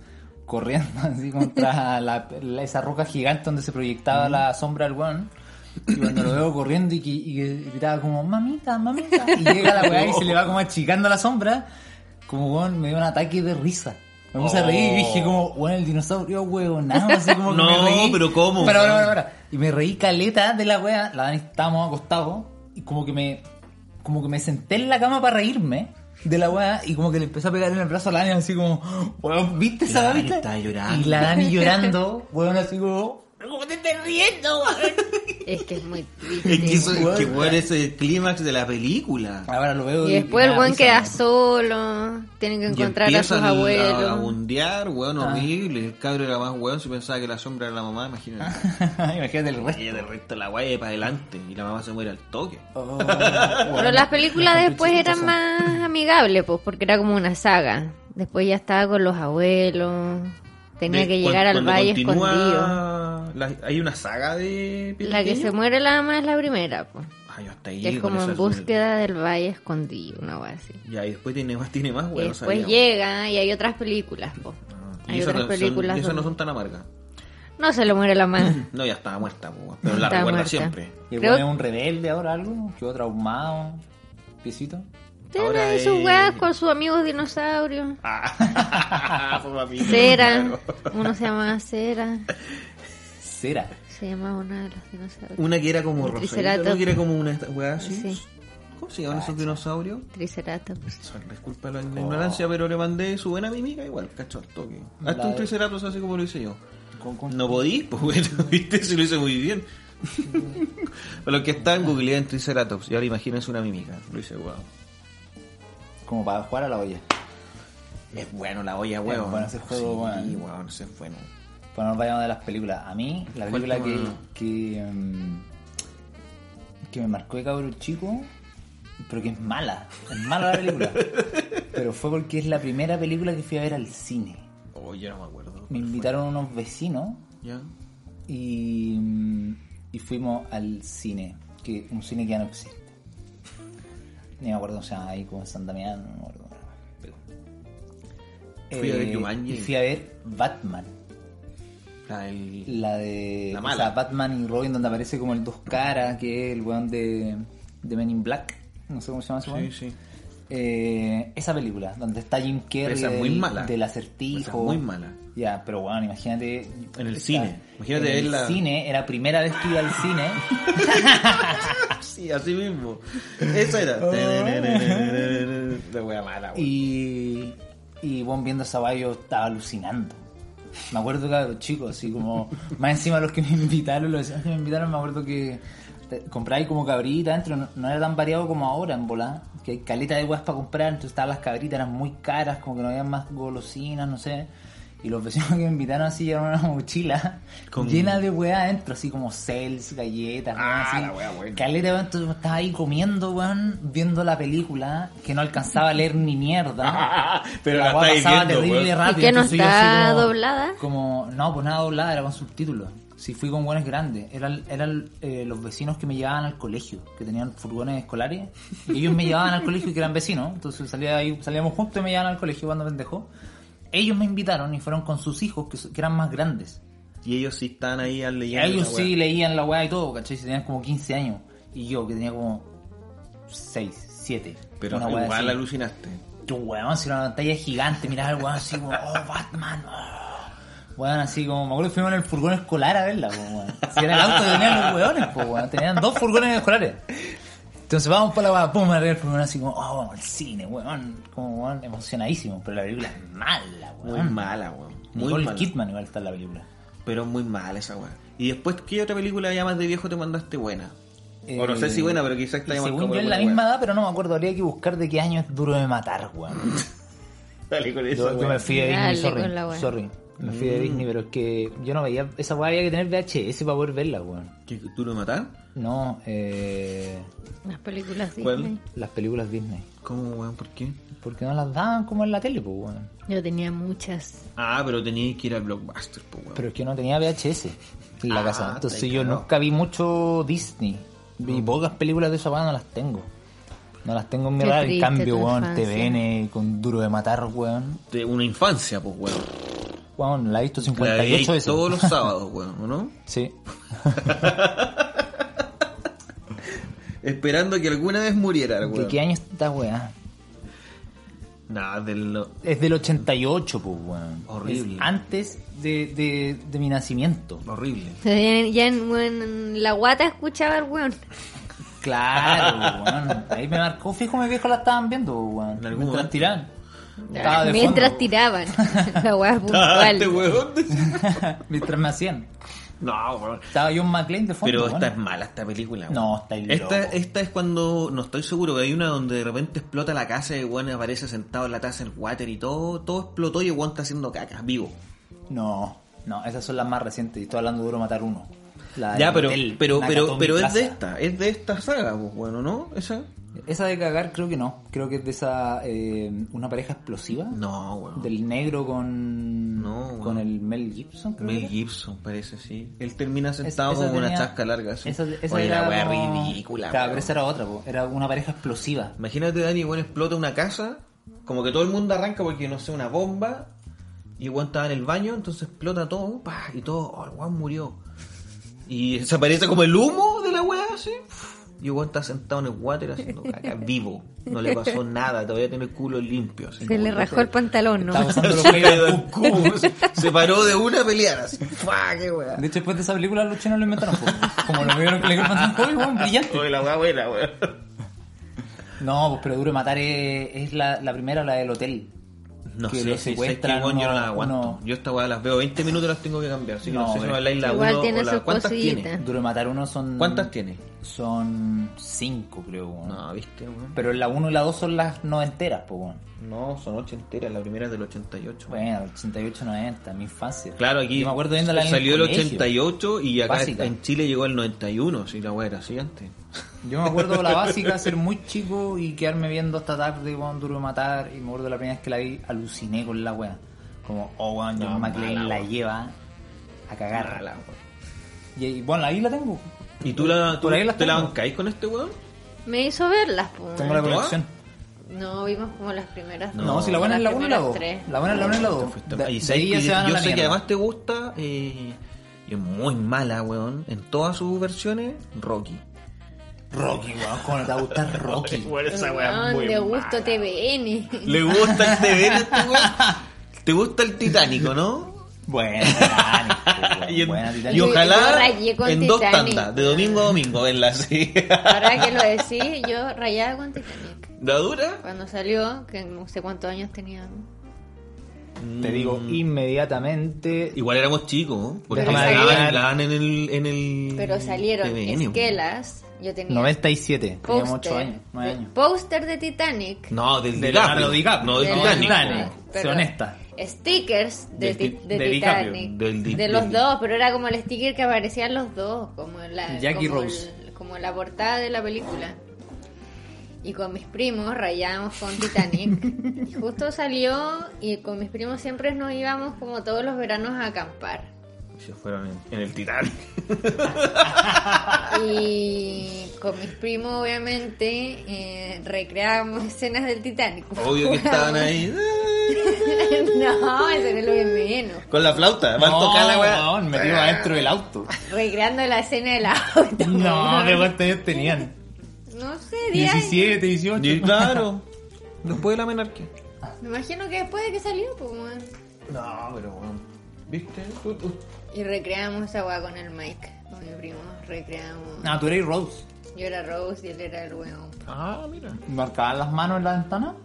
Speaker 3: corriendo así contra la, la- esa roca gigante donde se proyectaba
Speaker 4: Mm.
Speaker 3: la sombra del weón. Y cuando lo veo corriendo y que, y que gritaba como, mamita, mamita. Y llega la weá y se le va como achicando la sombra. Como weón, me dio un ataque de risa. Me puse a reír y dije como, weón, el dinosaurio, weón, nada, así como que
Speaker 4: Oh. No,
Speaker 3: me reí.
Speaker 4: pero ¿cómo?
Speaker 3: Pero, pero, pero, pero. Y me reí caleta de la wea. La Dani estábamos acostados. Y como que me. Como que me senté en la cama para reírme. de la weá y como que le empezó a pegar en el brazo a la Dani así como, weón, ¿viste esa
Speaker 4: La
Speaker 3: weá,
Speaker 4: Dani
Speaker 3: viste?
Speaker 4: estaba llorando.
Speaker 3: Y la Dani llorando, weón, así como, ¿cómo te estás riendo, weón?
Speaker 1: Es que es muy triste.
Speaker 4: Es que eso
Speaker 3: weón.
Speaker 4: es que, weón, ese es el clímax de la película.
Speaker 3: Ahora lo veo
Speaker 1: Y después el buen queda solo, tienen que
Speaker 4: Y
Speaker 1: encontrar a sus
Speaker 4: empiezan
Speaker 1: abuelos.
Speaker 4: A bundear, weón,
Speaker 3: Ah.
Speaker 4: horrible. El cabro era más weón, se pensaba que la sombra era la mamá,
Speaker 1: Ah.
Speaker 4: imagínate.
Speaker 3: Imagínate el resto.
Speaker 4: Y de resto la guay para adelante y la mamá se muere al toque.
Speaker 3: Oh,
Speaker 1: Pero
Speaker 3: weón.
Speaker 1: las películas
Speaker 3: Las
Speaker 1: después
Speaker 3: conchitas
Speaker 1: eran
Speaker 3: son-
Speaker 1: más amigables, pues, porque era como una saga. Después ya estaba con los abuelos, tenía
Speaker 4: De-
Speaker 1: que
Speaker 4: cuan-
Speaker 1: llegar al
Speaker 4: cuando
Speaker 1: valle
Speaker 4: continúa
Speaker 1: escondido.
Speaker 4: la- hay una saga de
Speaker 1: La que se
Speaker 4: Pequeño.
Speaker 1: muere la mamá es la primera, pues.
Speaker 4: Ah, yo hasta ahí
Speaker 1: Que es
Speaker 4: con
Speaker 1: como
Speaker 4: esas
Speaker 1: en búsqueda del valle escondido, una cosa así.
Speaker 4: Ya, y después tiene más, tiene más,
Speaker 1: Y
Speaker 4: weón.
Speaker 1: después
Speaker 4: sabía.
Speaker 1: llega y hay otras películas, pues.
Speaker 4: Ah, Y
Speaker 1: Hay
Speaker 4: esas
Speaker 1: otras
Speaker 4: no son-
Speaker 1: películas.
Speaker 4: y esas no
Speaker 1: donde-
Speaker 4: son tan amargas.
Speaker 1: No se le muere la mamá.
Speaker 4: No, ya estaba muerta, po, weón, pero la
Speaker 1: Estaba
Speaker 4: recuerda
Speaker 1: muerta.
Speaker 4: siempre.
Speaker 3: Y el
Speaker 1: Creo-
Speaker 3: weón es un rebelde ahora, algo, quedó traumado, piecito.
Speaker 1: Tiene
Speaker 4: Ahora
Speaker 1: ahí sus
Speaker 4: es-
Speaker 1: weas con sus amigos dinosaurios.
Speaker 4: Ah, fue papi.
Speaker 1: Cera. Uno se llama Cera.
Speaker 3: Cera.
Speaker 1: Se llama una de los dinosaurios.
Speaker 4: Una que era como rosadita,
Speaker 1: Triceratops.
Speaker 4: ¿no? que era como una esta- weá así.
Speaker 1: Sí. Ah,
Speaker 4: ¿Cómo se llaman esos dinosaurios?
Speaker 1: Triceratops.
Speaker 4: Son- Disculpa la la ignorancia, pero le mandé su buena mimica igual, cacho al toque. Hazte
Speaker 3: La
Speaker 4: un
Speaker 3: de-
Speaker 4: triceratops así como lo hice yo.
Speaker 3: Con, con-
Speaker 4: No podí, pues bueno, viste, se lo hice muy bien. Para los que están, googlean triceratops y ahora imagínense una mimica. Lo hice, wow.
Speaker 3: Como para jugar a la olla.
Speaker 4: Es bueno la olla,
Speaker 3: bueno
Speaker 4: weón.
Speaker 3: ese juego,
Speaker 4: Sí,
Speaker 3: weón.
Speaker 4: weón, ese es bueno.
Speaker 3: Pues nos vayamos de las películas. A mí, la
Speaker 4: ¿Cuál
Speaker 3: película
Speaker 4: te
Speaker 3: que,
Speaker 4: va?
Speaker 3: que, mm, que me marcó de cabro chico, pero que es mala. Es mala la película. pero fue porque es la primera película que fui a ver al cine.
Speaker 4: Oh, yo no me acuerdo.
Speaker 3: Me invitaron unos vecinos
Speaker 4: ¿Ya?
Speaker 3: y, mm, y fuimos al cine, que un cine que ya no existe. Ni me acuerdo, o sea, ahí como en San Damián, no me acuerdo. Pero-
Speaker 4: Fui a ver
Speaker 3: Eh,
Speaker 4: Jumanji.
Speaker 3: Y fui a ver Batman.
Speaker 4: La del-
Speaker 3: La de
Speaker 4: La
Speaker 3: o
Speaker 4: mala.
Speaker 3: sea, Batman y Robin, donde aparece como el dos caras, que es el weón de, de Men in Black. No sé cómo se llama ese
Speaker 4: Sí,
Speaker 3: weón.
Speaker 4: sí.
Speaker 3: Eh, esa película, donde está Jim Carrey
Speaker 4: Esa es
Speaker 3: del-
Speaker 4: muy mala.
Speaker 3: del
Speaker 4: Esa
Speaker 3: acertijo.
Speaker 4: es muy mala.
Speaker 3: Ya, pero bueno, imagínate.
Speaker 4: En el cine. Imagínate
Speaker 3: en el
Speaker 4: verla-
Speaker 3: cine, era primera vez que iba al cine.
Speaker 4: Sí, así mismo. Oh. Esa era. La wea mala, weón.
Speaker 3: Y, y bueno, viendo esa vaina yo estaba alucinando. Me acuerdo que los chicos, así como, más encima los que me invitaron, los vecinos que me invitaron, me acuerdo que te- compráis como cabritas dentro, no, no era tan variado como ahora en volá, que hay caleta de weas para comprar, entonces estaban las cabritas, eran muy caras, como que no había más golosinas, no sé. Y los vecinos que me invitaron así llevaron una mochila
Speaker 4: Con-
Speaker 3: llena de weas adentro, así como cells, galletas,
Speaker 4: Ah,
Speaker 3: weón, así.
Speaker 4: la wea buena.
Speaker 3: Caleta, weón, entonces estaba ahí comiendo, weón, viendo la película, que no alcanzaba a leer ni mierda.
Speaker 4: Pero la
Speaker 3: weá
Speaker 4: estáis
Speaker 3: pasaba
Speaker 4: viendo,
Speaker 3: terrible
Speaker 4: weón.
Speaker 3: rápido.
Speaker 1: ¿Y que no
Speaker 3: entonces yo así
Speaker 1: está
Speaker 3: como-
Speaker 1: doblada?
Speaker 3: Como, no, pues nada doblada, era con subtítulos. Si fui con buenos grandes, eran, eran eh, los vecinos que me llevaban al colegio, que tenían furgones escolares, y ellos me llevaban al colegio y que eran vecinos, entonces salía ahí, salíamos juntos y me llevaban al colegio cuando pendejo. Ellos me invitaron y fueron con sus hijos, que, so- que eran más grandes.
Speaker 4: Y ellos sí están ahí al
Speaker 3: Y
Speaker 4: leyendo.
Speaker 3: ellos
Speaker 4: la wea.
Speaker 3: sí leían la weá y todo, ¿cachai? Si tenían como 15 años. Y yo, que tenía como 6, 7.
Speaker 4: Pero igual alucinaste.
Speaker 3: Yo, weón, si una pantalla gigante, miraba el weón así como, oh, Batman, oh. Weón, así como, me acuerdo que fuimos en el furgón escolar a verla, po, weón. Si era el auto que tenían los weones, po, weón. Tenían dos furgones escolares. Entonces vamos para la weá, pum, arriba el furgón así como, oh, vamos al cine, weón. Como, weón, emocionadísimo. Pero la película es mala,
Speaker 4: Muy
Speaker 3: weón.
Speaker 4: mala, weón. Muy
Speaker 3: Nicole
Speaker 4: mala.
Speaker 3: Kidman igual está en la película.
Speaker 4: Pero muy mala esa weá. Y después, ¿qué otra película ya más de viejo te mandaste buena?
Speaker 3: Eh,
Speaker 4: o no sé si buena, pero quizás
Speaker 3: y
Speaker 4: está llamada
Speaker 3: Según yo en la misma edad, pero no me acuerdo. Habría que buscar de qué año es duro de matar, weón.
Speaker 4: Dale con eso,
Speaker 3: Yo, yo me fui de Disney,
Speaker 1: Dale
Speaker 3: sorry,
Speaker 1: con la weá.
Speaker 3: sorry. Me fui
Speaker 4: Mm.
Speaker 3: de Disney, pero es que yo no veía. Esa weá había que tener VHS para poder verla, weón.
Speaker 4: ¿Qué, ¿Tú lo matar?
Speaker 3: No, eh,
Speaker 1: Las películas
Speaker 4: ¿Cuál?
Speaker 1: Disney.
Speaker 3: las películas Disney.
Speaker 4: ¿Cómo, weón? ¿Por qué?
Speaker 3: Porque no las daban como en la tele, pues, weón.
Speaker 1: Yo tenía muchas.
Speaker 4: Ah, pero tenías que ir al blockbuster, pues, weón.
Speaker 3: Pero es que no tenía VHS en la
Speaker 4: Ah,
Speaker 3: casa.
Speaker 4: está
Speaker 3: Entonces
Speaker 4: ahí
Speaker 3: yo
Speaker 4: cagado. Mm.
Speaker 3: nunca vi mucho Disney. Vi pocas películas de esa weá, no las tengo. No las tengo en mi
Speaker 1: Qué
Speaker 3: radar. En
Speaker 1: triste
Speaker 3: cambio,
Speaker 1: tu
Speaker 3: weón,
Speaker 1: infancia.
Speaker 3: TVN con Duro de Matar, weón.
Speaker 4: De una infancia, pues, weón.
Speaker 3: Weón, la he visto
Speaker 4: La veíais
Speaker 3: 58 veces.
Speaker 4: todos los sábados, weón, ¿o ¿no?
Speaker 3: Sí.
Speaker 4: Esperando que alguna vez muriera,
Speaker 3: ¿De
Speaker 4: weón.
Speaker 3: qué año está esta weá?
Speaker 4: Nada, del... lo-
Speaker 3: Es del 88, pues, weón.
Speaker 4: Horrible.
Speaker 3: Es antes de, de, de mi nacimiento.
Speaker 4: Horrible.
Speaker 1: Ya en, ya en- en la guata escuchaba el weón.
Speaker 3: Claro, weón. Ahí me marcó. Fijo, mi viejo la estaban viendo, pues, weón.
Speaker 4: En algún
Speaker 3: Mientras
Speaker 4: momento.
Speaker 3: tiraban. Estaba de
Speaker 1: Mientras
Speaker 3: fondo.
Speaker 1: tiraban. La weá es
Speaker 4: Ah, este
Speaker 1: puntual.
Speaker 4: weón.
Speaker 3: Mientras me hacían.
Speaker 4: No, weón.
Speaker 3: Estaba John McClane de fondo.
Speaker 4: Pero
Speaker 3: weón.
Speaker 4: esta es mala, esta película. weón.
Speaker 3: No, está ahí
Speaker 4: Esta,
Speaker 3: loco.
Speaker 4: esta es cuando, no estoy seguro, que hay una donde de repente explota la casa y Juan aparece sentado en la taza del water y todo, todo explotó y Juan está haciendo caca, vivo.
Speaker 3: No, no, esas son las más recientes. Y estoy hablando de duro matar uno. La
Speaker 4: ya,
Speaker 3: del
Speaker 4: pero,
Speaker 3: hotel,
Speaker 4: pero, pero,
Speaker 3: Nakatomi
Speaker 4: pero es de
Speaker 3: Plaza.
Speaker 4: esta, es de esta saga, pues, bueno, ¿no? Esa.
Speaker 3: Esa de cagar creo que no. Creo que es de esa... eh, una pareja explosiva.
Speaker 4: No, weón.
Speaker 3: Del negro con...
Speaker 4: No, weón.
Speaker 3: con el Mel Gibson, creo que
Speaker 4: Mel
Speaker 3: era.
Speaker 4: Gibson, parece, sí. Él termina sentado
Speaker 3: esa
Speaker 4: con una
Speaker 3: tenía-
Speaker 4: chasca larga. Así.
Speaker 3: Esa, esa
Speaker 4: Oye,
Speaker 3: era
Speaker 4: la wea
Speaker 3: como-
Speaker 4: ridícula.
Speaker 3: Claro,
Speaker 4: weón.
Speaker 3: pero esa era otra, po. era una pareja explosiva.
Speaker 4: Imagínate, Dani, Juan explota una casa, como que todo el mundo arranca porque, no sé, una bomba, y Juan estaba en el baño, entonces explota todo, pa, y todo, oh, el Juan murió. Y desaparece como el humo de la weá, así. Y Juan está sentado en el water haciendo caca, vivo. No le pasó nada, todavía tiene el culo limpio. así
Speaker 1: Se le
Speaker 4: como-
Speaker 1: rajó el pantalón, ¿no?
Speaker 3: Estaba usando los
Speaker 4: Se cayó
Speaker 3: pelos.
Speaker 4: del cubo, se- se paró de una a pelear así. ¡Fua, qué weá!
Speaker 3: De hecho, después de esa película, los chinos lo inventaron. po. Como lo vieron que le pasan joven, weón, brillante.
Speaker 4: Oye, la weá buena, weón.
Speaker 3: No, pues, pero duro de matar es, es la, la primera, la del hotel.
Speaker 4: No
Speaker 3: Que
Speaker 4: sé,
Speaker 3: lo
Speaker 4: si
Speaker 3: secuestran,
Speaker 4: weón, yo no
Speaker 3: no-
Speaker 4: las aguanto.
Speaker 3: no.
Speaker 4: Yo esta weá las veo 20 minutos las tengo que cambiar. Así que no,
Speaker 3: No,
Speaker 4: sé si
Speaker 3: eh.
Speaker 4: me habláis la
Speaker 1: Igual
Speaker 4: 1
Speaker 1: tiene
Speaker 4: o la...
Speaker 1: sus
Speaker 4: ¿Cuántas
Speaker 1: cositas.
Speaker 4: tiene?
Speaker 3: Duro de matar uno son.
Speaker 4: ¿Cuántas tiene?
Speaker 3: Son cinco, creo. weón.
Speaker 4: No, viste, weón.
Speaker 3: Pero la uno y la dos son las no enteras, pues, bueno.
Speaker 4: No, son 8 enteras. La primera es del 88.
Speaker 3: Bueno, 88, 90, mi infancia.
Speaker 4: Claro, aquí
Speaker 3: Yo me acuerdo viéndola en
Speaker 4: salió el
Speaker 3: colegio.
Speaker 4: 88 y acá
Speaker 3: Básica.
Speaker 4: en Chile llegó el 91. Si la weá era así antes.
Speaker 3: Yo me acuerdo de la básica, ser muy chico y quedarme viendo hasta tarde, weón, duro de matar. Y me acuerdo la primera vez que la vi, aluciné con la wea. Como, oh, weón, John
Speaker 4: No,
Speaker 3: McClane
Speaker 4: mala,
Speaker 3: la
Speaker 4: weón.
Speaker 3: lleva a cagar.
Speaker 4: Mala, weón.
Speaker 3: Y, y, bueno, ahí la tengo.
Speaker 4: ¿Y tú, la, tú
Speaker 3: Por ahí las
Speaker 4: te la
Speaker 3: tengo.
Speaker 4: bancáis con este weón?
Speaker 1: Me hizo verlas, po.
Speaker 3: Tengo la
Speaker 4: ¿Todas?
Speaker 3: colección.
Speaker 1: No, vimos como las primeras
Speaker 3: No,
Speaker 4: No,
Speaker 3: si la buena es la 1 y la
Speaker 1: primeras
Speaker 3: 2.
Speaker 1: tres.
Speaker 3: La buena es la 1 y la 2.
Speaker 4: Fuiste- y sé que- yo sé que además te gusta eh, y es muy mala, weón. En todas sus versiones, Rocky.
Speaker 3: Rocky, weón, cómo no te va a gustar Rocky.
Speaker 1: Weón, de gusto TVN.
Speaker 4: Le gusta el TV, Te gusta el Titánico, ¿no?
Speaker 3: Buena, Titanic,
Speaker 4: y,
Speaker 3: weón,
Speaker 4: en-
Speaker 3: buena, Titanic.
Speaker 4: y
Speaker 1: Yo- yo
Speaker 4: ojalá
Speaker 1: rayé con
Speaker 4: en dos
Speaker 1: Titanic.
Speaker 4: tandas, de domingo a domingo, en la sí.
Speaker 1: Ahora que lo decís, yo rayaba con Titanic.
Speaker 4: ¿La dura?
Speaker 1: Cuando salió, que no sé cuántos años tenía. ¿no?
Speaker 3: Te digo
Speaker 4: Mm.
Speaker 3: inmediatamente.
Speaker 4: Igual éramos chicos, ¿no? porque
Speaker 3: Pero
Speaker 4: la
Speaker 1: salieron-
Speaker 4: daban- la daban en el, en el
Speaker 3: Mm,
Speaker 1: Pero salieron
Speaker 4: TVN, weón.
Speaker 1: esquelas. Yo tenía
Speaker 3: 97, teníamos 8 años, 9
Speaker 1: de-
Speaker 3: años.
Speaker 1: Póster de Titanic.
Speaker 4: No, del
Speaker 3: De
Speaker 4: DiCaprio.
Speaker 3: Leonardo DiCaprio.
Speaker 4: No, del
Speaker 3: No,
Speaker 4: Titanic.
Speaker 3: Titanic.
Speaker 4: po.
Speaker 3: Sé honesta.
Speaker 1: Stickers de,
Speaker 4: Del
Speaker 1: ti-
Speaker 4: Ti-
Speaker 1: de
Speaker 4: de DiCaprio,
Speaker 1: Titanic.
Speaker 4: del Di-
Speaker 1: de los
Speaker 4: del-
Speaker 1: dos, pero era como el sticker que aparecían los dos. Como la,
Speaker 3: Jackie
Speaker 1: como
Speaker 3: Rose.
Speaker 1: el- como la portada de la película. Y con mis primos rayábamos con Titanic. y justo salió y con mis primos siempre nos íbamos como todos los veranos a acampar.
Speaker 4: Se fueron en, en el Titanic.
Speaker 1: Y con mis primos, obviamente, eh, recreábamos escenas del Titanic.
Speaker 4: Obvio que estaban ahí.
Speaker 1: no, eso no es lo que menos.
Speaker 4: Con la flauta, van a tocar la weá.
Speaker 3: weón, metido adentro del auto.
Speaker 1: Recreando la escena del auto.
Speaker 3: No, qué
Speaker 1: weón.
Speaker 3: cuántos años tenían.
Speaker 1: No sé, 10 años.
Speaker 3: 17, 18.
Speaker 4: Y claro, después de la menarquía.
Speaker 1: Me imagino que después de que salió, pues, weón.
Speaker 4: No, pero bueno. ¿Viste? Tú- tú-
Speaker 1: Y recreamos esa weá con el Mike, con mi primo. Recreamos.
Speaker 3: Ah, tú eres Rose.
Speaker 1: Yo era Rose y él era el weón.
Speaker 4: Ah, mira.
Speaker 3: ¿Marcaban las manos en la ventana?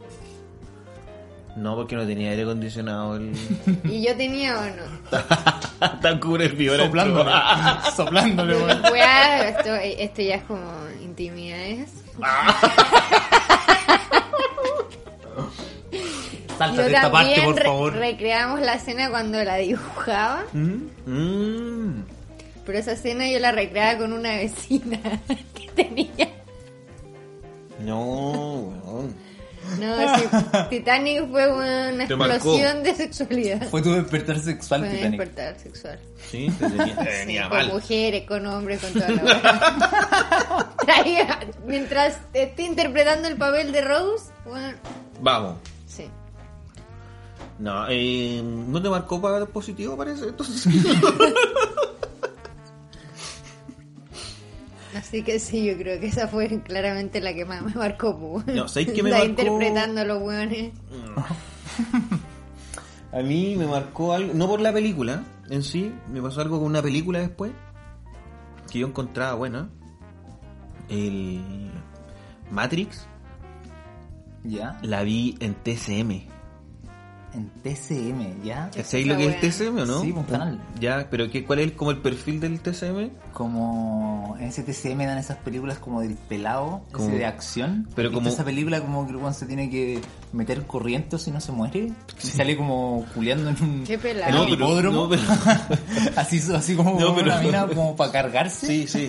Speaker 4: No, porque no tenía aire acondicionado. El... Ah,
Speaker 1: Y yo tenía o no.
Speaker 4: Tan cubre el Ah. viola.
Speaker 3: Soplándole. Soplándole, weón.
Speaker 1: Weá, esto, esto ya es como intimidades.
Speaker 3: Sáltate
Speaker 1: Yo
Speaker 3: esta parte,
Speaker 1: también
Speaker 3: por
Speaker 1: re-
Speaker 3: favor.
Speaker 1: recreamos la escena cuando la dibujaba,
Speaker 4: Mm.
Speaker 1: pero esa escena yo la recreaba con una vecina que tenía.
Speaker 4: No, weón.
Speaker 1: No, sí, Titanic fue una
Speaker 4: Te marcó.
Speaker 1: explosión de sexualidad.
Speaker 3: Fue tu despertar sexual,
Speaker 1: Fue
Speaker 3: Titanic.
Speaker 1: despertar sexual.
Speaker 4: Sí, te tenía, te
Speaker 1: Sí, pues,
Speaker 4: venía
Speaker 1: con
Speaker 4: mal.
Speaker 1: mujeres, con hombres, con toda la hueá. Traía, mientras esté interpretando el papel de Rose, bueno,
Speaker 4: Vamos.
Speaker 1: sí.
Speaker 4: No, eh, no te marcó para positivo, parece. Entonces,
Speaker 1: Así que sí, yo creo que esa fue claramente la que más me marcó. pues.
Speaker 4: No, ¿sabes qué me
Speaker 1: Está
Speaker 4: marcó?
Speaker 1: interpretando los hueones.
Speaker 4: a mí me marcó algo, no por la película en sí, me pasó algo con una película después que yo encontraba buena. el Matrix,
Speaker 3: ¿Ya?
Speaker 4: la vi en TCM.
Speaker 3: En TCM, ¿ya?
Speaker 4: ¿Sabéis
Speaker 1: Esa
Speaker 4: lo que es el
Speaker 1: weá.
Speaker 4: TCM o no?
Speaker 3: Sí, pues, un canal.
Speaker 4: Ya, pero qué, ¿cuál es el- como el perfil del TCM?
Speaker 3: Como en ese TCM dan esas películas como del pelado,
Speaker 4: Como-
Speaker 3: ese de acción.
Speaker 4: pero
Speaker 3: ¿Viste
Speaker 4: como-
Speaker 3: esa película como que el weón se tiene que meter corriente o si no se muere. Y sale como culeando en un,
Speaker 1: Qué pelado.
Speaker 3: en un
Speaker 1: No,
Speaker 4: pero-
Speaker 3: hipódromo.
Speaker 4: no, pero-
Speaker 3: así, así como
Speaker 4: No, pero-
Speaker 3: una mina como para cargarse.
Speaker 4: Sí, sí.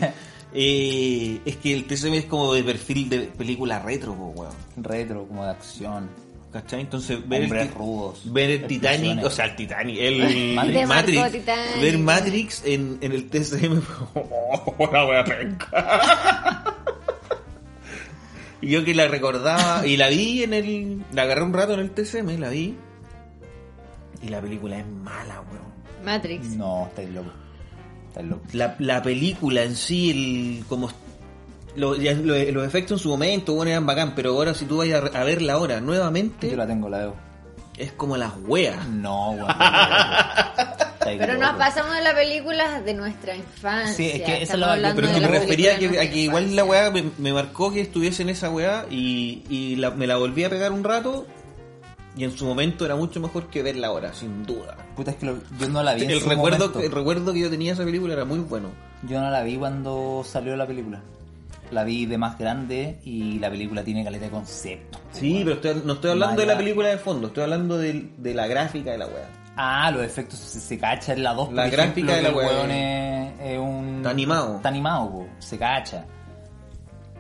Speaker 4: Eh, es que el TCM es como de perfil de película retro, po, weón.
Speaker 3: Retro, como de acción.
Speaker 4: ¿Cachai? Entonces, ver el,
Speaker 3: Hombres
Speaker 4: ti-
Speaker 3: rudos.
Speaker 4: ver el Titanic,
Speaker 3: Explosiones.
Speaker 4: o sea, el Titanic, el
Speaker 3: Matrix.
Speaker 1: De Marco
Speaker 4: Matrix,
Speaker 1: Titanic.
Speaker 4: ver Matrix en, en el TCM, fue, oh, la wea penca. Y Yo que la recordaba y la vi en el. La agarré un rato en el TCM, la vi. Y la película es mala, weón.
Speaker 1: Matrix.
Speaker 3: No, estáis loco. Estáis loco.
Speaker 4: la, la película en sí, el, como lo- ya- lo- los efectos en su momento bueno, eran bacán, pero ahora si tú vas a, a verla ahora nuevamente,
Speaker 3: Yo la tengo, la debo.
Speaker 4: es como las weas.
Speaker 3: No, weón. Estáis
Speaker 1: Pero nos
Speaker 3: loco.
Speaker 1: pasamos de las películas de nuestra infancia.
Speaker 3: Sí, es que esa es
Speaker 1: Estamos
Speaker 3: la-
Speaker 1: hablando
Speaker 4: Pero es
Speaker 1: de
Speaker 4: que me
Speaker 1: las
Speaker 4: refería a
Speaker 1: películas
Speaker 4: que,
Speaker 1: de
Speaker 4: a que
Speaker 1: nuestra
Speaker 4: igual la weá
Speaker 1: infancia.
Speaker 4: me, me marcó que estuviese en esa weá y, y la- me la volví a pegar un rato y en su momento era mucho mejor que verla ahora, sin duda.
Speaker 3: Puta, es que lo- yo no la vi. en
Speaker 4: El
Speaker 3: su
Speaker 4: recuerdo,
Speaker 3: momento.
Speaker 4: el recuerdo que yo tenía de esa película era muy bueno.
Speaker 3: Yo no la vi cuando salió la película. La vi de más grande y la película tiene caleta de concepto.
Speaker 4: Sí, pero estoy- no estoy hablando de
Speaker 3: Mala.
Speaker 4: la película de fondo, estoy hablando del- de, la gráfica de la weá.
Speaker 3: Ah, los efectos se, se cacha en la 2.
Speaker 4: La gráfica de la
Speaker 3: el
Speaker 4: wea.
Speaker 3: weón es, es un...
Speaker 4: Está animado.
Speaker 3: Está animado, po, se cacha.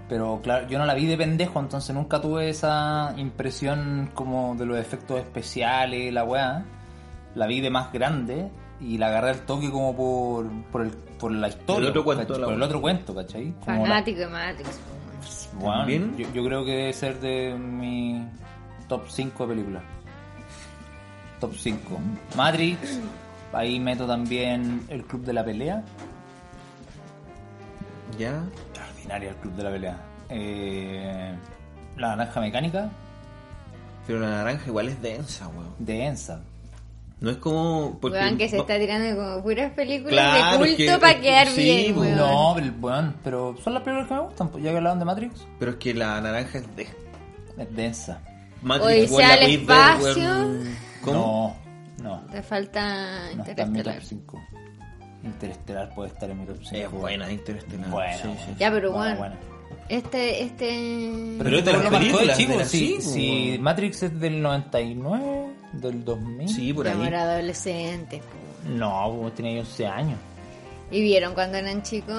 Speaker 3: Pero claro, yo no la vi de pendejo, entonces nunca tuve esa impresión como de los efectos especiales, la weá. La vi de más grande y la agarré al toque como por, por, el, por la historia.
Speaker 4: otro cuento,
Speaker 3: ¿cachai?
Speaker 4: la
Speaker 3: Por el
Speaker 4: wea.
Speaker 3: otro cuento, ¿cachai? Como la-
Speaker 1: Fanático de Matrix.
Speaker 3: Bueno,
Speaker 4: También.
Speaker 3: yo, yo creo que debe ser de mi top 5 de películas. Top 5. Matrix. Ahí meto también el Club de la Pelea.
Speaker 4: ¿Ya?
Speaker 3: Extraordinaria el Club de la Pelea. Eh, la Naranja Mecánica
Speaker 4: Pero la naranja igual es densa, weón.
Speaker 3: de Ensa.
Speaker 4: No es como. Porque,
Speaker 1: Weón, que se
Speaker 4: no-
Speaker 1: está tirando como puras películas
Speaker 4: Claro,
Speaker 1: de culto
Speaker 4: que-
Speaker 1: para quedar
Speaker 4: sí,
Speaker 1: bien,
Speaker 4: pues,
Speaker 1: weón.
Speaker 3: No, pero, bueno, pero son las películas que me gustan. pues, Ya que hablaban de Matrix,
Speaker 4: Pero es que la naranja es de.
Speaker 3: es de Ensa.
Speaker 1: Odisea
Speaker 4: weón, la
Speaker 1: al
Speaker 4: podéis ver,
Speaker 1: espacio.
Speaker 4: weón. ¿Cómo?
Speaker 3: No, no.
Speaker 1: Te falta
Speaker 3: No está en mi top
Speaker 1: Interestelar.
Speaker 3: 5. Interestelar puede estar en mi top 5.
Speaker 4: Es buena, Interestelar.
Speaker 3: Buena,
Speaker 4: Sí,
Speaker 3: buena.
Speaker 4: sí.
Speaker 1: Ya, pero
Speaker 3: Buena,
Speaker 1: bueno.
Speaker 3: buena.
Speaker 1: Este, este...
Speaker 4: Pero
Speaker 3: este
Speaker 4: esta es
Speaker 3: lo
Speaker 4: la
Speaker 3: marcó de
Speaker 4: película,
Speaker 3: chico,
Speaker 4: de la
Speaker 3: sí,
Speaker 4: cinco,
Speaker 3: sí,
Speaker 4: weón.
Speaker 3: Matrix es del 99, del 2000.
Speaker 4: Sí, por
Speaker 1: ya
Speaker 4: ahí.
Speaker 1: era adolescente. po.
Speaker 3: No, vos tenía 11 años.
Speaker 1: ¿Y vieron cuando eran chicos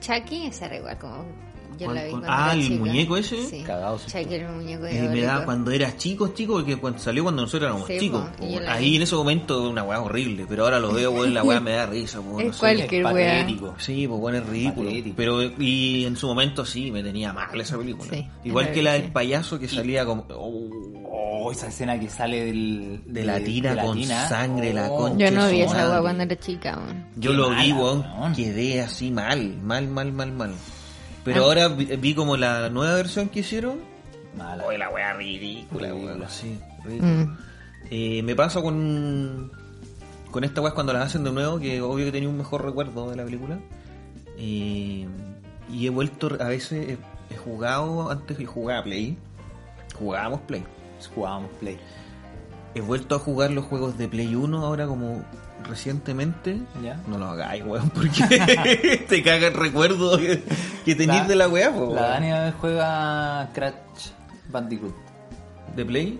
Speaker 1: Chucky? Esa era igual como... Yo la vi
Speaker 4: ¿Cuál-
Speaker 1: cuando
Speaker 4: ah,
Speaker 1: era
Speaker 4: el
Speaker 1: chica.
Speaker 4: muñeco ese?
Speaker 1: Sí.
Speaker 3: Cagado, sí.
Speaker 1: Chucky era el muñeco de
Speaker 4: Eh, me
Speaker 1: diabólico.
Speaker 4: daba cuando eras chico, chico, porque cuando salió cuando nosotros éramos
Speaker 1: Sí,
Speaker 4: chicos.
Speaker 1: po, y yo la
Speaker 4: ahí
Speaker 1: vi.
Speaker 4: en ese momento una weá horrible, pero ahora lo veo, weón, la weá me da risa, po, no
Speaker 1: Es
Speaker 4: sé.
Speaker 1: cualquier- Qué
Speaker 3: Es patético.
Speaker 4: Sí, pues bueno, es ridículo.
Speaker 3: Patético.
Speaker 4: Pero, y en su momento sí, me tenía mal esa película.
Speaker 1: Sí, es
Speaker 4: Igual
Speaker 1: la
Speaker 4: que la del
Speaker 1: verdad.
Speaker 4: payaso que salía como. oh,
Speaker 3: Oh, esa escena que sale del,
Speaker 4: De la tina con sangre, la
Speaker 3: Oh,
Speaker 4: concha
Speaker 1: Yo no
Speaker 4: Qué
Speaker 1: vi esa
Speaker 4: sonante.
Speaker 1: agua cuando era chica, weón.
Speaker 4: Yo
Speaker 3: Qué
Speaker 4: lo vi,
Speaker 3: mala,
Speaker 4: weón,
Speaker 3: weón.
Speaker 4: quedé así mal, mal, mal, mal, mal. Pero
Speaker 1: Ah.
Speaker 4: ahora vi, vi como la nueva versión que hicieron.
Speaker 3: Mala.
Speaker 4: Oye, la weá ridícula, weón. Sí, ridícula.
Speaker 1: Mm.
Speaker 4: Eh, me pasa con. Con esta weá cuando las hacen de nuevo, que obvio que tenía un mejor recuerdo de la película. Eh, y he vuelto, a veces he, he jugado, antes yo jugaba Play. Jugábamos Play.
Speaker 3: Jugábamos Play.
Speaker 4: He vuelto a jugar los juegos de Play 1 ahora como recientemente.
Speaker 3: Ya.
Speaker 4: No lo hagáis, weón, porque te caga el recuerdo que, que tenéis
Speaker 3: La-
Speaker 4: de la weá, po,
Speaker 3: Oh. La
Speaker 4: weón.
Speaker 3: Dania juega Crash Bandicoot.
Speaker 4: De Play,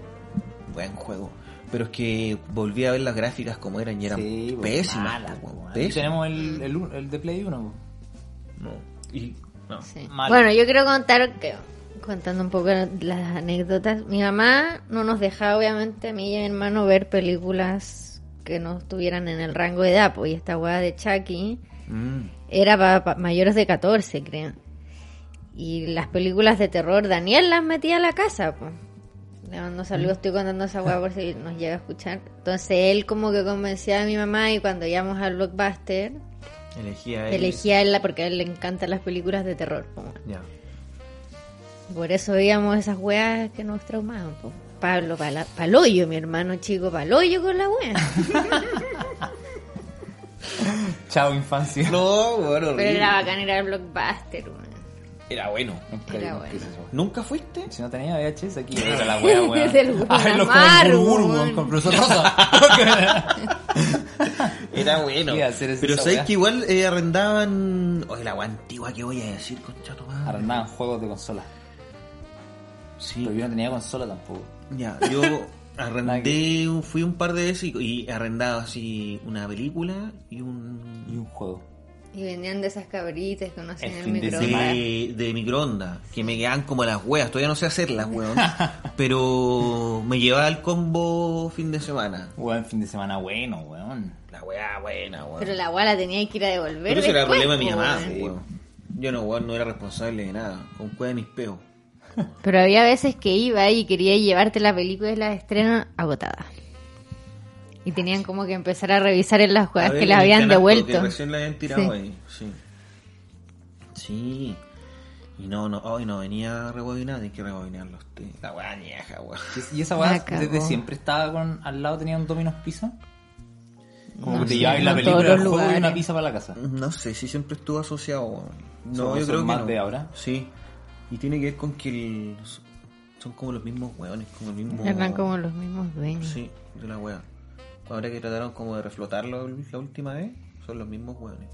Speaker 4: buen juego. Pero es que volví a ver las gráficas como eran y eran
Speaker 3: Sí, weón,
Speaker 4: pésimas.
Speaker 3: mala,
Speaker 4: po, pues, weón,
Speaker 3: weón. Ahí
Speaker 4: pésimas.
Speaker 3: Tenemos el, el, un- el de Play 1. weón.
Speaker 4: No. Y, no.
Speaker 1: Sí.
Speaker 3: Mal.
Speaker 1: Bueno, yo quiero contar, que- contando un poco las anécdotas. Mi mamá no nos dejaba, obviamente, a mí y a mi hermano ver películas que no estuvieran en el rango de edad, pues, y esta weá de Chucky
Speaker 4: Mm.
Speaker 1: era para mayores de 14, creo. Y las películas de terror, Daniel las metía a la casa, pues. Le mando saludos, estoy contando esa weá por si nos llega a escuchar. Entonces él como que convencía a mi mamá y cuando íbamos al blockbuster,
Speaker 4: Elegí a él.
Speaker 1: elegía a él la- porque a él le encantan las películas de terror. pues, po.
Speaker 4: Ya.
Speaker 1: Por eso veíamos esas weas que nos traumaban. po. Pablo, pala- paloyo, mi hermano chico, paloyo con la wea.
Speaker 3: Chao, infancia.
Speaker 4: No, bueno,
Speaker 1: Pero era bacán ir al blockbuster, weón.
Speaker 4: Era bueno.
Speaker 2: Nunca
Speaker 1: Era
Speaker 2: digo
Speaker 1: bueno.
Speaker 2: que es eso.
Speaker 4: ¿Nunca fuiste?
Speaker 3: Si no tenía VHS aquí, era la wea, weón.
Speaker 1: Desde el
Speaker 3: Ay, lo
Speaker 1: Walmart,
Speaker 3: Burgo,
Speaker 1: weón.
Speaker 3: con profesor Rosa.
Speaker 4: Era bueno.
Speaker 3: ¿Qué iba a hacer esa
Speaker 4: Pero sabéis
Speaker 3: weá?
Speaker 4: que igual eh, arrendaban. Oye, la wea antigua que voy a decir, concha tu madre.
Speaker 3: Armaban juegos de consola.
Speaker 4: Sí.
Speaker 3: Pero yo no tenía consola tampoco.
Speaker 4: Ya, yo arrendé, un- fui un par de veces y, y arrendaba así una película y un.
Speaker 3: Y un juego.
Speaker 1: Y venían de esas cabritas que no hacían
Speaker 3: El
Speaker 1: el
Speaker 3: fin de
Speaker 1: microondas.
Speaker 4: De, de microondas, que me quedaban como las weas, todavía no sé hacerlas, weón. Pero me llevaba el combo fin de semana.
Speaker 3: Weón, fin de semana bueno, weón.
Speaker 4: La wea buena, weón.
Speaker 1: Pero la guala tenía que ir a devolver.
Speaker 4: Pero ese era el
Speaker 1: después,
Speaker 4: problema de mi
Speaker 1: po,
Speaker 4: mamá,
Speaker 1: weón.
Speaker 3: sí.
Speaker 4: weón. Yo no, weón, no era responsable de nada. Con cueva de mis peos.
Speaker 1: Pero había veces que iba y quería llevarte la película de la estreno agotada. Y tenían como que empezar a revisar en las
Speaker 4: A
Speaker 1: jugadas
Speaker 4: ver,
Speaker 1: que
Speaker 4: en
Speaker 1: las
Speaker 4: el
Speaker 1: habían
Speaker 4: canasto, Que
Speaker 1: devuelto.
Speaker 4: recién la habían tirado
Speaker 1: Sí.
Speaker 4: ahí, sí. Sí. Y no, no, hoy no venía rebobinada, hay que rebobinarlo usted. La weá vieja, weón.
Speaker 3: ¿Y esa
Speaker 1: La
Speaker 3: weá
Speaker 1: cagó.
Speaker 3: desde siempre estaba con. al lado tenía un dominos pizza? Como
Speaker 1: No
Speaker 3: que te
Speaker 1: sé,
Speaker 3: llevabas
Speaker 1: no
Speaker 3: la película,
Speaker 1: todos los
Speaker 3: el juego y
Speaker 1: lugares.
Speaker 3: una pizza para la casa.
Speaker 4: No sé, si siempre estuvo asociado, weón.
Speaker 3: Son-
Speaker 4: No, yo
Speaker 3: son
Speaker 4: creo que
Speaker 3: más
Speaker 4: no.
Speaker 3: de ahora.
Speaker 4: Sí. Y tiene que ver con que el- son como los mismos weones, como el mismo...
Speaker 1: Eran como los mismos dueños.
Speaker 4: Sí, de la wea. Ahora que trataron como de reflotarlo la última vez, son los mismos weones.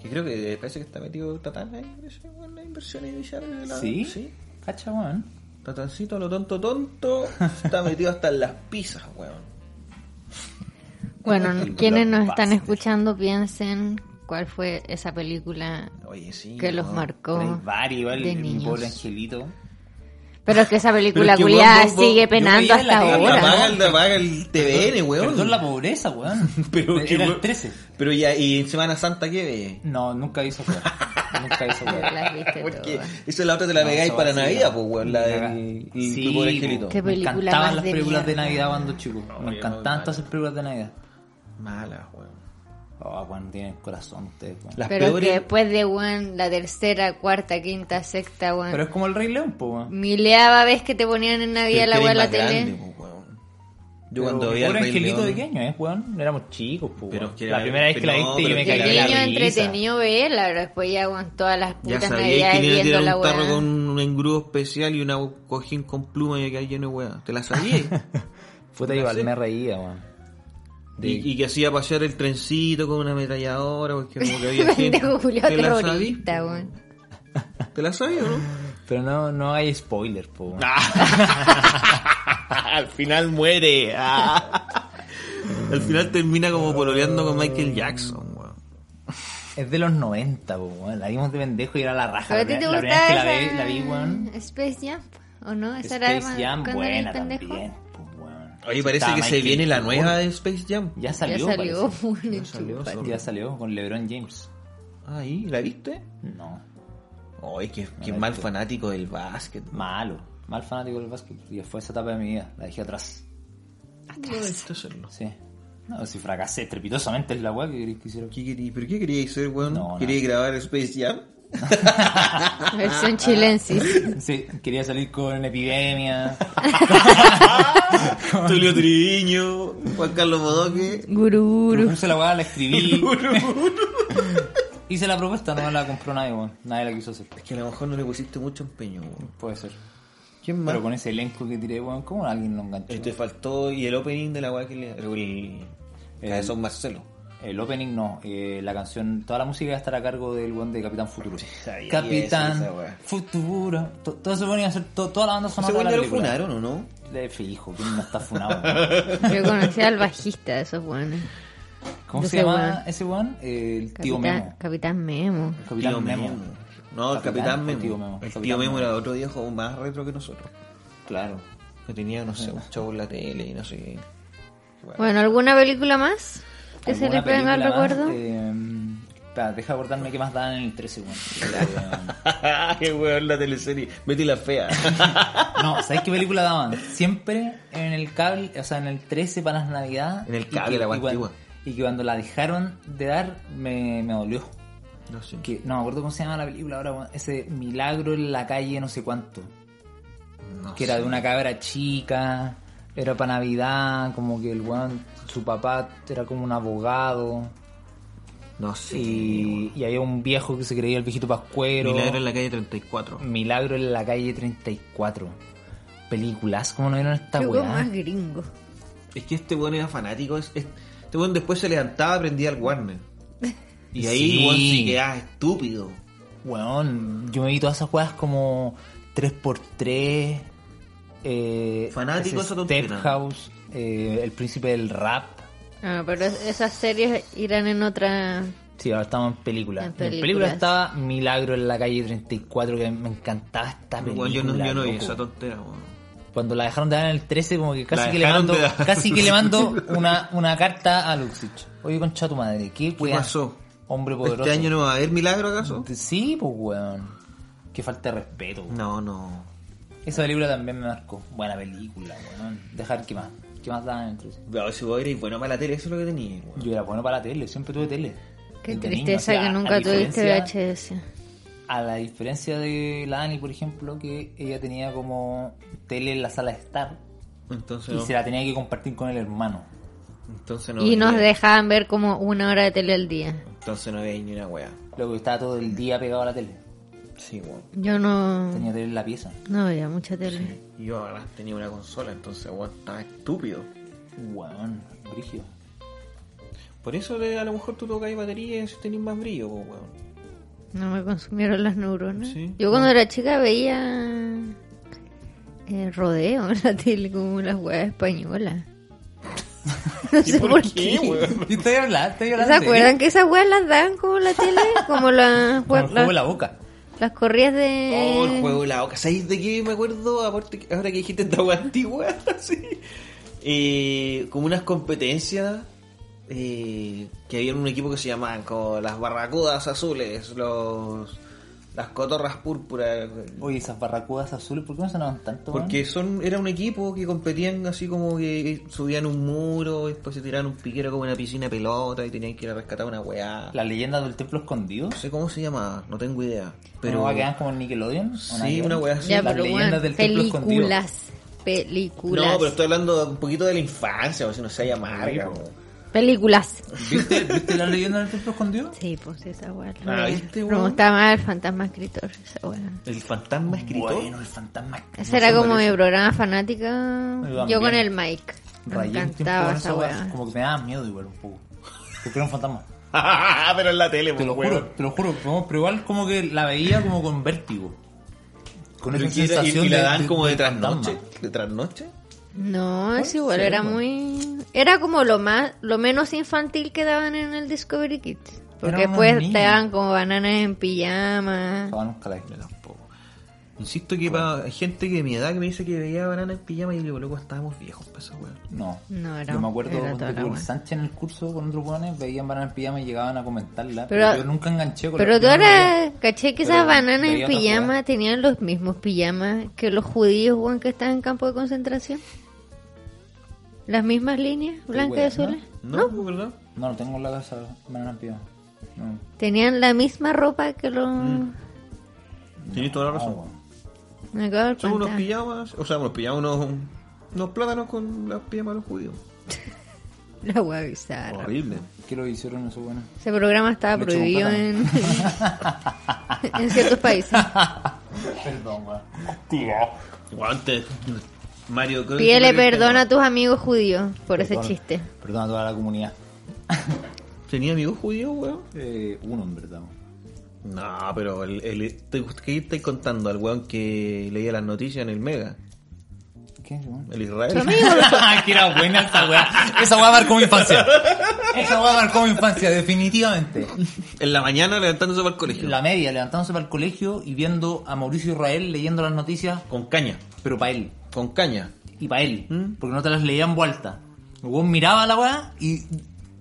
Speaker 4: Que creo que parece que está metido Tatán ahí, parece, weón, las inversiones iniciales de la...
Speaker 3: ¿Sí? Cacha, weón.
Speaker 4: Tatancito, a lo tonto tonto, está metido hasta en las pizzas, weón.
Speaker 1: Bueno,
Speaker 4: Película
Speaker 1: quienes nos están
Speaker 3: basta.
Speaker 1: escuchando piensen cuál fue esa película
Speaker 4: Oye, sí.
Speaker 1: que los
Speaker 4: weón.
Speaker 1: marcó.
Speaker 3: Pero hay varios, igual,
Speaker 1: Oh, de
Speaker 3: mi
Speaker 1: niños.
Speaker 3: pobre angelito.
Speaker 1: Pero es que esa
Speaker 4: Pero
Speaker 1: película
Speaker 4: es que,
Speaker 1: culiada
Speaker 4: weón, vos-
Speaker 1: sigue
Speaker 4: vos-
Speaker 3: yo
Speaker 1: penando
Speaker 3: veía
Speaker 1: hasta
Speaker 3: la tele,
Speaker 1: ahora.
Speaker 4: Apaga
Speaker 3: ¿no?
Speaker 4: el, apaga el TVN, weón.
Speaker 3: Perdón la pobreza, weón.
Speaker 4: Pero que
Speaker 3: Era el
Speaker 4: weón-
Speaker 3: 13.
Speaker 4: Pero ya, ¿y en Semana Santa qué ve?
Speaker 3: No, nunca hizo weón. nunca hizo
Speaker 1: Pero
Speaker 3: weón.
Speaker 1: las viste
Speaker 4: Porque
Speaker 1: todas.
Speaker 4: esa es la otra te la
Speaker 3: No,
Speaker 4: pegáis
Speaker 3: eso
Speaker 4: para
Speaker 3: vacía.
Speaker 4: Navidad, pues, weón. La
Speaker 3: Caga.
Speaker 4: del
Speaker 3: Sí,
Speaker 4: el
Speaker 3: pues.
Speaker 4: Pobre
Speaker 3: po.
Speaker 4: angelito.
Speaker 1: Qué
Speaker 3: Me
Speaker 1: película
Speaker 3: encantaban
Speaker 1: más
Speaker 3: las
Speaker 1: de
Speaker 3: películas de
Speaker 1: mierda.
Speaker 3: Navidad cuando chico.
Speaker 4: yo
Speaker 3: Me
Speaker 4: no
Speaker 3: encantaban
Speaker 4: mala.
Speaker 3: todas esas películas de Navidad.
Speaker 4: Mala, weón.
Speaker 3: Oh, weón, tienen corazón ustedes, weón.
Speaker 4: Las
Speaker 1: Pero
Speaker 4: peores.
Speaker 1: que después de Juan, la tercera, cuarta, quinta, sexta, Juan.
Speaker 3: Pero es como el Rey León, po, weón.
Speaker 1: Mileaba vez que te ponían en
Speaker 4: pero
Speaker 1: Navidad
Speaker 4: es
Speaker 1: la
Speaker 4: que
Speaker 1: weá en
Speaker 4: eres
Speaker 1: la
Speaker 4: más
Speaker 1: tele.
Speaker 4: grande, po, weón. Yo
Speaker 3: Pero
Speaker 4: cuando veía
Speaker 3: el
Speaker 4: el Rey
Speaker 3: angelito
Speaker 4: León-
Speaker 3: de qué año es, weón. Éramos chicos, po,
Speaker 4: Pero
Speaker 3: weón.
Speaker 4: que
Speaker 3: La
Speaker 4: era-
Speaker 3: primera vez que la
Speaker 4: no,
Speaker 3: viste
Speaker 4: pero
Speaker 3: yo me
Speaker 4: que
Speaker 3: cagué
Speaker 1: El
Speaker 3: la
Speaker 1: niño
Speaker 3: risa.
Speaker 1: entretenido verla, pero después ya Juan todas las
Speaker 4: Ya
Speaker 1: putas
Speaker 4: sabía que
Speaker 1: Navidades
Speaker 4: le iba a
Speaker 1: viendo
Speaker 4: tirar
Speaker 1: la
Speaker 4: un tarro
Speaker 1: weá.
Speaker 4: con un engrudo especial y una cojín con pluma y que hay lleno de weá. Te la sabía.
Speaker 3: Puta,
Speaker 4: No
Speaker 3: igual
Speaker 4: sé.
Speaker 3: me reía, weón. De-
Speaker 4: y, y que hacía pasear el trencito con una ametralladora porque como que había gente.
Speaker 1: Pendejo Julio
Speaker 4: ¿Te la sabía?
Speaker 1: terrorista, weón.
Speaker 4: ¿Te la sabía o no?
Speaker 3: Pero no, no hay spoiler, po. weón.
Speaker 4: Ah. Al final muere. Ah. Al final termina como pololeando con Michael Jackson, weón.
Speaker 3: Es de los 90, po, weón. La vimos de pendejo y era la raja.
Speaker 1: ¿Pero a
Speaker 3: La,
Speaker 1: ti te
Speaker 3: primera- la primera vez que la
Speaker 1: gustaba
Speaker 3: vi, la vi,
Speaker 1: esa
Speaker 3: weón.
Speaker 1: Space Jam? ¿O no? ¿Esa era
Speaker 3: Space Jam,
Speaker 1: cuando era
Speaker 3: buena
Speaker 1: el pendejo?
Speaker 3: también, po, weón.
Speaker 4: Oye, parece
Speaker 3: Estaba
Speaker 4: que se
Speaker 3: Michael
Speaker 4: viene la
Speaker 3: Jordan.
Speaker 4: nueva de Space Jam.
Speaker 3: Ya salió,
Speaker 1: ya salió,
Speaker 3: parece.
Speaker 1: weón,
Speaker 4: Ya salió,
Speaker 1: chupa.
Speaker 4: solo.
Speaker 3: Ya salió con LeBron James.
Speaker 4: Ahí, ¿la viste?
Speaker 3: No.
Speaker 4: Oye, que, que
Speaker 3: la
Speaker 4: mal
Speaker 3: viste.
Speaker 4: fanático del básquet.
Speaker 3: Malo. Mal fanático del básquet. Y fue esa etapa de mi vida. La dejé atrás. Ah,
Speaker 4: No, esto es el-
Speaker 3: Sí. No, si fracasé estrepitosamente es la weá que queréis que hiciera.
Speaker 4: ¿Qué querí- ¿Pero qué queríais ser, weón?
Speaker 3: No, no.
Speaker 4: ¿Queríais grabar Space Jam?
Speaker 1: Versión chilensis.
Speaker 3: Sí, quería salir con epidemia.
Speaker 4: Tulio Triviño, Juan Carlos Bodoque.
Speaker 1: Gururu.
Speaker 3: Propuse la weá, la escribí. Hice la propuesta, no me la compró nadie, weón. Nadie la quiso hacer.
Speaker 4: Es que a lo mejor no le pusiste mucho empeño, weón.
Speaker 3: Puede ser.
Speaker 4: ¿Quién más?
Speaker 3: Pero con ese elenco que tiré, weón, ¿cómo alguien lo enganchó?
Speaker 4: Eh, te faltó y el opening de la weá que le. El,
Speaker 3: El-
Speaker 4: la de Son Marcelo.
Speaker 3: El opening no, eh, la canción, toda la música iba a estar a cargo del weón de Capitán Futuro.
Speaker 4: sabía
Speaker 3: Capitán
Speaker 4: esa wea.
Speaker 3: Futuro. To- Todo eso ponía a ser to- toda la banda sonora de
Speaker 4: Según
Speaker 3: la
Speaker 4: ya lo
Speaker 3: película.
Speaker 4: funaron, ¿o no?
Speaker 3: De fijo, ¿quién no está funado? weón?
Speaker 1: Yo conocí al bajista de esos buenos.
Speaker 3: ¿Cómo
Speaker 1: De
Speaker 3: se
Speaker 1: ese
Speaker 3: llama
Speaker 1: weón.
Speaker 3: ese weón? Eh, el tío Memo.
Speaker 1: Capitán Memo.
Speaker 3: El Capitán
Speaker 4: Tío
Speaker 3: Memo.
Speaker 4: No, el Capitán
Speaker 3: Capitán,
Speaker 4: Memo.
Speaker 3: el tío Memo.
Speaker 4: El tío
Speaker 3: Capitán
Speaker 4: Memo
Speaker 3: Memo.
Speaker 4: era otro viejo más retro que nosotros.
Speaker 3: Claro.
Speaker 4: Que tenía, no sé, un show en la tele y no sé qué.
Speaker 1: Bueno, ¿alguna película más? Que se
Speaker 3: ¿Alguna
Speaker 1: le pega el
Speaker 3: película más?
Speaker 1: recuerdo.
Speaker 3: Eh, espera, deja acordarme qué más daban en el 13, weón.
Speaker 4: ¡Qué weón la teleserie! Betty la fea.
Speaker 3: No, ¿sabes qué película daban? Siempre en el cable, o sea, en el 13 para las navidades.
Speaker 4: En el
Speaker 3: y que-
Speaker 4: cable, la
Speaker 3: y cuan-
Speaker 4: antigua.
Speaker 3: Y que cuando la dejaron de dar, me, me dolió.
Speaker 4: No sé.
Speaker 3: Que, no me acuerdo cómo se llama la película ahora, weón. ese milagro en la calle, no sé cuánto.
Speaker 4: No
Speaker 3: que era de una cabra chica, era para Navidad, como que el weón, su papá era como un abogado.
Speaker 4: No sé.
Speaker 3: Y, y había un viejo que se creía el viejito pascuero.
Speaker 4: Milagro en la calle 34.
Speaker 3: Milagro en la calle 34. Películas, ¿cómo no vieron esta
Speaker 1: Luego más
Speaker 3: weá?
Speaker 1: gringo.
Speaker 4: Es que este weón era fanático. es- es- Este weón después se levantaba, prendía el Warner. Y ahí
Speaker 3: Sí.
Speaker 4: weón se quedaba estúpido.
Speaker 3: Weón, yo me vi todas esas weas como 3x3. Eh,
Speaker 4: Fanático
Speaker 3: ese
Speaker 4: esa
Speaker 3: Step
Speaker 4: tontera.
Speaker 3: House, eh, El Príncipe del Rap.
Speaker 1: Ah, pero es- esas series irán en otra.
Speaker 3: Sí, ahora estamos en película.
Speaker 1: En
Speaker 3: En película.
Speaker 1: películas.
Speaker 3: estaba Milagro en la calle 34, que me encantaba esta película.
Speaker 4: Weón, yo no, yo no vi
Speaker 3: loco.
Speaker 4: esa tontera, weón.
Speaker 3: Cuando la dejaron de dar en el 13, como que casi
Speaker 4: La
Speaker 3: que le
Speaker 4: dejaron
Speaker 3: mando,
Speaker 4: de dar.
Speaker 3: casi que le mando una, una carta a Luxich. Oye, concha tu madre, ¿qué,
Speaker 4: ¿Qué
Speaker 3: weá?
Speaker 4: pasó?
Speaker 3: Hombre poderoso.
Speaker 4: ¿Este año no va a haber milagro acaso?
Speaker 3: Sí, pues weón. Qué falta de respeto, weón.
Speaker 4: No, no.
Speaker 3: Esa película también me marcó. Buena película, weón. Dejar que más. ¿Qué más daban en el 13?
Speaker 4: Claro, si vos eres bueno para la tele, eso es lo que tenías, weón.
Speaker 3: Yo era bueno para la tele, siempre tuve tele.
Speaker 1: Qué
Speaker 3: Desde niño,
Speaker 1: tristeza
Speaker 3: o sea,
Speaker 1: que
Speaker 3: a
Speaker 1: nunca tuviste
Speaker 3: diferencia-
Speaker 1: VHS.
Speaker 3: A la diferencia de la Dani, por ejemplo, que ella tenía como tele en la sala de estar
Speaker 4: Entonces
Speaker 3: y
Speaker 4: no.
Speaker 3: se la tenía que compartir con el hermano.
Speaker 4: Entonces no
Speaker 1: Y nos
Speaker 4: veía-
Speaker 1: dejaban ver como una hora de tele al día.
Speaker 4: Entonces no veía ni una weá.
Speaker 3: Luego estaba todo el día pegado a la tele.
Speaker 4: Sí, weón.
Speaker 1: Yo no.
Speaker 3: Tenía tele en la pieza.
Speaker 1: No veía mucha tele.
Speaker 4: Y Yo además tenía una consola, entonces weón, estaba estúpido.
Speaker 3: Weón, brígido.
Speaker 4: Por eso eh, a lo mejor tú tocas batería y tenés más brillo, pues, weón.
Speaker 1: No me consumieron las neuronas.
Speaker 4: Sí.
Speaker 1: Yo cuando era chica veía. eh, rodeo en la tele como las weas españolas. No sé por qué.
Speaker 3: ¿Y estoy hablando? ¿Estoy
Speaker 1: ¿Se
Speaker 3: hablando?
Speaker 1: acuerdan que esas weas las dan como la tele? Como las,
Speaker 3: Con el
Speaker 1: las-
Speaker 3: jugo en la boca.
Speaker 1: las corridas de.
Speaker 4: Oh, el juego de la boca. ¿Sabéis de qué me acuerdo? Aparte que- Ahora que dijiste esta weá antigua, así. Eh, como unas competencias eh, que había en un equipo que se llamaban como las barracudas azules, los las cotorras púrpuras.
Speaker 3: Oye, esas barracudas azules, ¿por qué no sonaban tanto? weón?
Speaker 4: Porque son era un equipo que competían así como que subían un muro, después se tiraban un piquero como una piscina de pelota y tenían que ir a rescatar una weá.
Speaker 3: La leyenda del templo escondido.
Speaker 4: No sé cómo se llamaba, no tengo idea.
Speaker 3: Pero
Speaker 4: Pero
Speaker 3: va a quedar como en Nickelodeon. ¿O nada
Speaker 4: Sí,
Speaker 3: que ver?
Speaker 4: una weá así.
Speaker 1: Ya,
Speaker 3: Las
Speaker 1: pero
Speaker 3: leyendas
Speaker 1: bueno,
Speaker 3: del templo escondido.
Speaker 1: películas. Películas.
Speaker 4: No, pero estoy hablando un poquito de la infancia, o si no se llama amarga. po.
Speaker 1: Películas.
Speaker 3: ¿Viste, ¿Viste la leyenda del templo escondido?
Speaker 1: Sí, pues esa weá.
Speaker 4: Ah,
Speaker 1: la weá.
Speaker 4: ¿viste,
Speaker 1: Pero
Speaker 4: weón?
Speaker 1: Me gustaba más el fantasma escritor. Esa weá.
Speaker 4: El fantasma escritor.
Speaker 3: Bueno, el fantasma.
Speaker 1: Ese era como mi programa fanática.
Speaker 3: Ahí van
Speaker 1: Yo con
Speaker 3: bien.
Speaker 1: el Mike. Me
Speaker 3: Rayé un tiempo
Speaker 1: encantaba
Speaker 3: con
Speaker 1: esa weá.
Speaker 3: Como que me daba miedo igual un poco. Porque era un fantasma.
Speaker 4: Pero en la tele, pues,
Speaker 3: Te lo juro, te lo juro. no, pero igual como que la veía como con vértigo. Con
Speaker 4: Pero
Speaker 3: esa
Speaker 4: que era- y,
Speaker 3: sensación
Speaker 4: y la
Speaker 3: de-
Speaker 4: dan
Speaker 3: de-
Speaker 4: como de
Speaker 3: de
Speaker 4: trasnoche.
Speaker 3: fantasma.
Speaker 4: ¿De trasnoche?
Speaker 1: No, es
Speaker 3: Puede
Speaker 1: igual,
Speaker 3: ser,
Speaker 1: era
Speaker 3: weón.
Speaker 1: muy. Era como lo más lo menos infantil que daban en el Discovery Kids. Porque
Speaker 3: Era más
Speaker 1: después
Speaker 3: niño.
Speaker 1: te daban como bananas en pijama.
Speaker 3: Ah, nunca la vi.
Speaker 4: Tampoco. Insisto que para hay gente que de mi edad que me dice que veía banana en pijama y luego estábamos viejos para esa weá.
Speaker 3: No.
Speaker 1: No, era-
Speaker 3: Yo me acuerdo
Speaker 1: era
Speaker 3: cuando
Speaker 1: toda la
Speaker 3: con
Speaker 1: weá.
Speaker 3: Sánchez en el curso con otros jóvenes veían bananas en pijama y llegaban a comentarla. Pero,
Speaker 1: Pero-
Speaker 3: yo nunca enganché con
Speaker 1: Pero
Speaker 3: la
Speaker 1: tú
Speaker 3: yo no la
Speaker 1: ahora caché que esas
Speaker 3: Pero
Speaker 1: bananas
Speaker 3: veía
Speaker 1: en
Speaker 3: otras
Speaker 1: pijama
Speaker 3: weas.
Speaker 1: tenían los mismos pijamas que los judíos weón, que están en campo de concentración. Las mismas líneas blancas y
Speaker 3: weas, ¿no?
Speaker 1: azules.
Speaker 4: ¿No? pues, ¿Verdad?
Speaker 3: veía. No, no tengo en la casa bananas en pijama. No.
Speaker 1: Tenían la misma ropa que los.
Speaker 3: Mm.
Speaker 4: Tienes toda la razón.
Speaker 3: No,
Speaker 1: Me acabo de dar
Speaker 4: Son unos
Speaker 1: cuenta.
Speaker 4: pijamas, o sea, unos pijamas, unos, unos plátanos con las pijamas de los judíos.
Speaker 1: La wea bizarra.
Speaker 4: Horrible.
Speaker 3: ¿Qué lo hicieron esos buenos?
Speaker 1: Ese programa estaba
Speaker 3: Me echó un
Speaker 1: prohibido en, en ciertos países.
Speaker 3: Perdón, weón.
Speaker 4: Guante. Mario Cruz.
Speaker 1: Pídele perdón a tus amigos judíos por ese
Speaker 3: Perdón.
Speaker 1: chiste.
Speaker 3: Perdón a toda la comunidad.
Speaker 4: ¿Tenía amigos judíos, weón?
Speaker 3: Eh, uno, en verdad.
Speaker 4: No, pero el, el- te- ¿qué estáis contando al weón que leía las noticias en el Mega?
Speaker 3: ¿Qué es, weón?
Speaker 4: El
Speaker 1: Tu
Speaker 4: Israel.
Speaker 1: amigo,
Speaker 3: que era buena esa weá. Esa weá marcó mi infancia. Esa weá marcó mi infancia, definitivamente.
Speaker 4: En la mañana levantándose para el colegio.
Speaker 3: La media, levantándose para el colegio y viendo a Mauricio Israel leyendo las noticias,
Speaker 4: Con caña.
Speaker 3: pero para él.
Speaker 4: Con caña.
Speaker 3: Y para él.
Speaker 4: ¿Mm?
Speaker 3: Porque no te las leían vuelta. El weón miraba la weá y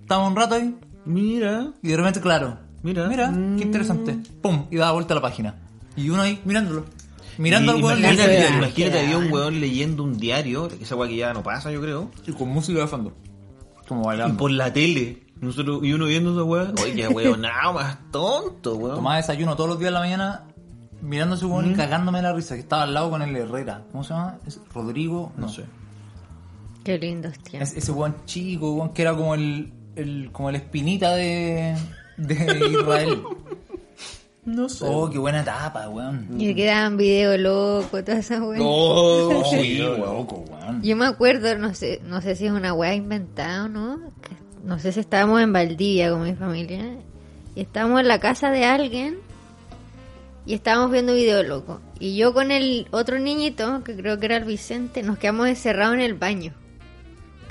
Speaker 3: estaba un rato ahí.
Speaker 4: Mira.
Speaker 3: Y de repente, claro.
Speaker 4: Mira. Mm.
Speaker 3: Mira, qué interesante. Pum, y daba vuelta a la página. Y uno ahí mirándolo. Mirando
Speaker 4: Y
Speaker 3: al weón
Speaker 4: Imagínate,
Speaker 1: leyendo.
Speaker 4: imagínate, había un weón leyendo un diario, que esa weá que ya no pasa, yo creo.
Speaker 3: Y con música de fondo. Como
Speaker 4: Y
Speaker 3: bailando.
Speaker 4: por la tele. Nosotros, y uno viendo esa weá. Oye, qué weón, nada más tonto, weón.
Speaker 3: Tomaba desayuno todos los días de la mañana mirando a su
Speaker 4: ¿Mm?
Speaker 3: weón y cagándome la risa que estaba al lado con el Herrera. ¿Cómo se llama? ¿Es Rodrigo, no,
Speaker 4: No sé.
Speaker 1: Qué lindos tiempos.
Speaker 3: Es- ese weón chico, weón que era como el, el- como el espinita de de Israel.
Speaker 4: No sé.
Speaker 3: Oh, qué buena tapa, weón.
Speaker 1: Y quedaban video loco, toda esa weá.
Speaker 4: Oh,
Speaker 3: Oh,
Speaker 4: sí,
Speaker 3: qué
Speaker 4: weón.
Speaker 3: loco, weón.
Speaker 1: Yo me acuerdo, no sé, no sé si es una weá inventada o no. que- No sé si estábamos en Valdivia con mi familia. Y estábamos en la casa de alguien. Y estábamos viendo video loco. Y yo con el otro niñito, que creo que era el Vicente, nos quedamos encerrados en el baño.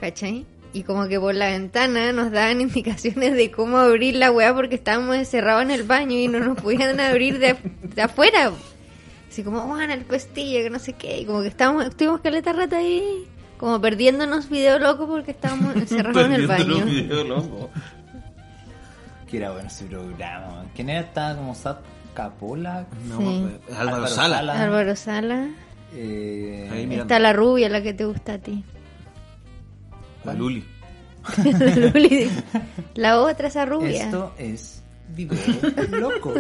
Speaker 1: ¿Cachai? Y como que por la ventana nos daban indicaciones de cómo abrir la weá porque estábamos encerrados en el baño y no nos podían abrir de, de afuera. Así como, bueno, el pestillo, que no sé qué. Y como que estábamos, estuvimos caleta rata ahí, como perdiéndonos video loco porque estábamos encerrados en el
Speaker 4: Perdiendo
Speaker 1: baño.
Speaker 4: los videos, loco.
Speaker 3: Que era bueno ese programa. weón. ¿Quién era? Estaba como Sat Capola.
Speaker 4: No,
Speaker 1: Sí.
Speaker 4: pues, Álvaro Sala.
Speaker 1: Álvaro Sala.
Speaker 3: Eh,
Speaker 4: Ahí mira.
Speaker 1: Está la rubia, la que te gusta a ti.
Speaker 4: La Luli.
Speaker 1: Luli. la otra, esa rubia.
Speaker 3: Esto es video loco.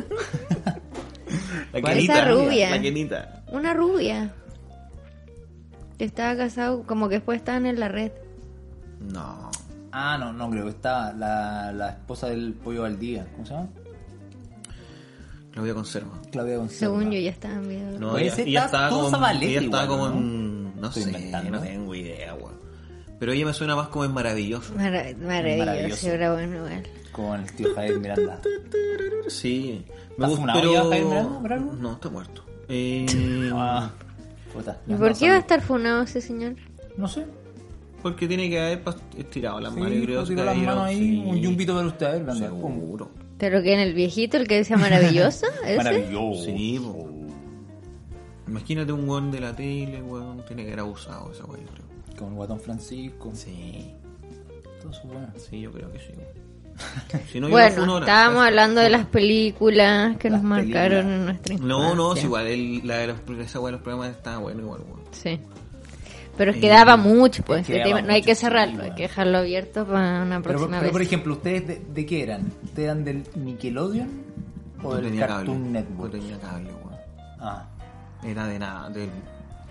Speaker 4: La
Speaker 3: ¿Cuál?
Speaker 4: Kenita.
Speaker 1: Esa rubia.
Speaker 4: La Kenita.
Speaker 1: Una rubia. Que Estaba casado, como que después estaban en la red.
Speaker 4: No.
Speaker 3: Ah, no, no, creo que estaba la, la esposa del pollo Valdía. ¿Cómo se llama?
Speaker 4: Claudia Conserva.
Speaker 3: Claudia González.
Speaker 1: Según yo ya estaban viendo.
Speaker 4: No,
Speaker 3: Oye,
Speaker 4: ella,
Speaker 3: ese
Speaker 4: ella
Speaker 3: está
Speaker 4: estaba
Speaker 3: todo
Speaker 4: como,
Speaker 3: Zabaleta
Speaker 4: ella estaba
Speaker 3: igual,
Speaker 4: como en... No
Speaker 3: Estoy
Speaker 4: sé,
Speaker 3: inventando.
Speaker 4: no tengo idea, weón. Pero ella me suena más como en maravilloso.
Speaker 1: Mara- maravilloso,
Speaker 3: Maravilloso.
Speaker 1: era bueno igual.
Speaker 3: Con el tío Javier Miranda.
Speaker 4: Sí.
Speaker 3: ¿Está fumado ya, Jaime Miranda, por algo?
Speaker 4: No, está muerto. Eh,
Speaker 3: Ah, puta.
Speaker 1: ¿Y
Speaker 3: las
Speaker 1: por
Speaker 3: dos
Speaker 1: qué va a
Speaker 3: son-
Speaker 1: estar funado ese señor?
Speaker 3: No sé.
Speaker 4: Porque tiene que haber pas- estirado las
Speaker 3: Sí,
Speaker 4: manos, yo creo.
Speaker 3: pues, digo, las
Speaker 4: que
Speaker 3: manos
Speaker 4: haber-
Speaker 3: ahí,
Speaker 4: sí.
Speaker 3: un yumbito para ustedes, Miranda. Pum.
Speaker 4: Seguro.
Speaker 1: ¿Pero que en el viejito, el que decía maravilloso? ¿Ese?
Speaker 3: Maravilloso.
Speaker 4: Sí,
Speaker 3: pues,
Speaker 4: po.
Speaker 3: oh.
Speaker 4: Imagínate un weón de la tele, weón. Tiene que haber abusado esa weón, yo creo.
Speaker 3: Con el guatón Francisco.
Speaker 4: Sí.
Speaker 3: Todo eso bueno.
Speaker 4: Sí, yo creo que sí. Si no, yo no funo
Speaker 1: bueno,
Speaker 4: ahora.
Speaker 1: estábamos hablando de las películas que
Speaker 3: Las
Speaker 1: nos marcaron
Speaker 3: películas.
Speaker 1: en nuestra infancia.
Speaker 4: No, no, es igual. el- la de los, esa weón de los programas estaba bueno, igual, weón.
Speaker 1: Sí. Pero es que daba mucho,
Speaker 3: Eh,
Speaker 1: pues.
Speaker 3: es que
Speaker 1: este
Speaker 3: daba
Speaker 1: tema. No hay
Speaker 3: mucho,
Speaker 1: que
Speaker 3: sí,
Speaker 1: cerrarlo, hay
Speaker 3: bueno.
Speaker 1: que dejarlo abierto para
Speaker 3: Pero,
Speaker 1: una
Speaker 3: por-
Speaker 1: próxima
Speaker 3: pero, por
Speaker 1: vez.
Speaker 3: ejemplo, ¿ustedes de, de qué eran? ¿Ustedes eran del Nickelodeon o
Speaker 4: No
Speaker 3: del
Speaker 4: tenía cable.
Speaker 3: Cartoon
Speaker 4: No
Speaker 3: Network?
Speaker 4: tenía cable, weón.
Speaker 3: Ah,
Speaker 4: Era de nada, del-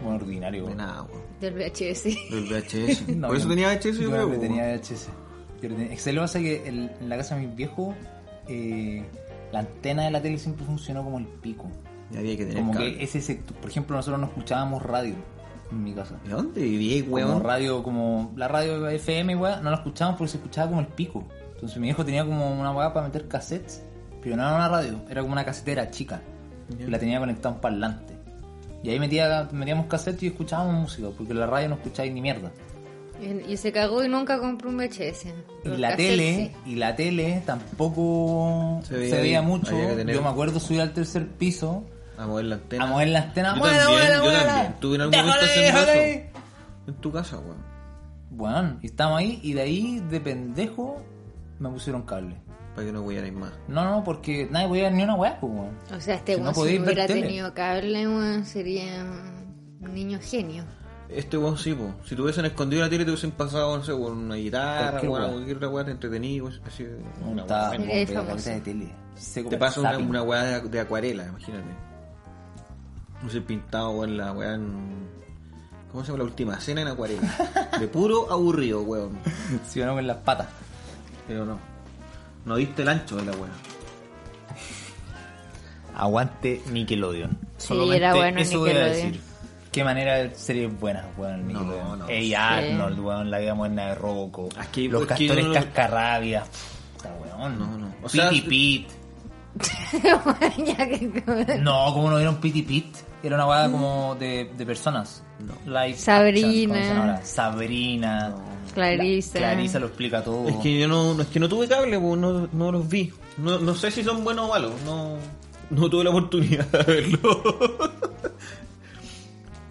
Speaker 3: un ordinario.
Speaker 4: de
Speaker 3: weón.
Speaker 4: nada, weón.
Speaker 1: Del VHS.
Speaker 4: Del VHS.
Speaker 3: No,
Speaker 4: Por eso
Speaker 3: yo-
Speaker 4: tenía VHS, yo creo.
Speaker 3: le
Speaker 4: weón.
Speaker 3: tenía VHS. Yo le tenía- es que lo que pasa es que el- en la casa de mis viejos eh, la antena de la tele siempre funcionó como el pico.
Speaker 4: Y había que tener
Speaker 3: Como
Speaker 4: cable.
Speaker 3: que ese sector. Por ejemplo, nosotros no escuchábamos radio en mi casa.
Speaker 4: ¿De dónde viví,
Speaker 3: Como
Speaker 4: weón?
Speaker 3: radio, como la radio FM, weá, no la escuchábamos porque se escuchaba como el pico. Entonces mi hijo tenía como una weá para meter cassettes, pero no era una radio, era como una casetera chica.
Speaker 4: Ya.
Speaker 3: Y la tenía conectada a un parlante. Y ahí metía, metíamos cassettes y escuchábamos música, porque la radio no escucháis ni mierda.
Speaker 1: Y y se cagó y nunca compró un VHS.
Speaker 3: Y
Speaker 1: Los
Speaker 3: la
Speaker 1: cassettes,
Speaker 3: tele,
Speaker 1: sí.
Speaker 3: y la tele tampoco
Speaker 4: Se
Speaker 3: se
Speaker 4: veía
Speaker 3: veía,
Speaker 4: bien,
Speaker 3: mucho.
Speaker 4: había que tener-
Speaker 3: Yo me acuerdo subir al tercer piso,
Speaker 4: A mover la
Speaker 3: a
Speaker 4: antena.
Speaker 3: mover la antena.
Speaker 4: Yo
Speaker 3: ¡Mueve,
Speaker 4: también,
Speaker 3: mueve,
Speaker 4: yo
Speaker 3: mueve!
Speaker 4: también. Tuve en algún
Speaker 3: ¡Déjale,
Speaker 4: momento haciendo eso.
Speaker 3: déjale!
Speaker 4: En tu casa, weón.
Speaker 3: Bueno, y estábamos ahí, y de ahí, de pendejo, me pusieron cable.
Speaker 4: Para que no huyerais más.
Speaker 3: No, no, porque nadie podía ver ni una weá, pues, weón.
Speaker 1: O sea, este
Speaker 3: Si no
Speaker 1: weón, si
Speaker 3: podéis ver
Speaker 1: hubiera
Speaker 3: tele.
Speaker 1: tenido cable, weón, sería un niño genio.
Speaker 4: Este weón sí, po. Si te hubiesen escondido la tele, te hubiesen pasado, no sé, con una guitarra,
Speaker 3: Cualquier
Speaker 4: weón,
Speaker 3: weón.
Speaker 4: cualquier otra weón, te entretenido, así. Una
Speaker 3: Estaba
Speaker 4: weón.
Speaker 1: Sería
Speaker 3: con
Speaker 1: el
Speaker 3: pedazo
Speaker 1: famoso.
Speaker 3: de tele. Seco
Speaker 4: Te
Speaker 3: para
Speaker 4: pasa una,
Speaker 3: zapping.
Speaker 4: una weá de, de acuarela, imagínate. No sé, pintado, weón, la weá en. ¿Cómo se llama la última cena en acuarela? De puro aburrido, weón.
Speaker 3: Sí, bueno, con las patas.
Speaker 4: Pero no. No diste el ancho de la weá.
Speaker 3: Aguante Nickelodeon.
Speaker 1: Sí, era bueno
Speaker 3: eso voy a
Speaker 1: Nickelodeon.
Speaker 3: decir. Qué manera de series buenas, weón,
Speaker 4: No,
Speaker 3: Nickelodeon.
Speaker 4: no.
Speaker 3: Ey, Arnold, weón, la vida moderna de Rocco.
Speaker 4: Es que-
Speaker 3: Los
Speaker 4: es que
Speaker 3: castores
Speaker 4: yo no-
Speaker 3: cascarrabia. Puta, weón.
Speaker 4: No, no. O
Speaker 3: O
Speaker 4: sea,
Speaker 3: sea, Pit. y
Speaker 1: Ya que-
Speaker 3: Pit. No, como no vieron Pit y Pit. Era una weá como de, de personas. Live
Speaker 1: Sabrina.
Speaker 3: action, ¿cómo se llama ahora? Sabrina.
Speaker 1: Clarisa.
Speaker 3: Clarisa lo explica todo.
Speaker 4: Es que yo no, no- es que no tuve cable, po, no, no los vi. No, no sé si son buenos o malos, no, no tuve la oportunidad de verlo.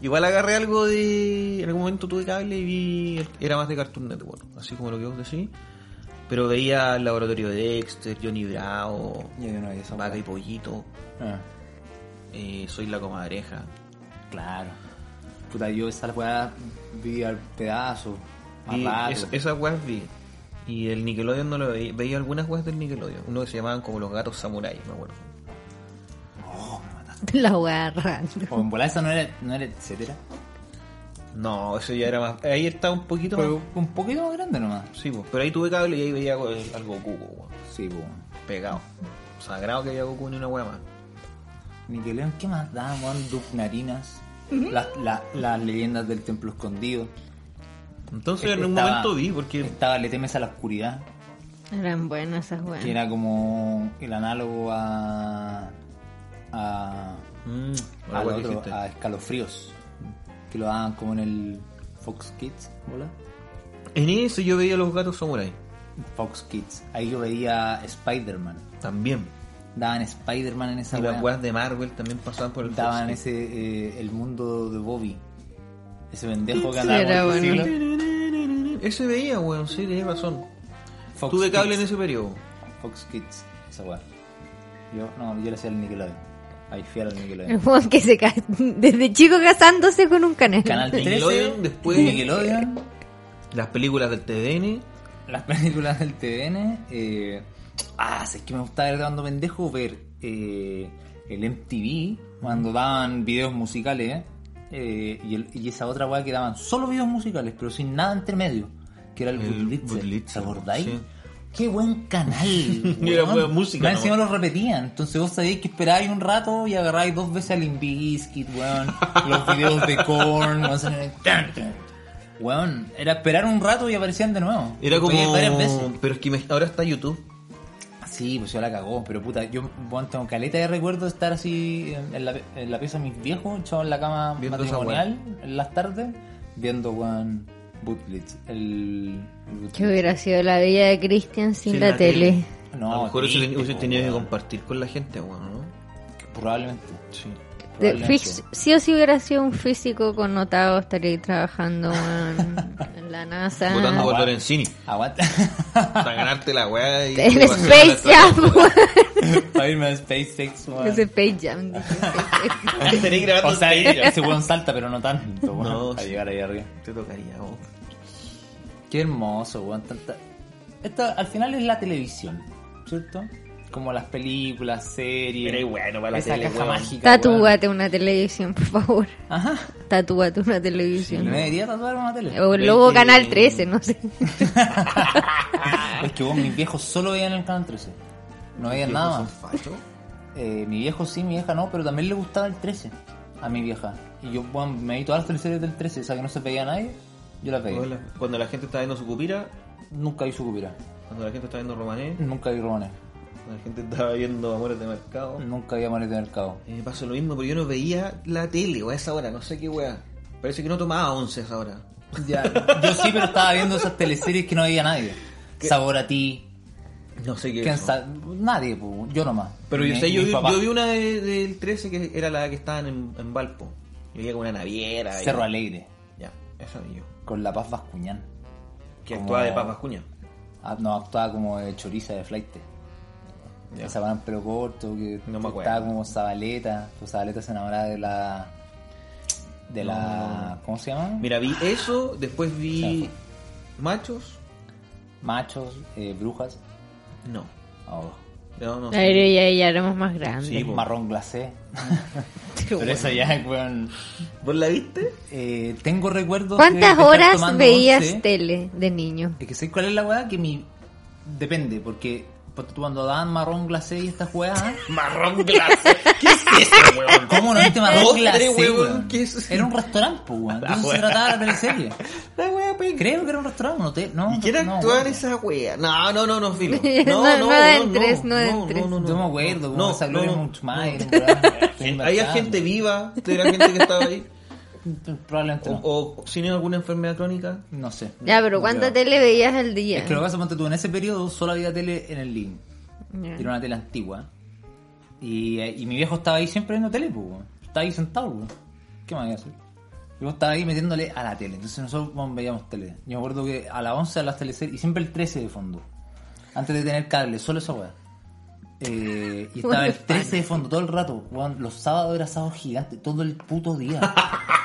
Speaker 4: Igual agarré algo de. En algún momento tuve cable y vi. Era más de Cartoon Network, así como lo que vos decís. Pero veía el laboratorio de Dexter, Johnny Bravo,
Speaker 3: Ya, yo no vi esa
Speaker 4: Vaca
Speaker 3: weá.
Speaker 4: y Pollito,
Speaker 3: Ah.
Speaker 4: eh, Soy la Comadreja.
Speaker 3: Claro. Puta, yo esa weá vi al pedazo. A
Speaker 4: Vi-
Speaker 3: rato.
Speaker 4: es- esas weas vi. Y el Nickelodeon no lo veía. Veía algunas weas del Nickelodeon. Uno que se llamaban como los gatos samuráis, me acuerdo.
Speaker 1: La weá random.
Speaker 3: O en volada esa no era, no era etcétera.
Speaker 4: No, eso ya era más. Ahí estaba un poquito
Speaker 3: Pero
Speaker 4: más.
Speaker 3: un poquito más grande nomás.
Speaker 4: Sí, po, pero ahí tuve cable y ahí veía eh, algo Goku, po, weón.
Speaker 3: Sí, pues.
Speaker 4: Pegado. Sagrado que haya Goku ni una hueá más.
Speaker 3: Nickelodeon, ¿qué más da, weón? Dugnarinas. Las, la- las leyendas del templo escondido.
Speaker 4: Entonces en un
Speaker 3: Estaba- eh,
Speaker 4: momento vi, porque
Speaker 3: Estaba Le temes a la oscuridad,
Speaker 1: Eran buenas esas
Speaker 3: que
Speaker 1: weas.
Speaker 3: era como el análogo a. a.
Speaker 4: Mm, la
Speaker 3: al
Speaker 4: hueá que
Speaker 3: otro,
Speaker 4: dijiste.
Speaker 3: a escalofríos. Que lo daban como en el Fox Kids, ¿bola?
Speaker 4: en eso yo veía los gatos samurai.
Speaker 3: Fox Kids. Ahí yo veía Spider-Man.
Speaker 4: También.
Speaker 3: Daban Spider-Man en esa
Speaker 4: y las
Speaker 3: weá.
Speaker 4: weas de Marvel también pasaban por el
Speaker 3: Daban
Speaker 4: Fox.
Speaker 3: ese. eh, el mundo de Bobby. Ese pendejo que
Speaker 1: Sí,
Speaker 3: andaba
Speaker 1: era
Speaker 3: por el
Speaker 1: bueno.
Speaker 3: siglo.
Speaker 4: Ese veía, weón, sí, tenés razón.
Speaker 3: Fox
Speaker 4: Tuve cable
Speaker 3: Kids.
Speaker 4: en ese periodo.
Speaker 3: Fox Kids, esa weá. Yo, no, yo le hacía al Nickelodeon. Ahí fui al
Speaker 1: El
Speaker 3: Nickelodeon.
Speaker 1: weón que se ca- desde chico casándose con un canal.
Speaker 3: Canal 13,
Speaker 4: Nickelodeon, después-
Speaker 3: Nickelodeon,
Speaker 4: Las películas del TDN.
Speaker 3: las películas del TVN. Eh, ah, si es que me gustaba ver cuando pendejo ver eh, el MTV, cuando daban videos musicales, eh, y, el- y esa otra weá que daban solo videos musicales, pero sin nada entre medio, que era el,
Speaker 4: El
Speaker 3: Budlitzer. ¿Te
Speaker 4: Budlitzer,
Speaker 3: acordáis?
Speaker 4: sí.
Speaker 3: Qué buen canal.
Speaker 4: Era
Speaker 3: weón.
Speaker 4: buena música,
Speaker 3: Más
Speaker 4: nomás.
Speaker 3: encima lo repetían. Entonces vos sabíais que esperáis un rato y agarráis dos veces al Inviskit, weón. Los videos de Korn, no sé, tan, tan. Weón, era esperar un rato y aparecían de nuevo.
Speaker 4: Era
Speaker 3: Lo veíais varias veces.
Speaker 4: como. Pero es que me- ahora está YouTube.
Speaker 3: Sí, pues yo la cagó, pero puta, yo bueno, tengo caleta de recuerdo de estar así en, en la, en la pieza de mis viejos, echado en la cama
Speaker 4: Viendo esa
Speaker 3: matrimonial en las tardes, viendo weón Butblitz, el, el Butblitz.
Speaker 1: Que hubiera sido la vida de Cristian sin
Speaker 4: Sin
Speaker 1: la,
Speaker 4: la
Speaker 1: tele.
Speaker 4: tele.
Speaker 3: No,
Speaker 4: a lo mejor hubiese
Speaker 3: triste,
Speaker 4: tenido- hubiese
Speaker 3: po,
Speaker 4: tenido que
Speaker 3: weón.
Speaker 4: compartir con la gente, weón, ¿no?
Speaker 3: Probablemente.
Speaker 4: Sí.
Speaker 1: De-
Speaker 3: probablemente.
Speaker 1: fis- sí o sí hubiera sido un físico connotado, estaría ahí trabajando weón, en la NASA.
Speaker 4: Votando por
Speaker 3: Ah,
Speaker 4: Lorenzini.
Speaker 3: Aguanta.
Speaker 4: Para ganarte la weá y.
Speaker 1: En
Speaker 4: te vas a ganar
Speaker 1: Space Jam, weón.
Speaker 3: Para irme a SpaceX, weón.
Speaker 1: Es Space Jam. dije, SpaceX.
Speaker 4: Estaría grabando
Speaker 3: O sea,
Speaker 4: hasta ella.
Speaker 3: ese weón salta, pero no tanto, weón,
Speaker 4: No,
Speaker 3: para
Speaker 4: sí.
Speaker 3: llegar ahí arriba.
Speaker 4: Te tocaría, vos.
Speaker 3: Qué hermoso, weón. tanta- Esto al final es la televisión, ¿cierto? Como las películas, series.
Speaker 4: Pero es bueno para la
Speaker 3: esa
Speaker 4: tele,
Speaker 3: caja
Speaker 4: weón.
Speaker 3: mágica. weón.
Speaker 1: Tatúate una televisión, por favor.
Speaker 3: Ajá.
Speaker 1: Tatúate una
Speaker 3: No
Speaker 1: televisión.
Speaker 3: me debería tatuar una tele.
Speaker 1: o luego
Speaker 4: Veinte-
Speaker 1: Canal 13, no sé.
Speaker 3: Es que vos, mis viejos solo veían el canal 13. No veían nada más. Eh, mi viejo sí, mi vieja no, pero también le gustaba el 13 a mi vieja. Y yo, weón, me vi todas las teleseries del 13, o sea que no se veía a nadie. Yo las veía.
Speaker 4: Hola. Cuando la gente está viendo su cupira,
Speaker 3: Nunca vi Sucupira,
Speaker 4: cuando la gente está viendo Romané,
Speaker 3: nunca vi Romanes,
Speaker 4: cuando la gente estaba viendo Amores de Mercado.
Speaker 3: nunca vi Amores de Mercado.
Speaker 4: Y me pasó lo mismo, porque yo no veía la tele o a esa hora, no sé qué weá. Parece que no tomaba once a esa hora.
Speaker 3: Ya, yo sí, pero estaba viendo esas teleseries que no veía nadie. Sabor a ti.
Speaker 4: No sé qué.
Speaker 3: ¿quién
Speaker 4: eso.
Speaker 3: sa- nadie, po, yo nomás.
Speaker 4: Pero yo
Speaker 3: Mi-
Speaker 4: sé, yo,
Speaker 3: mi
Speaker 4: vi-
Speaker 3: papá.
Speaker 4: yo vi una de- del 13 que era la que estaban en, en Valpo. Yo veía con una naviera. y-
Speaker 3: Cerro Alegre,
Speaker 4: Ya, esa vi yo.
Speaker 3: con La Paz Vascuñán.
Speaker 4: Que
Speaker 3: Como-
Speaker 4: actuaba de Paz Bascuña.
Speaker 3: Ah, No, actuaba como de choriza de flight.
Speaker 4: Ya.
Speaker 3: Esa van pelo corto, que
Speaker 4: No me acuerdo.
Speaker 3: estaba como Zabaleta. Pues Zabaleta se enamoraba de la. de la. ¿Cómo se llama?
Speaker 4: Mira, vi eso, después vi Machos.
Speaker 3: Machos, eh, brujas.
Speaker 4: No.
Speaker 3: Oh.
Speaker 4: No, no.
Speaker 1: Pero ya, ya éramos más grandes.
Speaker 4: Sí, po.
Speaker 3: Marrón glacé. Pero eso ya, weón.
Speaker 4: ¿Vos la viste?
Speaker 3: Eh, tengo recuerdos. de- de
Speaker 1: ¿Cuántas
Speaker 3: estar
Speaker 1: horas
Speaker 3: tomando
Speaker 1: veías
Speaker 3: once.
Speaker 1: tele de niño?
Speaker 3: Es que sé cuál es la weá que mi. Depende, porque ponte tú, cuando daban marrón glacé y estas weas.
Speaker 4: Marrón glacé. ¿Qué es eso, weón?
Speaker 3: ¿Cómo no viste marrón
Speaker 4: Postre,
Speaker 3: glacé?
Speaker 4: weón,
Speaker 3: weón?
Speaker 4: ¿qué es eso?
Speaker 3: Era un restaurante, po, weón.
Speaker 4: La
Speaker 3: De eso se
Speaker 4: wea.
Speaker 3: trataba la teleserie.
Speaker 4: La wea penca.
Speaker 3: Creo que era un restaurante, un hotel. No,
Speaker 4: ¿Y quién
Speaker 3: no,
Speaker 4: actúa en
Speaker 3: weón.
Speaker 4: esa wea? No, no, no, no, filo.
Speaker 1: No,
Speaker 4: No, no,
Speaker 1: no
Speaker 4: no,
Speaker 1: entres, no entres.
Speaker 4: No,
Speaker 3: No me acuerdo,
Speaker 4: no, Eh,
Speaker 3: weón. Esa Gloria Muchmayer, weón. Estoy
Speaker 4: Había
Speaker 3: embarazada.
Speaker 4: gente viva, era gente que estaba ahí.
Speaker 3: Probablemente no.
Speaker 4: O, o si no, alguna enfermedad crónica.
Speaker 3: No sé.
Speaker 1: Ya, pero
Speaker 3: No creo.
Speaker 1: ¿cuánta tele veías al día?
Speaker 3: Es que lo que pasa, ponte tú, en ese periodo solo había tele en el link.
Speaker 1: Ya.
Speaker 3: Era una tele antigua. Y, eh, y mi viejo estaba ahí siempre viendo tele, pues, weón. Estaba ahí sentado, pues. ¿Qué más iba a hacer? Yo estaba ahí metiéndole a la tele. Entonces nosotros weón, veíamos tele. Yo me acuerdo que a las 11 a las teleseries, y siempre el 13 de fondo. Antes de tener cable, solo esa weá. Eh, y estaba el 13 de fondo todo el rato. weón. los sábados era sábado gigante, todo el puto día.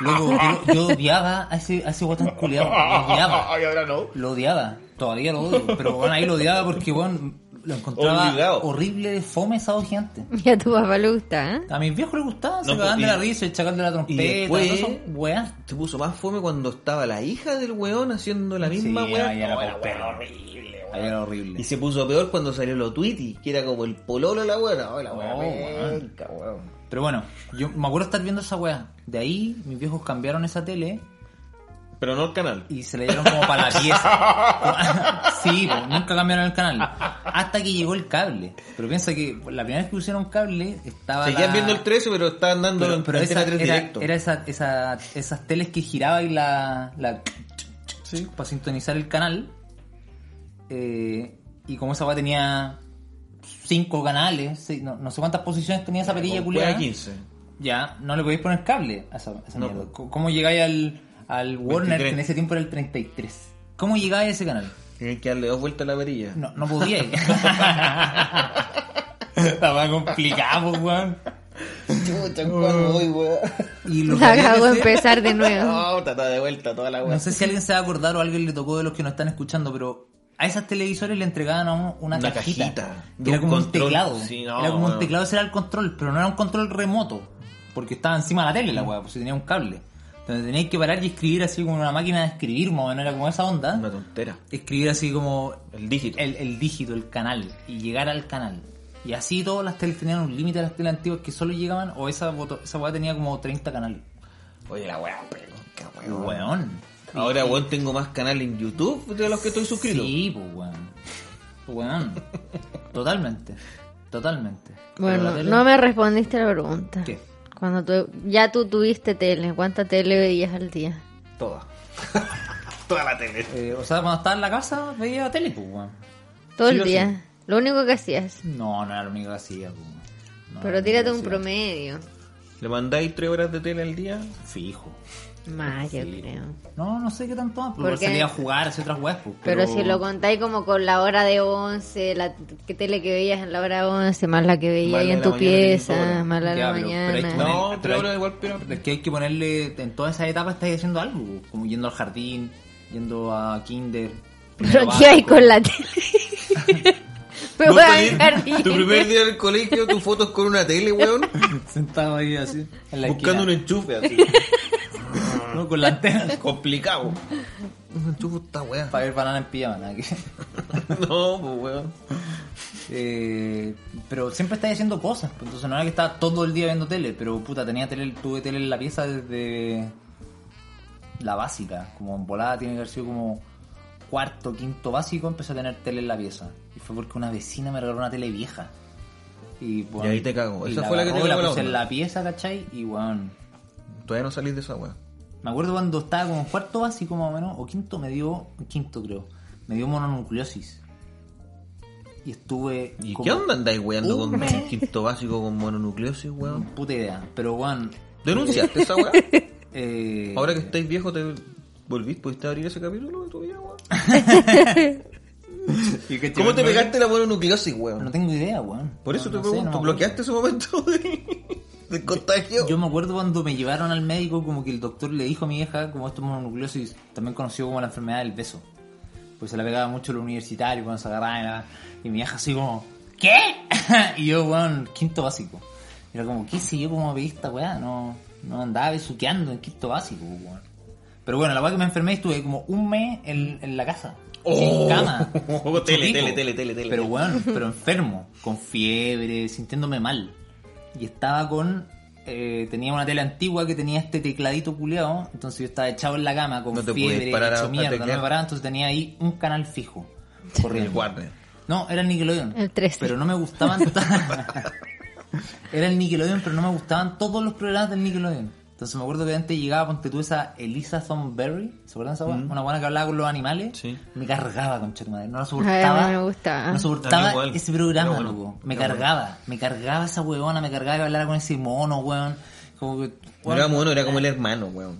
Speaker 3: Luego yo, yo odiaba a ese, a ese weón tan culiado. Lo odiaba.
Speaker 4: ahora no.
Speaker 3: Lo odiaba, todavía lo odio, pero bueno, ahí lo odiaba porque bueno, lo encontraba
Speaker 4: Obligado.
Speaker 3: horrible de fome esa dos gigantes.
Speaker 1: Y a tu papá le gusta, ¿eh?
Speaker 3: A mis viejos les gustaba, se
Speaker 4: No,
Speaker 3: cagaban de
Speaker 4: y-
Speaker 3: la risa, el chacal de la trompeta,
Speaker 4: después-
Speaker 3: todo eso, weá.
Speaker 4: Se puso más fome cuando estaba la hija del weón haciendo la misma
Speaker 3: Sí,
Speaker 4: weá.
Speaker 3: ahí era
Speaker 4: No, era
Speaker 3: paupérrimo.
Speaker 4: weá horrible, weón.
Speaker 3: Ahí era horrible.
Speaker 4: Y se puso peor cuando salió lo Tweety, que era como el pololo de la weá. No, la weá
Speaker 3: No, Oh, weón.
Speaker 4: penca, weón.
Speaker 3: Pero bueno, yo me acuerdo estar viendo esa weá. De ahí mis viejos cambiaron esa tele
Speaker 4: Pero no el canal.
Speaker 3: y se la dieron como para la pieza. sí, pues, nunca cambiaron el canal. Hasta que llegó el cable. Pero piensa que la primera vez que pusieron cable estaba.
Speaker 4: Seguían
Speaker 3: la-
Speaker 4: viendo el 13, pero estaban dando
Speaker 3: Pero,
Speaker 4: en
Speaker 3: pero
Speaker 4: Antena
Speaker 3: esa,
Speaker 4: 3
Speaker 3: era,
Speaker 4: directo.
Speaker 3: era esa- esa- esas teles que giraba y la. la Para sintonizar el canal. Eh, y como esa weá tenía cinco canales, seis- no, no sé cuántas posiciones tenía esa perilla
Speaker 4: Con
Speaker 3: culiada.
Speaker 4: weá 15.
Speaker 3: Ya, no le podéis poner cable a esa, a esa
Speaker 4: No.
Speaker 3: mierda. C- ¿Cómo llegáis al, al Warner,
Speaker 4: 23?
Speaker 3: que en ese tiempo era el 33? ¿Cómo llegáis a ese canal?
Speaker 4: Tienen que darle dos vueltas a la perilla.
Speaker 3: No, no podíais. Estaba complicado, pues, weón.
Speaker 4: Chucha, ¿cuándo voy, weón?
Speaker 3: Y lo que
Speaker 1: La
Speaker 3: había que
Speaker 1: acabo de
Speaker 3: hacer-
Speaker 1: empezar de nuevo.
Speaker 4: No, trataba de vuelta toda la weá.
Speaker 3: No sé si alguien se va a acordar o a alguien le tocó de los que nos están escuchando, pero a esas televisores le entregaban a uno una,
Speaker 4: Una
Speaker 3: cajita.
Speaker 4: cajita.
Speaker 3: que
Speaker 4: De
Speaker 3: era
Speaker 4: un
Speaker 3: como
Speaker 4: control.
Speaker 3: un teclado.
Speaker 4: Sí, no,
Speaker 3: era como
Speaker 4: bueno.
Speaker 3: un teclado, ese era el control, pero no era un control remoto. Porque estaba encima de la tele la weá, pues si tenía un cable. Entonces tenías que parar y escribir así como una máquina de escribir, más o menos era como esa onda.
Speaker 4: Una tontera.
Speaker 3: Escribir así como
Speaker 4: El dígito.
Speaker 3: el, el dígito, el canal, y llegar al canal. Y así todas las teles tenían un límite, las teles antiguas que solo llegaban, o esa, boto- esa weá tenía como 30 canales.
Speaker 4: Oye, la weá, penca, weón.
Speaker 3: Weón.
Speaker 4: Ahora, weón, tengo más canales en YouTube de los que estoy suscrito.
Speaker 3: Sí, pues weón. Weón. Totalmente. Totalmente. Pero la
Speaker 1: Bueno,
Speaker 3: tele-
Speaker 1: no me respondiste a la pregunta.
Speaker 3: ¿Qué?
Speaker 1: Cuando tú, ya tú tuviste tele, ¿cuánta tele veías al día?
Speaker 3: Toda.
Speaker 4: Toda la tele.
Speaker 3: Eh, o sea, cuando estaba en la casa veía tele, pues weón.
Speaker 1: Todo
Speaker 3: Sí o
Speaker 1: el
Speaker 3: sí.
Speaker 1: día. Lo único que hacías.
Speaker 3: No, no era lo único que hacía, pues. weón. No era
Speaker 1: Pero
Speaker 3: lo
Speaker 1: tírate
Speaker 3: único
Speaker 1: un
Speaker 3: que hacía.
Speaker 1: promedio.
Speaker 4: ¿Le mandáis tres horas de tele al día?
Speaker 3: Fijo.
Speaker 1: Más, yo creo.
Speaker 3: No, no sé qué tanto más,
Speaker 1: ¿Por
Speaker 3: porque
Speaker 1: qué?
Speaker 3: salía a jugar, hacía otras weas, pues.
Speaker 1: Pero si lo contáis como con la hora de 11, la que tele que veías en la hora 11, más la que veías
Speaker 4: Más
Speaker 1: ahí
Speaker 4: la
Speaker 1: en
Speaker 4: de
Speaker 1: tu
Speaker 4: la mañana, cinco
Speaker 1: pieza,
Speaker 4: horas.
Speaker 1: más la de
Speaker 3: Ya,
Speaker 1: la
Speaker 3: pero- pero hay que
Speaker 1: mañana.
Speaker 3: poner-
Speaker 4: No,
Speaker 3: pero
Speaker 4: tres
Speaker 3: hay-
Speaker 4: horas igual, pero...
Speaker 3: Es que hay que ponerle, en todas esas etapas estáis haciendo algo, pues, como yendo al jardín, yendo a kinder.
Speaker 1: Pero
Speaker 3: primero
Speaker 1: ¿qué hay
Speaker 3: básico.
Speaker 1: con la tele? Me
Speaker 4: ¿Vos
Speaker 1: voy
Speaker 4: tenés
Speaker 1: al jardín.
Speaker 4: Tu primer día del colegio, tus fotos con una tele, weón.
Speaker 3: Sentado ahí así, en la
Speaker 4: buscando un
Speaker 3: esquina.
Speaker 4: enchufe así.
Speaker 3: No, con la antena.
Speaker 4: Complicado. Un enchufe está weón.
Speaker 3: Para ver banana en pijama, nada que-
Speaker 4: No, pues weón.
Speaker 3: Eh, pero siempre estáis haciendo cosas, pues, entonces no era que estaba todo el día viendo tele, pero puta, tenía tele, tuve tele en la pieza desde la básica, como en volada tiene que haber sido como cuarto, quinto básico, empecé a tener tele en la pieza. Y fue porque una vecina me regaló una tele vieja. Y, bueno,
Speaker 4: Y ahí te cagó.
Speaker 3: y
Speaker 4: Esa fue la que te
Speaker 3: agarró y
Speaker 4: cagó la
Speaker 3: puse en
Speaker 4: onda.
Speaker 3: la pieza, ¿cachai? Y bueno,
Speaker 4: Todavía no salís de esa weón.
Speaker 3: me acuerdo cuando estaba como en cuarto básico más o menos, o quinto, me dio, quinto creo, me dio mononucleosis. Y estuve...
Speaker 4: ¿Y
Speaker 3: como-
Speaker 4: qué onda andáis weando
Speaker 3: Un
Speaker 4: con
Speaker 3: mes.
Speaker 4: quinto básico con mononucleosis, weón?
Speaker 3: Puta idea, pero Juan...
Speaker 4: ¿Denunciaste esa weá?
Speaker 3: eh,
Speaker 4: Ahora que estáis viejo, ¿te volviste? ¿Pudiste abrir ese capítulo de tu vida, weón?
Speaker 3: y que-
Speaker 4: ¿Cómo te
Speaker 3: no-
Speaker 4: pegaste la mononucleosis,
Speaker 3: No
Speaker 4: weón?
Speaker 3: tengo idea, weón.
Speaker 4: Por eso
Speaker 3: No-
Speaker 4: te
Speaker 3: no sé,
Speaker 4: pregunto,
Speaker 3: no me acuerdo.
Speaker 4: ¿bloqueaste ese momento de, de contagio?
Speaker 3: Yo me acuerdo cuando me llevaron al médico, como que el doctor le dijo a mi vieja, como esto es mononucleosis, también conocido como la enfermedad del beso. Pues se la pegaba mucho los universitarios cuando se agarraban. la- Y mi vieja así como, ¿qué? y yo, weón, quinto básico. Era como, ¿qué sé yo como pedí esta weá? No, no andaba besuqueando en quinto básico, weón. Pero bueno, la weá que me enfermé estuve como un mes en, en la casa.
Speaker 4: Oh.
Speaker 3: Sin cama.
Speaker 4: Tele,
Speaker 3: Chupico.
Speaker 4: tele, tele, tele, tele.
Speaker 3: Pero weón, pero enfermo. Con fiebre, sintiéndome mal. Y estaba con... eh, tenía una tele antigua que tenía este tecladito culeado. Entonces yo estaba echado en la cama con
Speaker 4: No te
Speaker 3: fiebre,
Speaker 4: podías parar a-
Speaker 3: hecho
Speaker 4: a
Speaker 3: mierda. No me
Speaker 4: teclear.
Speaker 3: paraba, entonces tenía ahí un canal fijo.
Speaker 4: El
Speaker 3: Corriendo.
Speaker 4: Warner.
Speaker 3: No, era el Nickelodeon.
Speaker 1: El 13.
Speaker 3: Pero no me gustaban. ta- era el Nickelodeon, pero no me gustaban todos los programas del Nickelodeon. Entonces me acuerdo que antes llegaba, ponte tú esa Elisa Thornberry, ¿se acuerdan de esa buena? Una buena que hablaba con los animales.
Speaker 4: Mm. Sí.
Speaker 3: Me cargaba con madre, no la
Speaker 1: A
Speaker 3: soportaba.
Speaker 1: mí me gustaba.
Speaker 3: No
Speaker 4: A mí
Speaker 3: soportaba
Speaker 4: igual.
Speaker 3: ese programa,
Speaker 4: Era bueno,
Speaker 3: loco. Me
Speaker 4: era bueno.
Speaker 3: cargaba, me cargaba esa huevona, me cargaba que hablara con ese mono, weón. Como que.
Speaker 4: No era mono, era como el hermano, weón.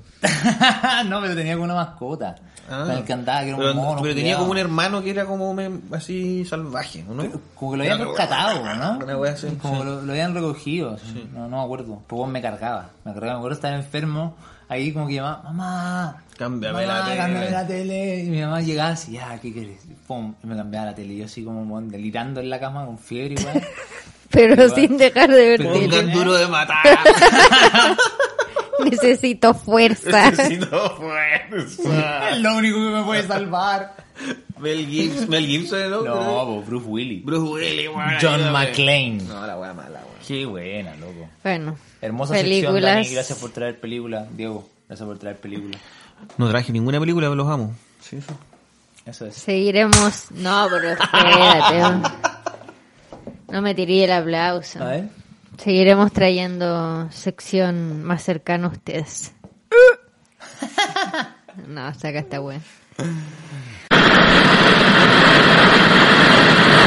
Speaker 3: no, pero tenía como una mascota.
Speaker 4: Ah.
Speaker 3: Me encantaba, que era un
Speaker 4: pero,
Speaker 3: mono.
Speaker 4: pero tenía
Speaker 3: culiao.
Speaker 4: como un hermano que era como me- así salvaje, ¿o ¿no?
Speaker 3: Como que lo habían
Speaker 4: Era-
Speaker 3: rescatado, ¿no?
Speaker 4: Una wea así,
Speaker 3: Como
Speaker 4: sí.
Speaker 3: lo, lo habían recogido. No, no me acuerdo. Pero vos me cargaba. Me cargaba. Me acuerdo estar enfermo. Ahí como que llamaba, mamá.
Speaker 4: Cámbiame
Speaker 3: mamá,
Speaker 4: la tele".
Speaker 3: cámbiame la tele. Y mi mamá llegaba así, ah, ¿qué querés? Pum, y me cambiaba la tele. Y yo así como weón, delirando en la cama con fiebre y weón.
Speaker 1: Pero sin dejar de ver
Speaker 3: Pero-
Speaker 1: tele.
Speaker 4: Pongan duro de matar.
Speaker 1: Necesito fuerza.
Speaker 4: Necesito fuerza.
Speaker 3: Es lo único que me puede salvar.
Speaker 4: Mel Gibson, Mel Gibson, ¿no?
Speaker 3: No, pues Bruce Willis.
Speaker 4: Bruce Willis, weón.
Speaker 3: John
Speaker 4: ayúdame.
Speaker 3: McClane.
Speaker 4: No, la wea mala, weón.
Speaker 3: Qué buena, loco.
Speaker 1: Bueno.
Speaker 3: Hermosa sección,
Speaker 1: películas.
Speaker 3: Dani. Gracias por traer película. Diego, gracias por traer película.
Speaker 4: No traje ninguna película, pero los amo. Sí, eso.
Speaker 3: Eso es.
Speaker 1: Seguiremos. No, pero espérate. No me tiré el aplauso.
Speaker 3: A ver.
Speaker 1: Seguiremos trayendo sección más cercana a ustedes. No, saca esta wea.